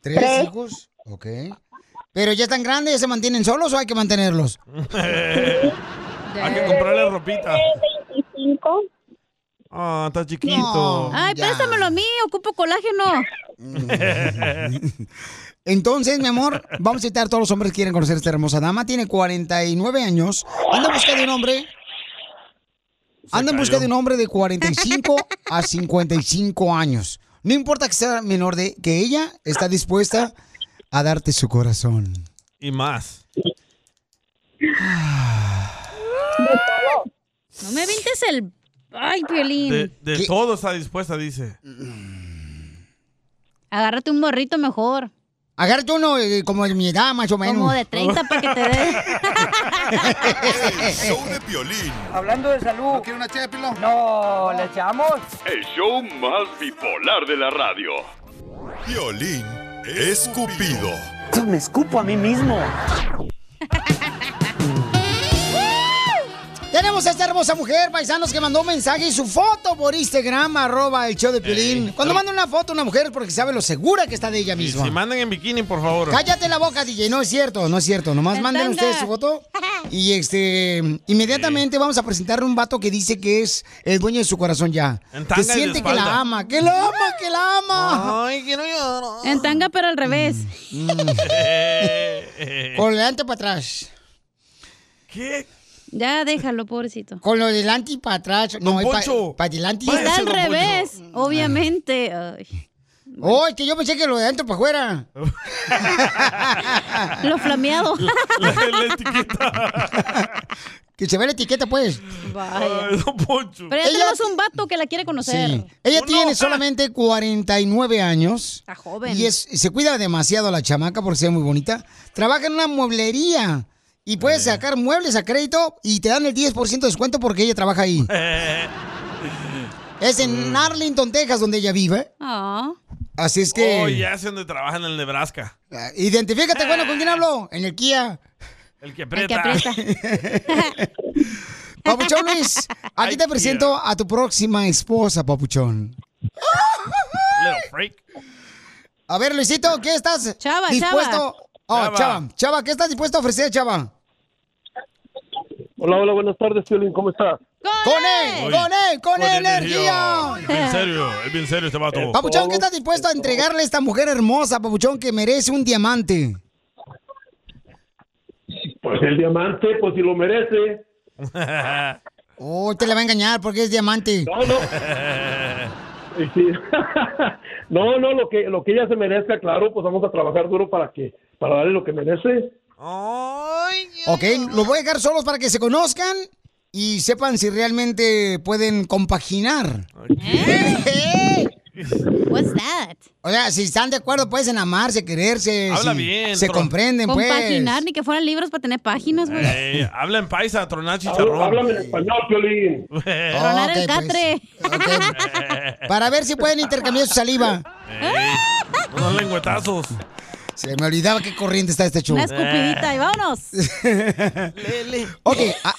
[SPEAKER 1] ¿Tres, hijos? Ok. Pero ya están grandes, ya se mantienen solos o hay que mantenerlos?
[SPEAKER 2] Hay que comprarle ropita.
[SPEAKER 11] 25.
[SPEAKER 2] Ah, está chiquito.
[SPEAKER 4] Ay, préstamelo a mí, ocupo colágeno.
[SPEAKER 1] Entonces, mi amor, vamos a invitar a todos los hombres que quieren conocer a esta hermosa dama. Tiene 49 años. Anda en busca de un hombre. Anda en busca de un hombre de 45 a 55 años. No importa que sea menor de que ella, está dispuesta a darte su corazón.
[SPEAKER 2] Y más.
[SPEAKER 11] De
[SPEAKER 4] No me vintes el. Ay, Piolín.
[SPEAKER 2] De, de todo está dispuesta, dice.
[SPEAKER 4] Agárrate un morrito mejor.
[SPEAKER 1] Agárrate uno eh, como de mi edad, más o menos.
[SPEAKER 4] Como de 30 para que te dé.
[SPEAKER 23] El show de Piolín,
[SPEAKER 15] Hablando de salud. ¿No quiere una ché de pilón? No, ¿le echamos?
[SPEAKER 23] el show más bipolar de la radio. Piolín escupido.
[SPEAKER 15] Me escupo a mí mismo.
[SPEAKER 1] Tenemos a esta hermosa mujer, paisanos, que mandó un mensaje y su foto por Instagram, arroba el show de Piolín. Cuando manda una foto una mujer es porque sabe lo segura que está de ella
[SPEAKER 2] Y
[SPEAKER 1] misma.
[SPEAKER 2] si mandan en bikini, por favor.
[SPEAKER 1] Cállate la boca, DJ. No es cierto, no es cierto. Nomás
[SPEAKER 2] En
[SPEAKER 1] manden
[SPEAKER 2] tanga.
[SPEAKER 1] ustedes su foto. Y este inmediatamente vamos a presentarle un vato que dice que es el dueño de su corazón ya.
[SPEAKER 2] En tanga
[SPEAKER 1] Que
[SPEAKER 2] y de
[SPEAKER 1] siente que la
[SPEAKER 2] espalda.
[SPEAKER 1] ama, que la ama, que la ama.
[SPEAKER 2] Ay, quiero llorar.
[SPEAKER 4] En tanga, pero al revés.
[SPEAKER 1] Mm. Con lo delante para atrás.
[SPEAKER 2] ¿Qué?
[SPEAKER 4] Ya, déjalo, pobrecito.
[SPEAKER 1] Con lo delante y para atrás. No,
[SPEAKER 4] Don
[SPEAKER 1] es para
[SPEAKER 4] Poncho.
[SPEAKER 1] delante y
[SPEAKER 4] Pues Está al revés,
[SPEAKER 1] Mm.
[SPEAKER 4] obviamente. Ay.
[SPEAKER 1] Oh, es que yo pensé que lo de adentro para afuera.
[SPEAKER 4] Lo flameado.
[SPEAKER 1] que se ve la etiqueta, pues.
[SPEAKER 4] Vaya.
[SPEAKER 2] Poncho.
[SPEAKER 4] Pero ya tenemos un vato que la quiere conocer.
[SPEAKER 1] Sí. Ella tiene solamente 49 años.
[SPEAKER 4] Está joven.
[SPEAKER 1] Y es, se cuida demasiado la chamaca porque se ve muy bonita. Trabaja en una mueblería y puede sacar muebles a crédito y te dan el 10% de descuento porque ella trabaja ahí. Es en Arlington, Texas, donde ella vive.
[SPEAKER 4] Ah.
[SPEAKER 1] Así es que.
[SPEAKER 2] Oh, ya sé dónde trabaja en el Nebraska.
[SPEAKER 1] Identifícate, bueno, ¿con quién hablo? En el Kia.
[SPEAKER 2] El que aprieta.
[SPEAKER 1] Papuchón Luis, aquí te presento a tu próxima esposa, Papuchón.
[SPEAKER 2] Little freak.
[SPEAKER 1] A ver, Luisito, ¿qué estás
[SPEAKER 4] Chava,
[SPEAKER 1] dispuesto?
[SPEAKER 4] Chava.
[SPEAKER 1] Oh,
[SPEAKER 4] Chava.
[SPEAKER 1] chava. chava, ¿qué estás dispuesto a ofrecer, Chava?
[SPEAKER 10] Hola, hola, buenas tardes, Piolín, ¿cómo estás?
[SPEAKER 1] ¡Con él!
[SPEAKER 2] Oye,
[SPEAKER 1] ¡Con él! ¡Con, energía!
[SPEAKER 2] Es bien serio, es bien serio este vato.
[SPEAKER 1] Papuchón, ¿qué estás dispuesto a entregarle a esta mujer hermosa, Papuchón, que merece un diamante?
[SPEAKER 10] Pues el diamante, pues si lo merece.
[SPEAKER 1] Oh, te la va a engañar porque es diamante.
[SPEAKER 10] No, no. Y sí. no, no, lo que, lo que ella se merezca, claro, pues vamos a trabajar duro para que, para darle lo que merece.
[SPEAKER 2] Oh,
[SPEAKER 1] Ok, los voy a dejar solos para que se conozcan y sepan si realmente pueden compaginar.
[SPEAKER 4] What's that?
[SPEAKER 1] O sea, si están de acuerdo, pues en amarse, quererse.
[SPEAKER 2] Habla
[SPEAKER 1] si
[SPEAKER 2] bien,
[SPEAKER 1] Se
[SPEAKER 2] Tron.
[SPEAKER 1] comprenden, pues.
[SPEAKER 4] Compaginar, ni que fueran libros para tener páginas, güey.
[SPEAKER 2] Ey, eh, habla en paisa, tronar chicharrón.
[SPEAKER 10] Háblame en español, Piolín.
[SPEAKER 4] Tronar
[SPEAKER 1] pues.
[SPEAKER 4] el catre.
[SPEAKER 1] Para ver si pueden intercambiar su saliva.
[SPEAKER 2] Unos lengüetazos.
[SPEAKER 1] Se me olvidaba qué corriente está este show.
[SPEAKER 4] Una escupidita y vámonos.
[SPEAKER 1] ok. ah,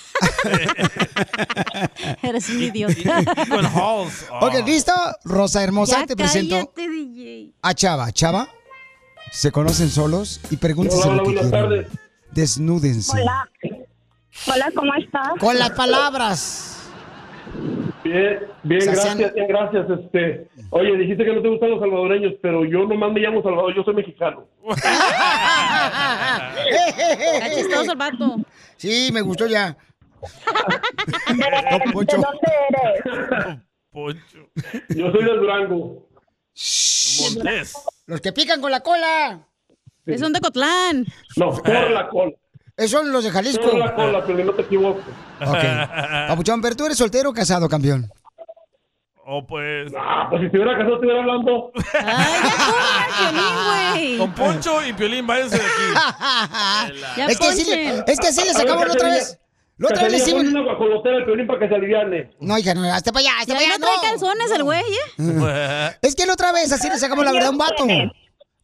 [SPEAKER 4] Eres un idiota.
[SPEAKER 1] ok, ¿listo? Rosa Hermosa,
[SPEAKER 4] Ya
[SPEAKER 1] te presento
[SPEAKER 4] cállate, DJ.
[SPEAKER 1] a Chava. Chava, se conocen solos y pregúntense
[SPEAKER 10] Hola,
[SPEAKER 1] lo que
[SPEAKER 10] buenas
[SPEAKER 1] quieran.
[SPEAKER 10] tardes.
[SPEAKER 1] Desnúdense.
[SPEAKER 8] Hola. Hola, ¿cómo estás?
[SPEAKER 1] Con las palabras.
[SPEAKER 10] Bien, bien,
[SPEAKER 1] O sea,
[SPEAKER 10] gracias,
[SPEAKER 1] sean-
[SPEAKER 10] bien, gracias. Este, oye, dijiste que no te gustan los salvadoreños, pero yo nomás me llamo Salvador, yo soy mexicano.
[SPEAKER 4] Está chistoso el vato.
[SPEAKER 1] Eh, Sí, me gustó ya.
[SPEAKER 8] ¿De dónde eres?
[SPEAKER 2] Poncho.
[SPEAKER 10] Yo soy de Durango.
[SPEAKER 2] Montes.
[SPEAKER 1] Los que pican con la cola.
[SPEAKER 4] Es un de Cotlán.
[SPEAKER 10] No, por la cola.
[SPEAKER 1] Esos Eh, son los de Jalisco.
[SPEAKER 10] Por la cola, pero no te equivoques.
[SPEAKER 1] Ah. Papuchón, pero tú eres soltero o casado, campeón.
[SPEAKER 2] Oh, pues.
[SPEAKER 10] Ah, pues si estuviera casado, estuviera hablando.
[SPEAKER 2] Con Poncho y Piolín, váyanse de aquí.
[SPEAKER 1] Ya,
[SPEAKER 15] Este
[SPEAKER 1] Es que así le- ponchen. es que así le sacamos la otra vez. La otra vez le hicimos-
[SPEAKER 10] una guacolotera al Piolín para que se aliviane.
[SPEAKER 1] No, hija, no, hasta para allá, hasta
[SPEAKER 4] Pues
[SPEAKER 1] para
[SPEAKER 4] Ya
[SPEAKER 1] allá.
[SPEAKER 4] no trae
[SPEAKER 1] no.
[SPEAKER 4] calzones el güey, ¿eh?
[SPEAKER 1] Es que la otra vez así le sacamos la verdad a un vato.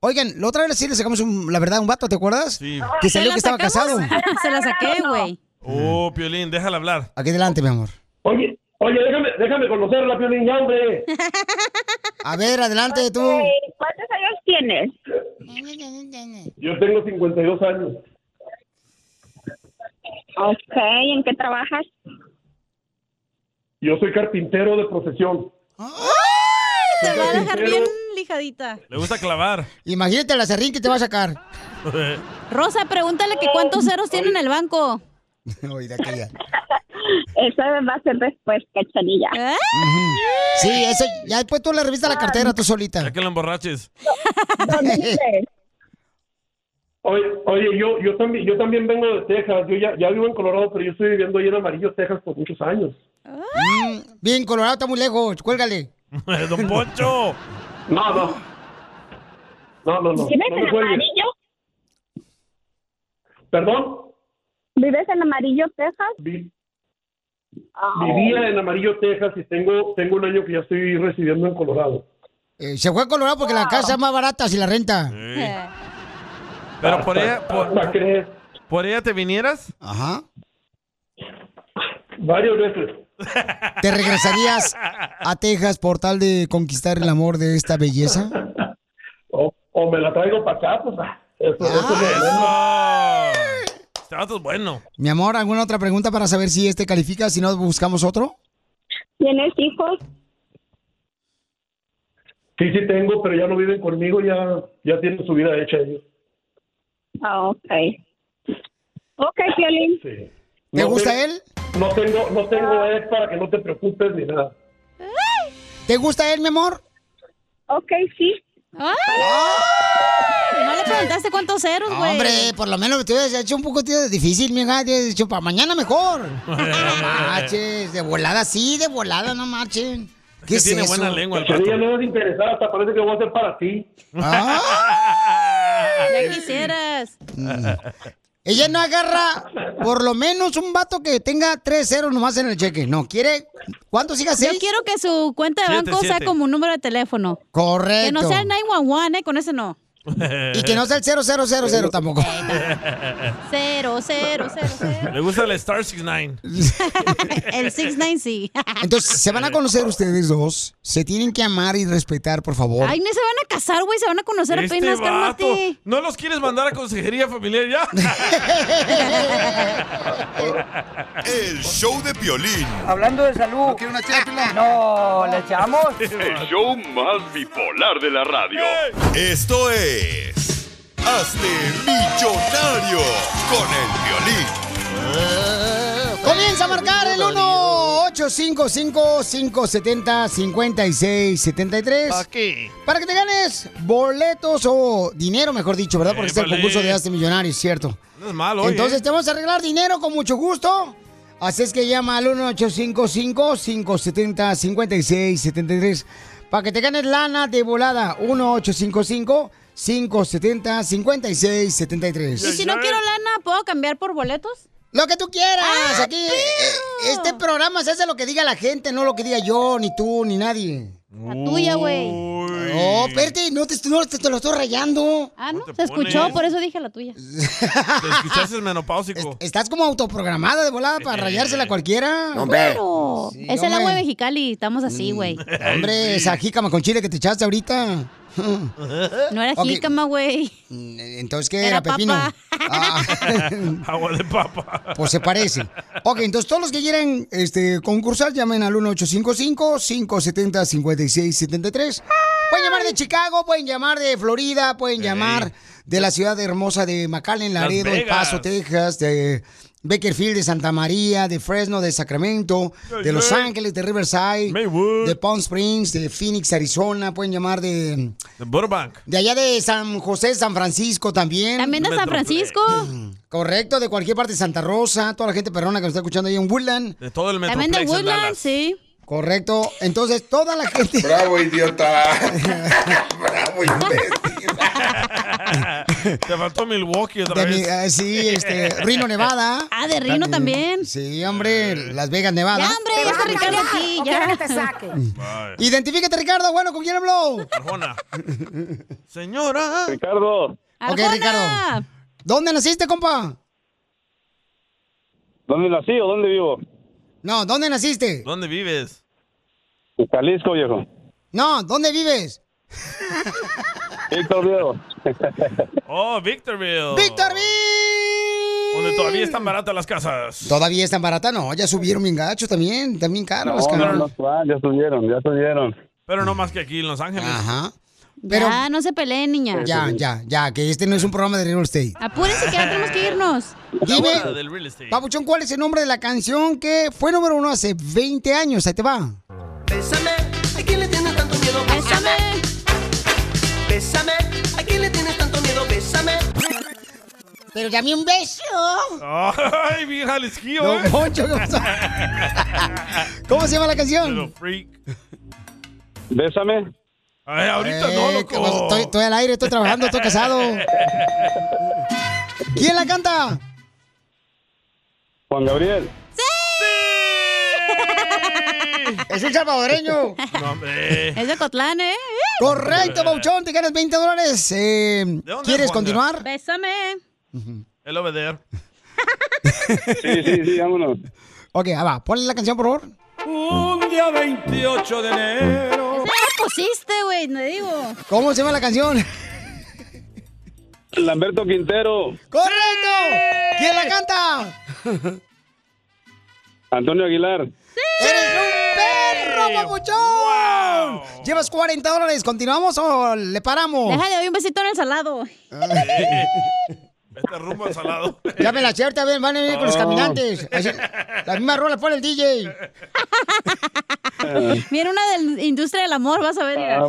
[SPEAKER 1] Oigan, la otra vez así le sacamos un- la verdad a un vato, ¿te acuerdas? Sí. Que salió
[SPEAKER 4] ¿Se la
[SPEAKER 1] que estaba casado.
[SPEAKER 4] sacamos? Se la saqué, güey.
[SPEAKER 2] Oh, Piolín, déjala hablar.
[SPEAKER 1] Aquí delante, mi amor.
[SPEAKER 10] Oye, oye, déjame, déjame conocerla, Piolín, ya, hombre.
[SPEAKER 1] A ver, adelante tú.
[SPEAKER 8] ¿Cuántos años tienes?
[SPEAKER 10] Yo tengo 52 años.
[SPEAKER 8] Ok, ¿en qué trabajas?
[SPEAKER 10] Yo soy carpintero de profesión.
[SPEAKER 4] Te va a dejar bien lijadita.
[SPEAKER 2] Le gusta clavar.
[SPEAKER 1] Imagínate la serrín que te va a sacar.
[SPEAKER 4] Rosa, pregúntale que cuántos ceros tiene en el banco.
[SPEAKER 1] Oye, de aquella.
[SPEAKER 8] Esa va a ser después, cachanilla.
[SPEAKER 4] ¿Eh?
[SPEAKER 1] Ujú. Sí, ese, ya después tú le
[SPEAKER 4] Ah.
[SPEAKER 1] revisas la cartera tú solita.
[SPEAKER 2] Ya que lo emborraches.
[SPEAKER 8] ¿Dónde vives?
[SPEAKER 5] Oye, oye, yo, yo, también, yo también vengo de Texas. Yo ya, ya vivo en Colorado, pero yo estoy viviendo ahí en Amarillo, Texas, por muchos años.
[SPEAKER 1] Bien, Colorado está muy lejos, cuélgale.
[SPEAKER 2] Don Poncho.
[SPEAKER 5] No, no. No, no, no.
[SPEAKER 11] ¿Vives
[SPEAKER 5] no
[SPEAKER 11] en
[SPEAKER 5] me cuelgues.
[SPEAKER 11] amarillo?
[SPEAKER 5] Perdón,
[SPEAKER 11] ¿Vives en amarillo, Texas?
[SPEAKER 5] Vi-
[SPEAKER 11] Ah.
[SPEAKER 5] vivía en Amarillo, Texas y tengo, tengo un año que ya estoy residiendo en Colorado.
[SPEAKER 1] Eh, se fue a Colorado porque la casa es más barata si la renta.
[SPEAKER 4] Eh.
[SPEAKER 2] Pero por ella, por, por ella te vinieras.
[SPEAKER 1] Ajá.
[SPEAKER 5] Varios veces.
[SPEAKER 1] ¿Te regresarías a Texas por tal de conquistar el amor de esta belleza?
[SPEAKER 5] O, o me la traigo para acá, pues. ah, Eso, eso es lo de menos.
[SPEAKER 2] Eso. Estaba todo Este bueno.
[SPEAKER 1] Mi amor, ¿alguna otra pregunta para saber si este califica? Si no, buscamos otro.
[SPEAKER 11] ¿Tienes hijos?
[SPEAKER 5] Sí, sí tengo, pero ya no viven conmigo, ya, ya tienen su vida hecha ellos.
[SPEAKER 11] Ah, ok. Ok, Piolín.
[SPEAKER 5] Sí.
[SPEAKER 11] ¿Te gusta
[SPEAKER 5] tengo- No tengo, no tengo
[SPEAKER 11] Ah.
[SPEAKER 5] ex para que no te preocupes ni nada.
[SPEAKER 1] ¿Te gusta él, mi amor?
[SPEAKER 11] Ok, sí.
[SPEAKER 4] No le preguntaste cuántos ceros, güey.
[SPEAKER 1] ¡Ah! Hombre, por lo menos te hubieras hecho un poco tío, difícil, mija. Te hubieras dicho, para mañana mejor. No marches, de volada sí, de volada, no marchen. ¿Qué es eso?
[SPEAKER 5] Que ella no es interesada, hasta parece que voy a hacer para ti.
[SPEAKER 1] Ah.
[SPEAKER 4] Ya quisieras.
[SPEAKER 1] Ella no agarra por lo menos un vato que tenga tres ceros nomás en el cheque. No, quiere... ¿Cuántos hijas
[SPEAKER 4] Yo quiero que su cuenta de
[SPEAKER 1] Siete,
[SPEAKER 4] banco sea
[SPEAKER 1] siete.
[SPEAKER 4] como un número de teléfono.
[SPEAKER 1] Correcto.
[SPEAKER 4] Que no sea el 911, ¿eh? Con ese no.
[SPEAKER 1] Y que no sea el 0000 tampoco.
[SPEAKER 4] Cero, cero, cero, cero.
[SPEAKER 2] Le gusta el Star 69.
[SPEAKER 4] El 69 sí.
[SPEAKER 1] Entonces, se van a conocer ustedes dos. Se tienen que amar y respetar, por favor.
[SPEAKER 4] Ay, ni se van a casar, güey. Se van a conocer
[SPEAKER 2] Este
[SPEAKER 4] apenas,
[SPEAKER 2] vato,
[SPEAKER 4] cálmate.
[SPEAKER 2] ¿No los quieres mandar a consejería familiar ya?
[SPEAKER 9] El show de Piolín.
[SPEAKER 15] Hablando de salud. ¿No quiere una ché de pilón? No, ¿le echamos?
[SPEAKER 9] El show más bipolar de la radio. Esto es. Hazte millonario con el violín.
[SPEAKER 1] Comienza a marcar el 1-855-570-5673.
[SPEAKER 2] Aquí.
[SPEAKER 1] Para que te ganes boletos o dinero, mejor dicho, ¿verdad? Porque está el
[SPEAKER 2] Épale.
[SPEAKER 1] concurso de Hazte Millonario, ¿cierto?
[SPEAKER 2] No es malo, oye. eh,
[SPEAKER 1] Entonces te vamos a arreglar dinero con mucho gusto. Así es que llama al 1-855-570-5673 para que te ganes lana de volada. 1-855-570-5673.
[SPEAKER 4] Y si no quiero lana, ¿puedo cambiar por boletos?
[SPEAKER 1] Lo que tú quieras.
[SPEAKER 4] ¡Ah!
[SPEAKER 1] Aquí, eh, eh, este programa se hace lo que diga la gente, no lo que diga yo, ni tú, ni nadie. La
[SPEAKER 4] tuya, güey.
[SPEAKER 1] No, espérate, no te, no te- te lo estoy rayando.
[SPEAKER 4] Ah, no, se
[SPEAKER 2] te
[SPEAKER 4] escuchó,
[SPEAKER 2] pones?
[SPEAKER 4] por eso dije la tuya.
[SPEAKER 2] Te escuchaste el menopáusico.
[SPEAKER 1] Estás como autoprogramada de volada para rayársela a cualquiera.
[SPEAKER 2] No, hombre.
[SPEAKER 4] Claro.
[SPEAKER 1] Sí,
[SPEAKER 4] es el agua
[SPEAKER 1] hombre. Mm.
[SPEAKER 4] de Mexicali, estamos así, güey.
[SPEAKER 1] Hombre, esa jícama con chile que te echaste ahorita.
[SPEAKER 4] No era
[SPEAKER 1] Ok.
[SPEAKER 4] jícama, güey.
[SPEAKER 1] Entonces, ¿qué
[SPEAKER 4] Era
[SPEAKER 1] era, pepino? Ah.
[SPEAKER 4] papa.
[SPEAKER 2] Agua de papa.
[SPEAKER 1] Pues se parece. Ok, entonces todos los que quieran este, concursar, llamen al 1855-570-5673. Pueden llamar de Chicago, pueden llamar de Florida, pueden llamar de la ciudad hermosa de McAllen,
[SPEAKER 3] Las
[SPEAKER 1] Laredo, El
[SPEAKER 3] Vegas.
[SPEAKER 1] Paso, Texas, de Bakerfield, de Santa María, de Fresno, de Sacramento, de Los
[SPEAKER 3] Yeah, yeah.
[SPEAKER 1] Ángeles, de Riverside, de Palm Springs, de Phoenix, Arizona. Pueden llamar de,
[SPEAKER 2] De Burbank.
[SPEAKER 1] de allá de San José, San Francisco también.
[SPEAKER 4] También de San Francisco.
[SPEAKER 1] Correcto, de cualquier parte de Santa Rosa, toda la gente perrona que nos está escuchando ahí en Woodland.
[SPEAKER 2] De todo el
[SPEAKER 4] También de
[SPEAKER 2] metroplex en
[SPEAKER 4] Woodland,
[SPEAKER 2] Dallas.
[SPEAKER 4] sí.
[SPEAKER 1] Correcto, entonces toda la gente...
[SPEAKER 3] Bravo, idiota. Bravo, imbécil.
[SPEAKER 2] Te faltó Milwaukee otra
[SPEAKER 1] De mi-
[SPEAKER 2] vez.
[SPEAKER 1] ah, sí, este, Rino, Nevada.
[SPEAKER 4] Ah, de Rino también.
[SPEAKER 1] Sí, hombre, Las Vegas, Nevada.
[SPEAKER 4] Ya, hombre, ya está Ricardo aquí, ya.
[SPEAKER 1] Identifícate, Ricardo. Bueno, ¿con quién habló?
[SPEAKER 2] Arjona. Señora.
[SPEAKER 12] Ricardo.
[SPEAKER 1] Ok, Ricardo. ¿Dónde naciste, compa?
[SPEAKER 12] ¿Dónde nací o dónde vivo?
[SPEAKER 1] No, ¿dónde naciste?
[SPEAKER 2] ¿Dónde vives?
[SPEAKER 12] En Jalisco, viejo.
[SPEAKER 1] No, ¿dónde vives?
[SPEAKER 12] Víctor Diego.
[SPEAKER 2] Oh, Victorville.
[SPEAKER 1] ¡Victorville!
[SPEAKER 2] Donde todavía están baratas las casas.
[SPEAKER 1] Todavía es tan barata, no, ya subieron bien gacho también, también caro las
[SPEAKER 12] no, no,
[SPEAKER 1] caras.
[SPEAKER 12] no, ah, ya subieron, ya subieron.
[SPEAKER 2] Pero no más que aquí en Los Ángeles.
[SPEAKER 1] Ajá.
[SPEAKER 4] ya, no se peleen, niña.
[SPEAKER 1] Ya, ya, ya, que este no es un programa de real estate.
[SPEAKER 4] Apúrense que ya tenemos que irnos.
[SPEAKER 1] Dime,
[SPEAKER 2] hora del real estate.
[SPEAKER 1] Papuchón, ¿cuál es el nombre de la canción que fue número uno hace 20 años? Ahí te va.
[SPEAKER 23] Bésame, ¿a quién le tienes tanto miedo? Bésame. Bésame, ¿a quién le tienes tanto miedo? Bésame.
[SPEAKER 1] Pero dame un beso.
[SPEAKER 2] Ay, bien jalisquillo,
[SPEAKER 1] Don
[SPEAKER 2] eh.
[SPEAKER 1] Poncho, ¿cómo ¿Cómo se llama la
[SPEAKER 2] Little
[SPEAKER 1] canción?
[SPEAKER 2] freak.
[SPEAKER 12] Bésame.
[SPEAKER 2] Ay, ahorita no,
[SPEAKER 1] Eh,
[SPEAKER 2] loco.
[SPEAKER 1] ¿qué pasó? Estoy, estoy al aire, estoy trabajando, estoy casado. ¿Quién la canta?
[SPEAKER 12] Juan Gabriel.
[SPEAKER 1] Es un salvadoreño.
[SPEAKER 2] No, hombre.
[SPEAKER 4] Es de Cotlán, ¿eh?
[SPEAKER 1] Correcto, Bauchón, te ganas 20 dólares. Eh,
[SPEAKER 2] dónde
[SPEAKER 1] ¿Quieres
[SPEAKER 2] es Juanga?
[SPEAKER 1] continuar?
[SPEAKER 4] Bésame.
[SPEAKER 2] El obeder.
[SPEAKER 12] Sí, sí, sí, vámonos.
[SPEAKER 1] Ok, ah, va, ponle la canción, por favor.
[SPEAKER 2] Un día 28 de enero.
[SPEAKER 4] Esa ya la pusiste, güey, no digo.
[SPEAKER 1] ¿Cómo se llama la canción?
[SPEAKER 12] Lamberto Quintero.
[SPEAKER 1] ¡Correcto! ¿Quién la canta?
[SPEAKER 12] Antonio Aguilar.
[SPEAKER 2] Este
[SPEAKER 1] ¡Eres un perro, papuchón! Llevas 40 dólares, ¿continuamos o le paramos?
[SPEAKER 4] Déjale, doy un besito en el salado.
[SPEAKER 2] Vete rumbo al salado.
[SPEAKER 1] Ya me la cierta, ven, van a venir con los
[SPEAKER 2] Oh.
[SPEAKER 1] caminantes. Así, la misma rola pone el DJ.
[SPEAKER 12] Ah,
[SPEAKER 4] Mira una de la industria del amor, vas a ver. mira.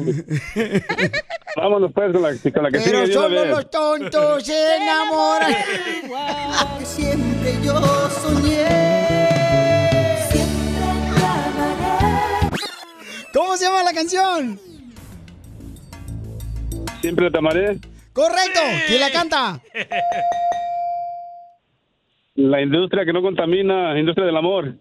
[SPEAKER 12] Vámonos pues con la, con la que
[SPEAKER 1] Pero
[SPEAKER 12] sigue de una
[SPEAKER 1] solo
[SPEAKER 12] vez.
[SPEAKER 1] los tontos se enamoran.
[SPEAKER 23] Que siempre yo soñé. Siempre
[SPEAKER 1] ¿Cómo se llama la canción?
[SPEAKER 12] Siempre te amaré.
[SPEAKER 1] Correcto. ¿Quién la canta?
[SPEAKER 12] La industria que no contamina, industria del amor.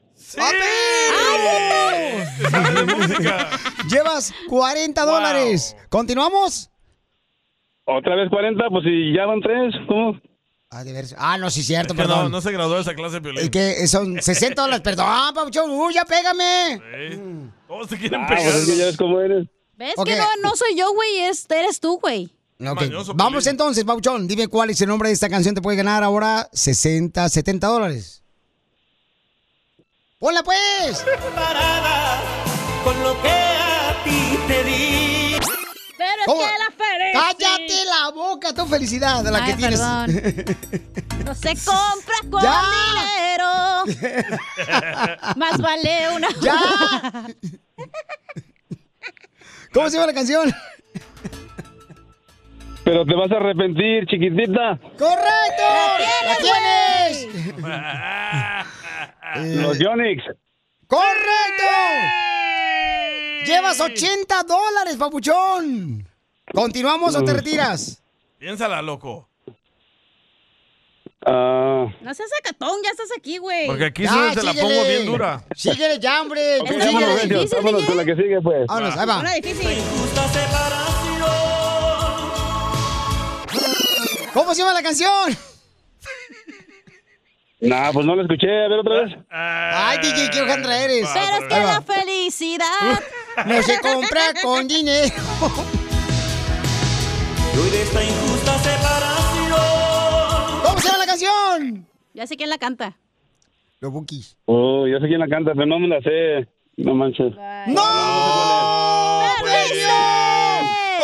[SPEAKER 1] Llevas 40 dólares. ¿Continuamos?
[SPEAKER 12] Otra vez 40, pues si ya van tres, ¿cómo?
[SPEAKER 1] Ah, de ver- ah, no, sí, cierto,
[SPEAKER 2] Es que no,
[SPEAKER 1] perdón.
[SPEAKER 2] no se graduó de esa clase de violín.
[SPEAKER 1] Es que son 60 dólares, perdón, ah, Papuchón, uh, ya pégame.
[SPEAKER 2] Eh, Todos se quieren
[SPEAKER 12] Ah,
[SPEAKER 2] pegar.
[SPEAKER 12] pues es que ya ves cómo eres.
[SPEAKER 4] ¿Ves
[SPEAKER 1] Ok.
[SPEAKER 4] que no, no soy yo, güey? es- Eres tú, güey.
[SPEAKER 1] Ok, Vamos entonces, Papuchón, dime cuál es el nombre de esta canción, te puede ganar ahora 60, 70 dólares. ¡Hola, pues!
[SPEAKER 23] Parada con lo que a ti te di.
[SPEAKER 4] Pero
[SPEAKER 1] ¿Cómo?
[SPEAKER 4] es que la Ferencia-
[SPEAKER 1] ¡Cállate la boca, tu felicidad de la
[SPEAKER 4] Ay,
[SPEAKER 1] que tienes!
[SPEAKER 4] No se compra con
[SPEAKER 1] Ya.
[SPEAKER 4] dinero. Más vale una.
[SPEAKER 1] ¡Ya! ¿Cómo se llama la canción?
[SPEAKER 12] Pero te vas a arrepentir, chiquitita.
[SPEAKER 1] ¡Correcto! ¡La tienes! Eh.
[SPEAKER 12] Los Yonix.
[SPEAKER 1] ¡Correcto! Llevas 80 dólares, Papuchón. ¿Continuamos o te retiras?
[SPEAKER 2] Piénsala, loco.
[SPEAKER 12] Ah,
[SPEAKER 4] No seas sacatón, ya estás aquí, güey.
[SPEAKER 2] Porque aquí solo te la pongo bien dura.
[SPEAKER 1] Síguele ya, hombre.
[SPEAKER 12] ok,
[SPEAKER 1] Tú
[SPEAKER 12] vámonos,
[SPEAKER 1] síguele.
[SPEAKER 12] Bencho, vámonos con la que sigue, pues.
[SPEAKER 1] Vámonos, ahí va. ¿Cómo se llama la canción?
[SPEAKER 12] Nah, pues no la escuché. A ver otra vez.
[SPEAKER 1] Ay, DJ, qué hojandra eres.
[SPEAKER 4] Ah. Pero es que
[SPEAKER 1] Ahí va.
[SPEAKER 4] la felicidad.
[SPEAKER 1] No se compra con dinero.
[SPEAKER 23] Y hoy de esta injusta separación.
[SPEAKER 1] ¿Cómo se llama la canción?
[SPEAKER 4] Ya sé quién la canta.
[SPEAKER 1] Los Bukis.
[SPEAKER 12] Oh, yo sé quién la canta, pero no me la sé. No manches.
[SPEAKER 1] ¡No! ¡Perdió!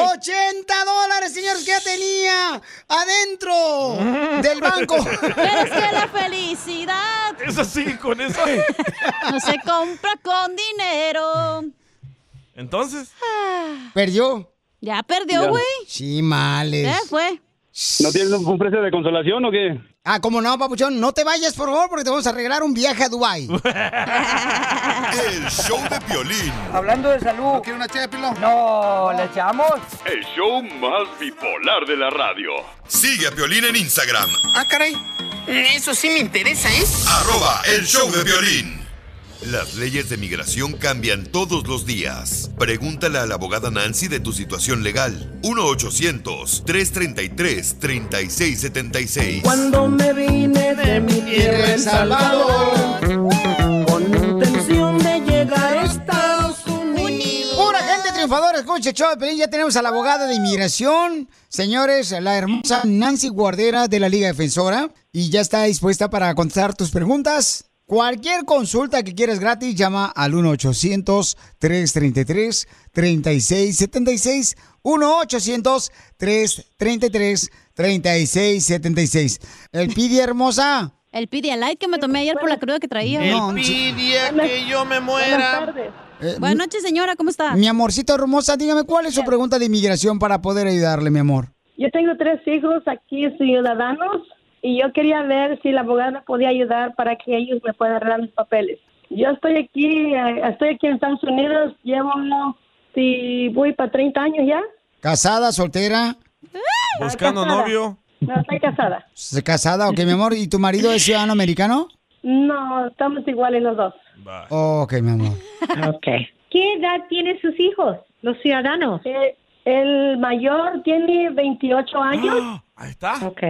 [SPEAKER 1] ¡80 dólares, señores, que ya tenía adentro del banco!
[SPEAKER 4] Pero es que la felicidad
[SPEAKER 2] Esa sigue con eso.
[SPEAKER 4] no se compra con dinero.
[SPEAKER 2] Entonces,
[SPEAKER 4] Ah,
[SPEAKER 1] ¿Perdió?
[SPEAKER 4] Ya perdió,
[SPEAKER 12] Ya.
[SPEAKER 4] güey.
[SPEAKER 1] Sí, males.
[SPEAKER 4] Ya fue.
[SPEAKER 12] ¿No tienes un un precio de consolación o qué?
[SPEAKER 1] Ah, ¿cómo no, papuchón? No te vayas, por favor, porque te vamos a arreglar un viaje a Dubái.
[SPEAKER 9] El show de Piolín.
[SPEAKER 15] Hablando de salud. ¿No quiere una ché, Pilón? No, ¿le echamos?
[SPEAKER 9] El show más bipolar de la radio. Sigue a Piolín en Instagram.
[SPEAKER 23] Ah, caray. Eso sí me interesa, ¿eh?
[SPEAKER 9] Arroba el show de Piolín. Las leyes de migración cambian todos los días. Pregúntale a la abogada Nancy de tu situación legal. 1-800-333-3676.
[SPEAKER 23] Cuando me vine de mi tierra El Salvador, con intención de llegar a Estados Unidos.
[SPEAKER 1] Pura gente triunfadora, escuche, show de Pelín, ya tenemos a la abogada de inmigración, señores, la hermosa Nancy Guardera de la Liga Defensora, y ya está dispuesta para contestar tus preguntas. Cualquier consulta que quieras gratis, llama al 1-800-333-3676, 1-800-333-3676. El pidi hermosa.
[SPEAKER 4] El pidi al like que me tomé ayer por la cruda que traía.
[SPEAKER 1] El
[SPEAKER 4] No,
[SPEAKER 2] día que yo me muera.
[SPEAKER 1] Eh,
[SPEAKER 4] Buenas noches, señora, ¿cómo está?
[SPEAKER 1] Mi amorcito hermosa, dígame cuál es su pregunta de inmigración para poder ayudarle, mi amor.
[SPEAKER 16] Yo tengo tres hijos aquí ciudadanos
[SPEAKER 14] y yo quería ver si la abogada me podía ayudar para que ellos me puedan arreglar mis papeles. Yo estoy aquí, eh, estoy aquí en Estados Unidos, llevo, si voy para 30 años ya.
[SPEAKER 1] ¿Casada, soltera?
[SPEAKER 2] Buscando
[SPEAKER 14] casada.
[SPEAKER 2] novio.
[SPEAKER 14] No, estoy casada.
[SPEAKER 1] ¿Se- ¿Casada? Ok, mi amor. ¿Y tu marido es ciudadano americano?
[SPEAKER 14] No, estamos iguales los dos.
[SPEAKER 1] Ok, mi amor.
[SPEAKER 16] Ok. ¿Qué edad tienen sus hijos, los ciudadanos?
[SPEAKER 14] Eh, el mayor tiene 28 años.
[SPEAKER 2] Ahí está.
[SPEAKER 16] Ok.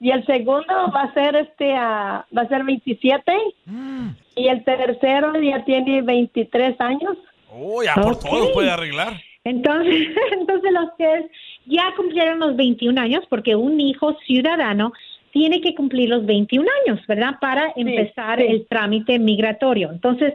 [SPEAKER 14] Y el segundo va a ser este ah, va a ser 27.
[SPEAKER 16] Mm.
[SPEAKER 14] Y el tercero ya tiene 23 años.
[SPEAKER 2] Oh, ya por
[SPEAKER 16] Ok.
[SPEAKER 2] todo puede arreglar.
[SPEAKER 16] Entonces, entonces los que ya cumplieron los 21 años, porque un hijo ciudadano tiene que cumplir los 21 años, ¿verdad? Para empezar
[SPEAKER 14] sí.
[SPEAKER 16] el trámite migratorio. Entonces,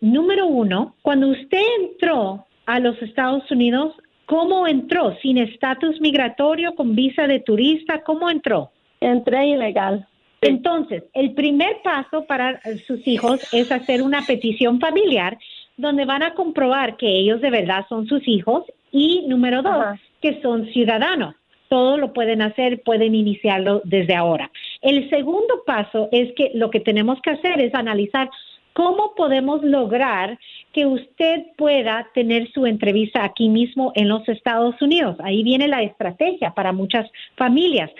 [SPEAKER 16] número uno, cuando usted entró a los Estados Unidos, ¿cómo entró? ¿Sin estatus migratorio, con visa de turista? ¿Cómo entró?
[SPEAKER 14] Entré ilegal.
[SPEAKER 16] Entonces, el primer paso para eh, sus hijos es hacer una petición familiar donde van a comprobar que ellos de verdad son sus hijos y número dos, que son ciudadanos. Todo lo pueden hacer, pueden iniciarlo desde ahora. El segundo paso es que lo que tenemos que hacer es analizar cómo podemos lograr que usted pueda tener su entrevista aquí mismo en los Estados Unidos. Ahí viene la estrategia para muchas familias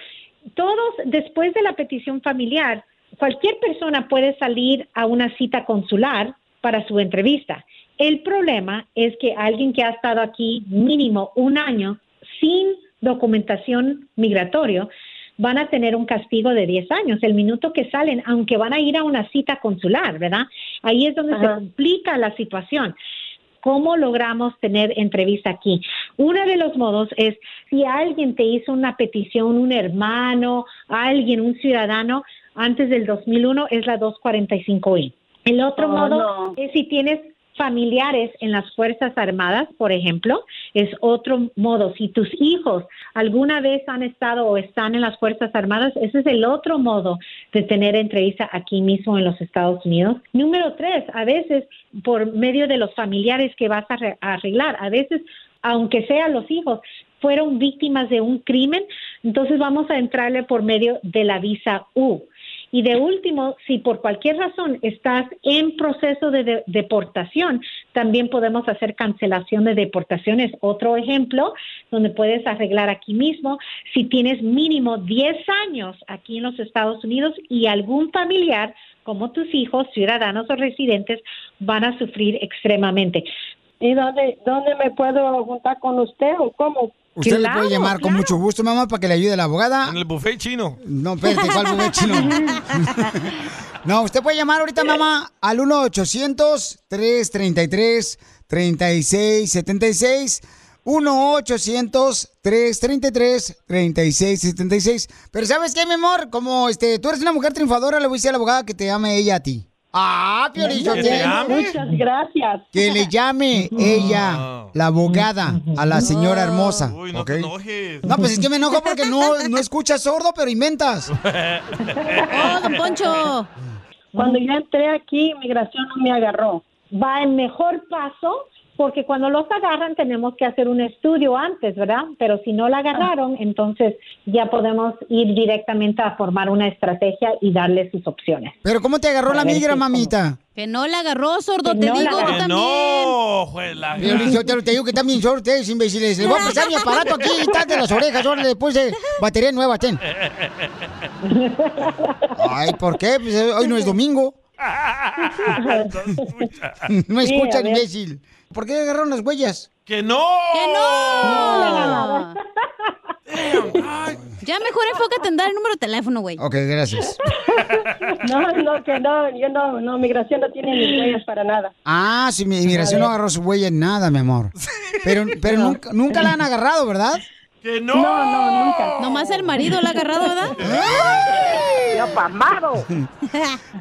[SPEAKER 16] todos, después de la petición familiar, cualquier persona puede salir a una cita consular para su entrevista. El problema es que alguien que ha estado aquí mínimo un año sin documentación migratoria van a tener un castigo de 10 años el minuto que salen, aunque van a ir a una cita consular, ¿verdad? Ahí es donde se
[SPEAKER 14] Ajá.
[SPEAKER 16] complica la situación cómo logramos tener entrevista aquí. Uno de los modos es si alguien te hizo una petición, un hermano, alguien, un ciudadano, antes del 2001 es la 245I. E. El otro
[SPEAKER 14] Oh,
[SPEAKER 16] modo
[SPEAKER 14] no.
[SPEAKER 16] es Eh, si tienes familiares en las Fuerzas Armadas, por ejemplo, es otro modo. Si tus hijos alguna vez han estado o están en las Fuerzas Armadas, ese es el otro modo de tener entrevista aquí mismo en los Estados Unidos. Número tres, a veces por medio de los familiares que vas a re- a arreglar, a veces, aunque sean los hijos, fueron víctimas de un crimen, entonces vamos a entrarle por medio de la visa U. Y de último, si por cualquier razón estás en proceso de, de- deportación, también podemos hacer cancelación de deportaciones. Otro ejemplo donde puedes arreglar aquí mismo, si tienes mínimo 10 años aquí en los Estados Unidos y algún familiar como tus hijos, ciudadanos o residentes, van a sufrir extremadamente.
[SPEAKER 14] ¿Y dónde, dónde me puedo juntar con usted o cómo?
[SPEAKER 1] Usted le puede llamar con mucho gusto, mamá, para que le ayude la abogada.
[SPEAKER 2] En el buffet chino.
[SPEAKER 1] No, espérate, ¿cuál bebé chino? no, usted puede llamar ahorita, mamá, al 1-800-333-3676. 1-800-333-3676. Pero ¿sabes qué, mi amor? Como este, tú eres una mujer triunfadora, le voy a decir a la abogada que te llame ella a ti. Ah, Piolín, yo
[SPEAKER 14] Que
[SPEAKER 1] te-
[SPEAKER 14] te llame. Muchas gracias.
[SPEAKER 1] Que le llame ella, la abogada, a la señora hermosa.
[SPEAKER 2] Uy, no
[SPEAKER 1] ¿ok?
[SPEAKER 2] te enojes.
[SPEAKER 1] No, pues es que me enojo porque no, no escuchas sordo, pero inventas.
[SPEAKER 14] Oh, don Poncho. Cuando yo entré aquí, inmigración no me agarró.
[SPEAKER 16] va el mejor paso porque cuando los agarran tenemos que hacer un estudio antes, ¿verdad? Pero si no la agarraron, entonces ya podemos ir directamente a formar una estrategia y darle sus opciones.
[SPEAKER 1] Pero ¿cómo te agarró la migra, mamita?
[SPEAKER 4] Que no la agarró, sordo,
[SPEAKER 16] Que
[SPEAKER 4] te
[SPEAKER 16] no la
[SPEAKER 4] digo
[SPEAKER 16] agarró.
[SPEAKER 4] yo
[SPEAKER 2] Que
[SPEAKER 4] también.
[SPEAKER 2] no, juela.
[SPEAKER 1] Piolín, Yo te, lo- te digo que también son ustedes imbéciles. Les voy a pasar mi aparato aquí, estás de las orejas, ahora le puse batería nueva, ten. Ay, ¿por qué? Pues, eh, hoy no es domingo. No
[SPEAKER 16] Sí, a
[SPEAKER 1] escuchan,
[SPEAKER 16] ver.
[SPEAKER 1] imbécil. ¿Por qué agarraron las huellas?
[SPEAKER 2] ¡Que no!
[SPEAKER 4] ¡Que no! ya mejor enfócate en dar el número de teléfono, güey.
[SPEAKER 1] Ok, gracias.
[SPEAKER 14] No, no, que no, yo no, no, migración no tiene ni huellas para nada.
[SPEAKER 1] Ah, si mi inmigración no agarró su huella en nada, mi amor. Pero, pero nunca, nunca la han agarrado, ¿verdad?
[SPEAKER 2] ¡Que no!
[SPEAKER 4] No, no, nunca. Nomás el marido la ha agarrado, ¿verdad?
[SPEAKER 1] ¿Eh? ¡Ya pamado!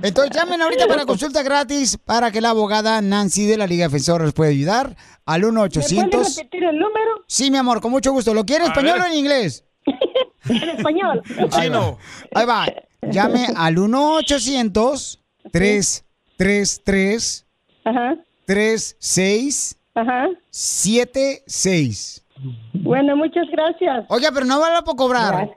[SPEAKER 1] Entonces llamen ahorita para consulta gratis para que la abogada Nancy de la Liga Defensora les pueda ayudar al
[SPEAKER 14] ¿Me puedes
[SPEAKER 1] 1-800.
[SPEAKER 14] repetir el número?
[SPEAKER 1] Sí, mi amor, con mucho gusto. ¿Lo quiere en
[SPEAKER 14] A
[SPEAKER 1] español
[SPEAKER 14] ver.
[SPEAKER 1] o en inglés?
[SPEAKER 14] En español.
[SPEAKER 1] Ahí va. Ahí va. Llame al 1-800 333 3676.
[SPEAKER 10] Bueno, muchas gracias.
[SPEAKER 1] Oiga, pero no va a hablar por cobrar.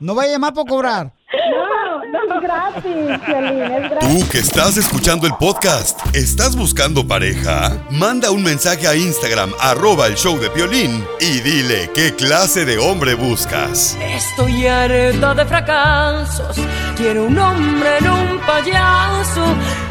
[SPEAKER 1] No va a llamar por cobrar.
[SPEAKER 10] No, no es gratis, Piolín, es gratis.
[SPEAKER 9] Tú que estás escuchando el podcast, ¿estás buscando pareja? Manda un mensaje a Instagram, arroba el show de Piolín, y dile qué clase de hombre buscas.
[SPEAKER 3] Estoy harta de fracasos. Quiero un hombre en un payaso